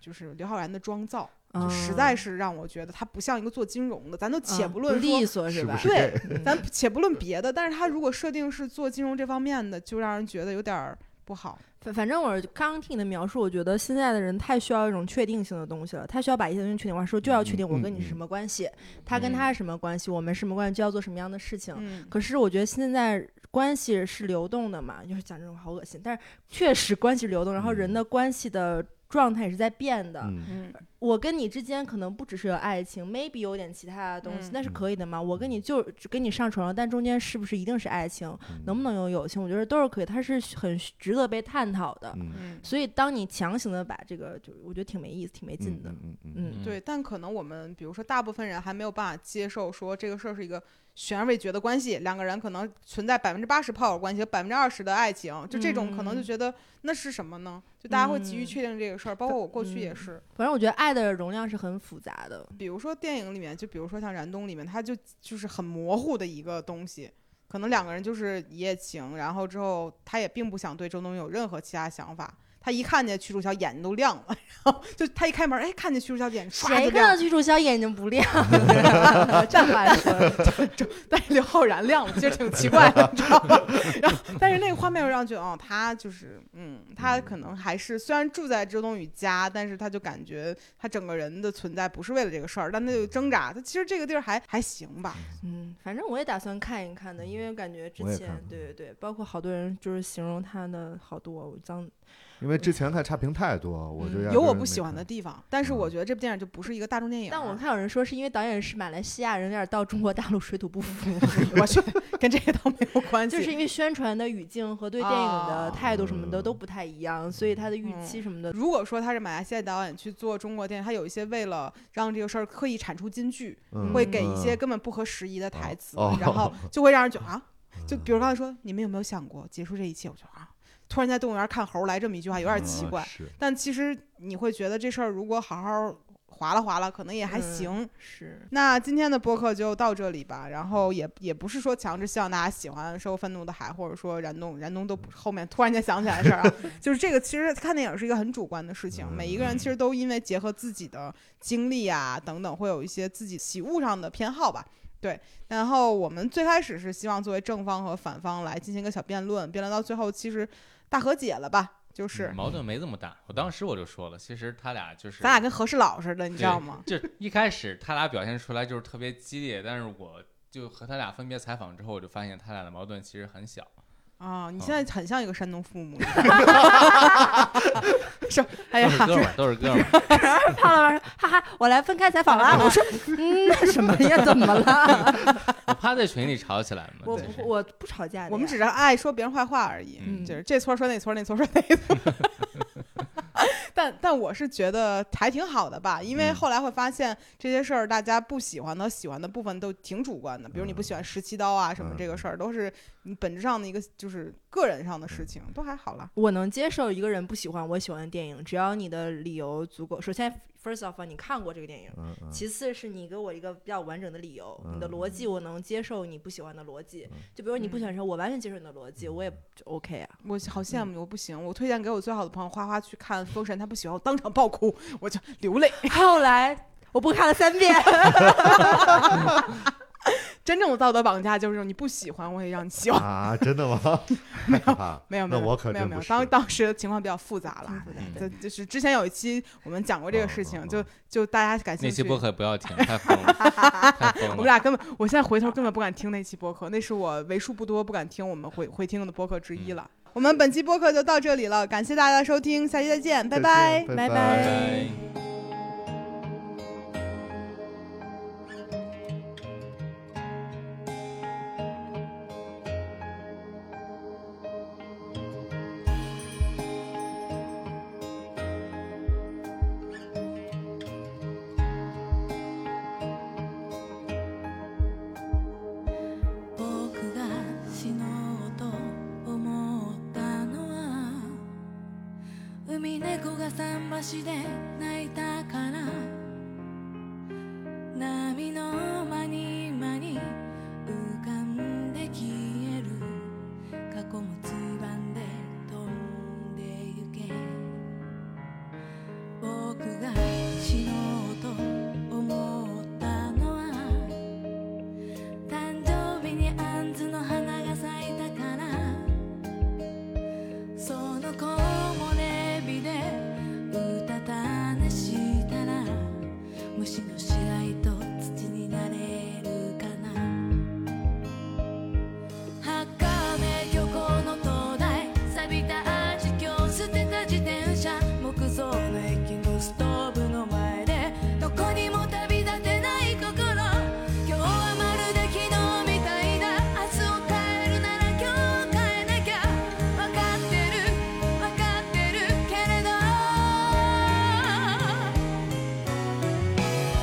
Speaker 2: 就是刘昊然的妆造，
Speaker 3: 嗯
Speaker 2: 实在是让我觉得她不像一个做金融的。咱就且
Speaker 3: 嗯
Speaker 2: 不论说，
Speaker 3: 利索 [LAUGHS]
Speaker 1: 是
Speaker 3: 吧
Speaker 1: 不？是
Speaker 2: 对，
Speaker 3: 嗯
Speaker 2: 咱且不论别的，但是她如果设定是做金融这方面的，就让人觉得有点儿不好。
Speaker 3: 反反正我刚刚听你的描述，我觉得现在的人太需要一种确定性的东西了，他需要把一些东西确定化，说就要确定我跟你是什么关系，他跟他是什么关系，我们什么关系，就要做什么样的事情。
Speaker 2: 嗯，
Speaker 3: 可是我觉得现在关系是流动的嘛，就是讲这种好恶心，但是确实关系流动，然后人的关系的状态也是在变的。
Speaker 1: 嗯，
Speaker 2: 嗯，
Speaker 3: 我跟你之间可能不只是有爱情，maybe 有点其他的东西
Speaker 2: 嗯，
Speaker 3: 那、是可以的嘛。我跟你就只跟你上床了，但中间是不是一定是爱情，
Speaker 1: 嗯
Speaker 3: 能不能有友情，我觉得都是可以，它是很值得被探讨的。
Speaker 1: 嗯？嗯，
Speaker 2: 嗯
Speaker 3: 所以，当你强行的把这个，就我觉得挺没意思、挺没劲的。
Speaker 1: 嗯嗯嗯
Speaker 3: 嗯，
Speaker 2: 对，但可能我们比如说，大部分人还没有办法接受说这个事儿是一个悬而未决的关系，两个人可能存在百分之八十炮友关系和百分之二十的爱情，就这种可能就
Speaker 3: 嗯
Speaker 2: 觉得那是什么呢？就大家会急于
Speaker 3: 嗯
Speaker 2: 确定这个事儿，包括我过去也
Speaker 3: 嗯
Speaker 2: 是，
Speaker 3: 反正我觉得爱的容量是很复杂的。
Speaker 2: 比如说电影里面，就比如说像《燃冬》里面，它就就是很模糊的一个东西。可能两个人就是一夜情，然后之后他也并不想对周冬雨有任何其他想法。他一看见屈楚萧眼睛都亮了， [LAUGHS] 然后就他一开门，哎，看见屈楚萧眼唰
Speaker 3: 谁
Speaker 2: 就
Speaker 3: 看
Speaker 2: 亮
Speaker 3: 到
Speaker 2: 了，
Speaker 3: 剧楚萧眼睛
Speaker 1: [LAUGHS]
Speaker 3: 不亮？ [LAUGHS] 这话说的，
Speaker 2: 但是刘昊然亮了，其实挺奇怪的，你知道吗？ [LAUGHS] 然后，但是那个画面又让人觉得，哦，他就是，嗯，他可能还是虽然住在周冬雨家，但是他就感觉他整个人的存在不是为了这个事儿，但他就挣扎。他其实这个地儿还还行吧，
Speaker 3: 嗯，反正我也打算看一看的，因为感觉之
Speaker 1: 嗯我也看
Speaker 3: 前
Speaker 1: 看，
Speaker 3: 对对对，包括好多人就是形容他的好多我脏，
Speaker 1: 因为之前看差评太多，我就
Speaker 3: 嗯
Speaker 1: 压
Speaker 2: 有
Speaker 1: 根
Speaker 2: 我
Speaker 1: 儿
Speaker 2: 不
Speaker 1: 没
Speaker 2: 喜欢的
Speaker 1: 看，
Speaker 2: 地方，但是我觉得这部电影就不是一个大众电影。啊
Speaker 3: 但我看有人啊说是因为导演是马来西亚人，有点到中国大陆水土不服，
Speaker 2: 我去，跟这个倒没有关系，
Speaker 3: [LAUGHS] 就是因为宣传的语境和对电影的
Speaker 2: 哦
Speaker 3: 态度什么的
Speaker 1: 嗯
Speaker 3: 都不太一样，所以他的预期什么的，
Speaker 2: 如果说他是马来西亚导演去做中国电影，他有一些为了让这个事儿刻意产出金句，
Speaker 1: 嗯
Speaker 2: 会给一些
Speaker 1: 嗯
Speaker 2: 根本不合时宜的台词，
Speaker 1: 哦嗯
Speaker 2: 然后就会让人觉得啊，就比如刚才说，你们有没有想过结束这一切？我觉得啊，突然在动物园看猴来这么一句话有点奇
Speaker 1: 啊
Speaker 2: 怪，
Speaker 1: 是
Speaker 2: 但其实你会觉得这事儿如果好好划拉划拉，可能也还
Speaker 3: 嗯
Speaker 2: 行。
Speaker 3: 是
Speaker 2: 那今天的播客就到这里吧，然后也也不是说强制希望大家喜欢《收愤怒的海》，或者说燃冬燃冬都不后面突然间想起来的事儿啊，就是这个其实看电影是一个很主观的事情，每一个人其实都因为结合自己的经历啊等等，会有一些自己喜恶上的偏好吧。对，然后我们最开始是希望作为正方和反方来进行一个小辩论，辩论到最后其实大和解了吧，就是
Speaker 4: 矛盾没这么大。我当时我就说了，其实他俩就是
Speaker 2: 咱俩跟和事佬似的，你知道吗？
Speaker 4: 就一开始他俩表现出来就是特别激烈，但是我就和他俩分别采访之后，我就发现他俩的矛盾其实很小，
Speaker 2: 啊、你
Speaker 4: 哦
Speaker 2: 现在很像一个山东父 [LAUGHS] 母。说，哎
Speaker 4: 都
Speaker 2: 呀
Speaker 4: 是，哥们儿，都是哥们儿。
Speaker 3: 胖老板说：“哈哈，我来分开采访了。” [LAUGHS] 我说：“嗯，那什么呀？怎么了？
Speaker 4: [LAUGHS] 我怕在群里吵起来嘛。
Speaker 3: 我
Speaker 4: 就是
Speaker 3: 不，我不吵架的呀。
Speaker 2: 我们只是爱说别人坏话而已，
Speaker 4: 嗯
Speaker 2: 就是这撮儿说那撮儿，那撮儿说那撮儿。 [LAUGHS] 但但我是觉得还挺好的吧，因为
Speaker 4: 嗯
Speaker 2: 后来会发现这些事儿，大家不喜欢的、喜欢的部分都挺主观的，比如你不喜欢十七刀啊什么
Speaker 1: 嗯
Speaker 2: 这个事儿，都是你本质上的一个就是个人上的事情，都还好啦。
Speaker 3: 我能接受一个人不喜欢我喜欢的电影，只要你的理由足够。首先，first of all，你看过这个电影；
Speaker 1: 嗯嗯
Speaker 3: 其次是你给我一个比较完整的理由，
Speaker 1: 嗯
Speaker 3: 你的逻辑我能接受你不喜欢的逻辑。
Speaker 1: 嗯
Speaker 3: 就比如你不喜欢的时候，我完全接受你的逻辑，我也就 OK 啊。
Speaker 2: 我好羡慕你，我不行。我推荐给我最好的朋友花花去看《封神》，他不喜欢，我当场爆哭，我就流泪。
Speaker 3: 后来我不看了三遍， [LAUGHS]
Speaker 2: 真正的道德绑架就是你不喜欢我也让你喜欢。
Speaker 1: 啊，真的吗？ [LAUGHS] 没有
Speaker 2: [LAUGHS] 没有没
Speaker 1: 那
Speaker 2: 有，
Speaker 1: 我可
Speaker 2: 没有
Speaker 1: 真
Speaker 2: 没
Speaker 1: 不
Speaker 2: 有，
Speaker 1: 是。
Speaker 2: 当当时的情况比较复杂了。
Speaker 4: 嗯
Speaker 2: 就就是之前有一期我们讲过这个事
Speaker 1: 嗯
Speaker 2: 情，
Speaker 1: 嗯
Speaker 2: 就就大家感兴
Speaker 4: 那期
Speaker 2: 趣。
Speaker 4: 播客不要听，太疯了，太
Speaker 2: [LAUGHS] 我
Speaker 4: 疯
Speaker 2: 们
Speaker 4: 了。
Speaker 2: 俩根本，我现在回头根本不敢听那期播客，那是我为数不多不敢听我们回回听的播客之
Speaker 4: 嗯
Speaker 2: 一了。我们本期播客就到这里了，感谢大家的收听，下期再见，拜
Speaker 1: 再见
Speaker 2: 拜。
Speaker 3: 拜
Speaker 1: 拜
Speaker 3: 拜
Speaker 4: 拜。
Speaker 5: 僕が死のうと思ったのは海猫が桟橋で泣いたから波の間に間に浮かんで消える過去もつばんで飛んでゆけ僕が死のうと思ったのは誕生日に杏の花が咲いたからその木漏れ日でうたた寝したら虫の死骸と土になれるかな八日目漁港の灯台錆びたアジ今日捨てた自転車木造の駅のストーブの前でどこにも旅立てない心今日はまるで昨日みたいだ明日を変えるなら今日変えなきゃ分かってる分かってるけれど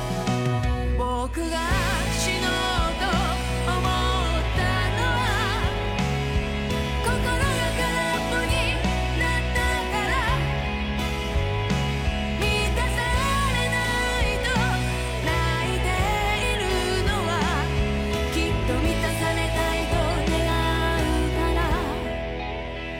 Speaker 5: 僕が死のうと思ったのは心が空っぽになったから満たされないと泣いているのはきっと満たされたいと願うから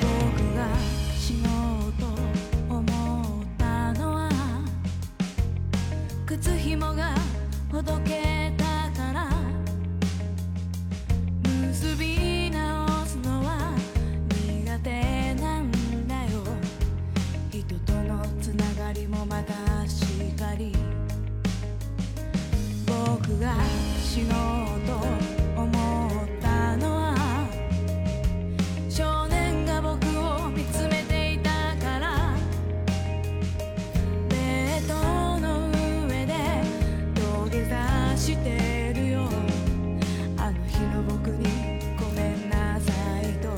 Speaker 5: 僕が死のうと思ったのは靴ひもがほどけたから結び直すのは苦手なんだよ人とのつながりもまたしかり僕が死のうと思ったのは少年が僕を見つめていたからベッドの上で土下座してるよあの日の僕にごめんなさいと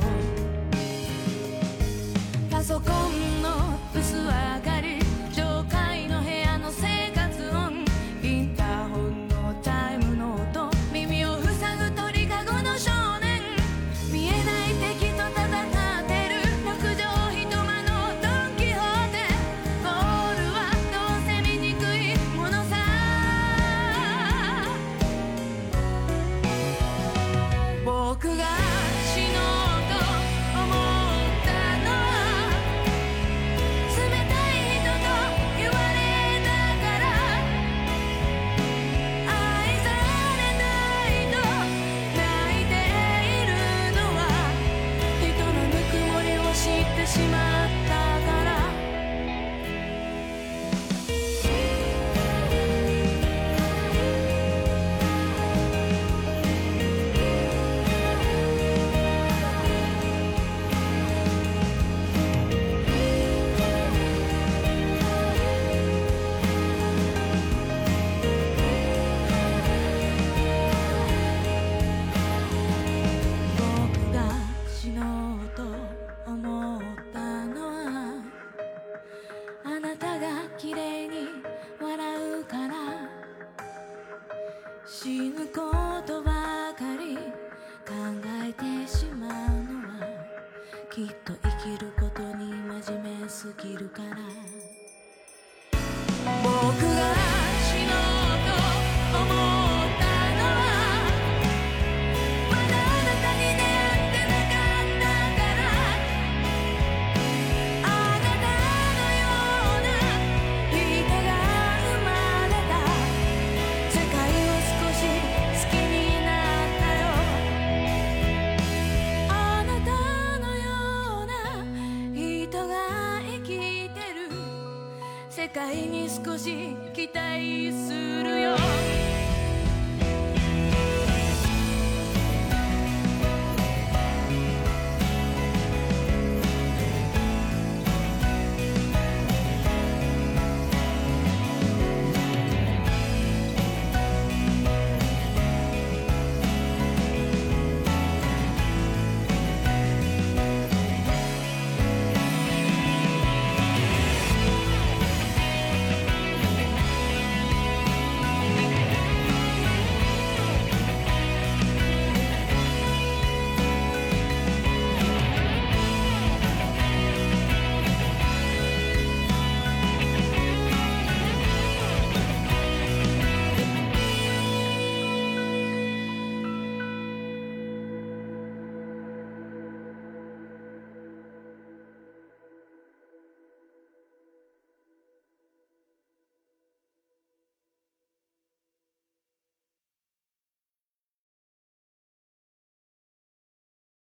Speaker 5: パソコンの薄明かり上階の部屋の生活音インターホンのタイムの音耳ぎるから僕が死のうと思ったのはまだあなたに出会ってなかったから「あなたのような人が生まれた」「世界を少し好きになったよ」「あなたのような人が生きてる」「世界に少し期待するよ」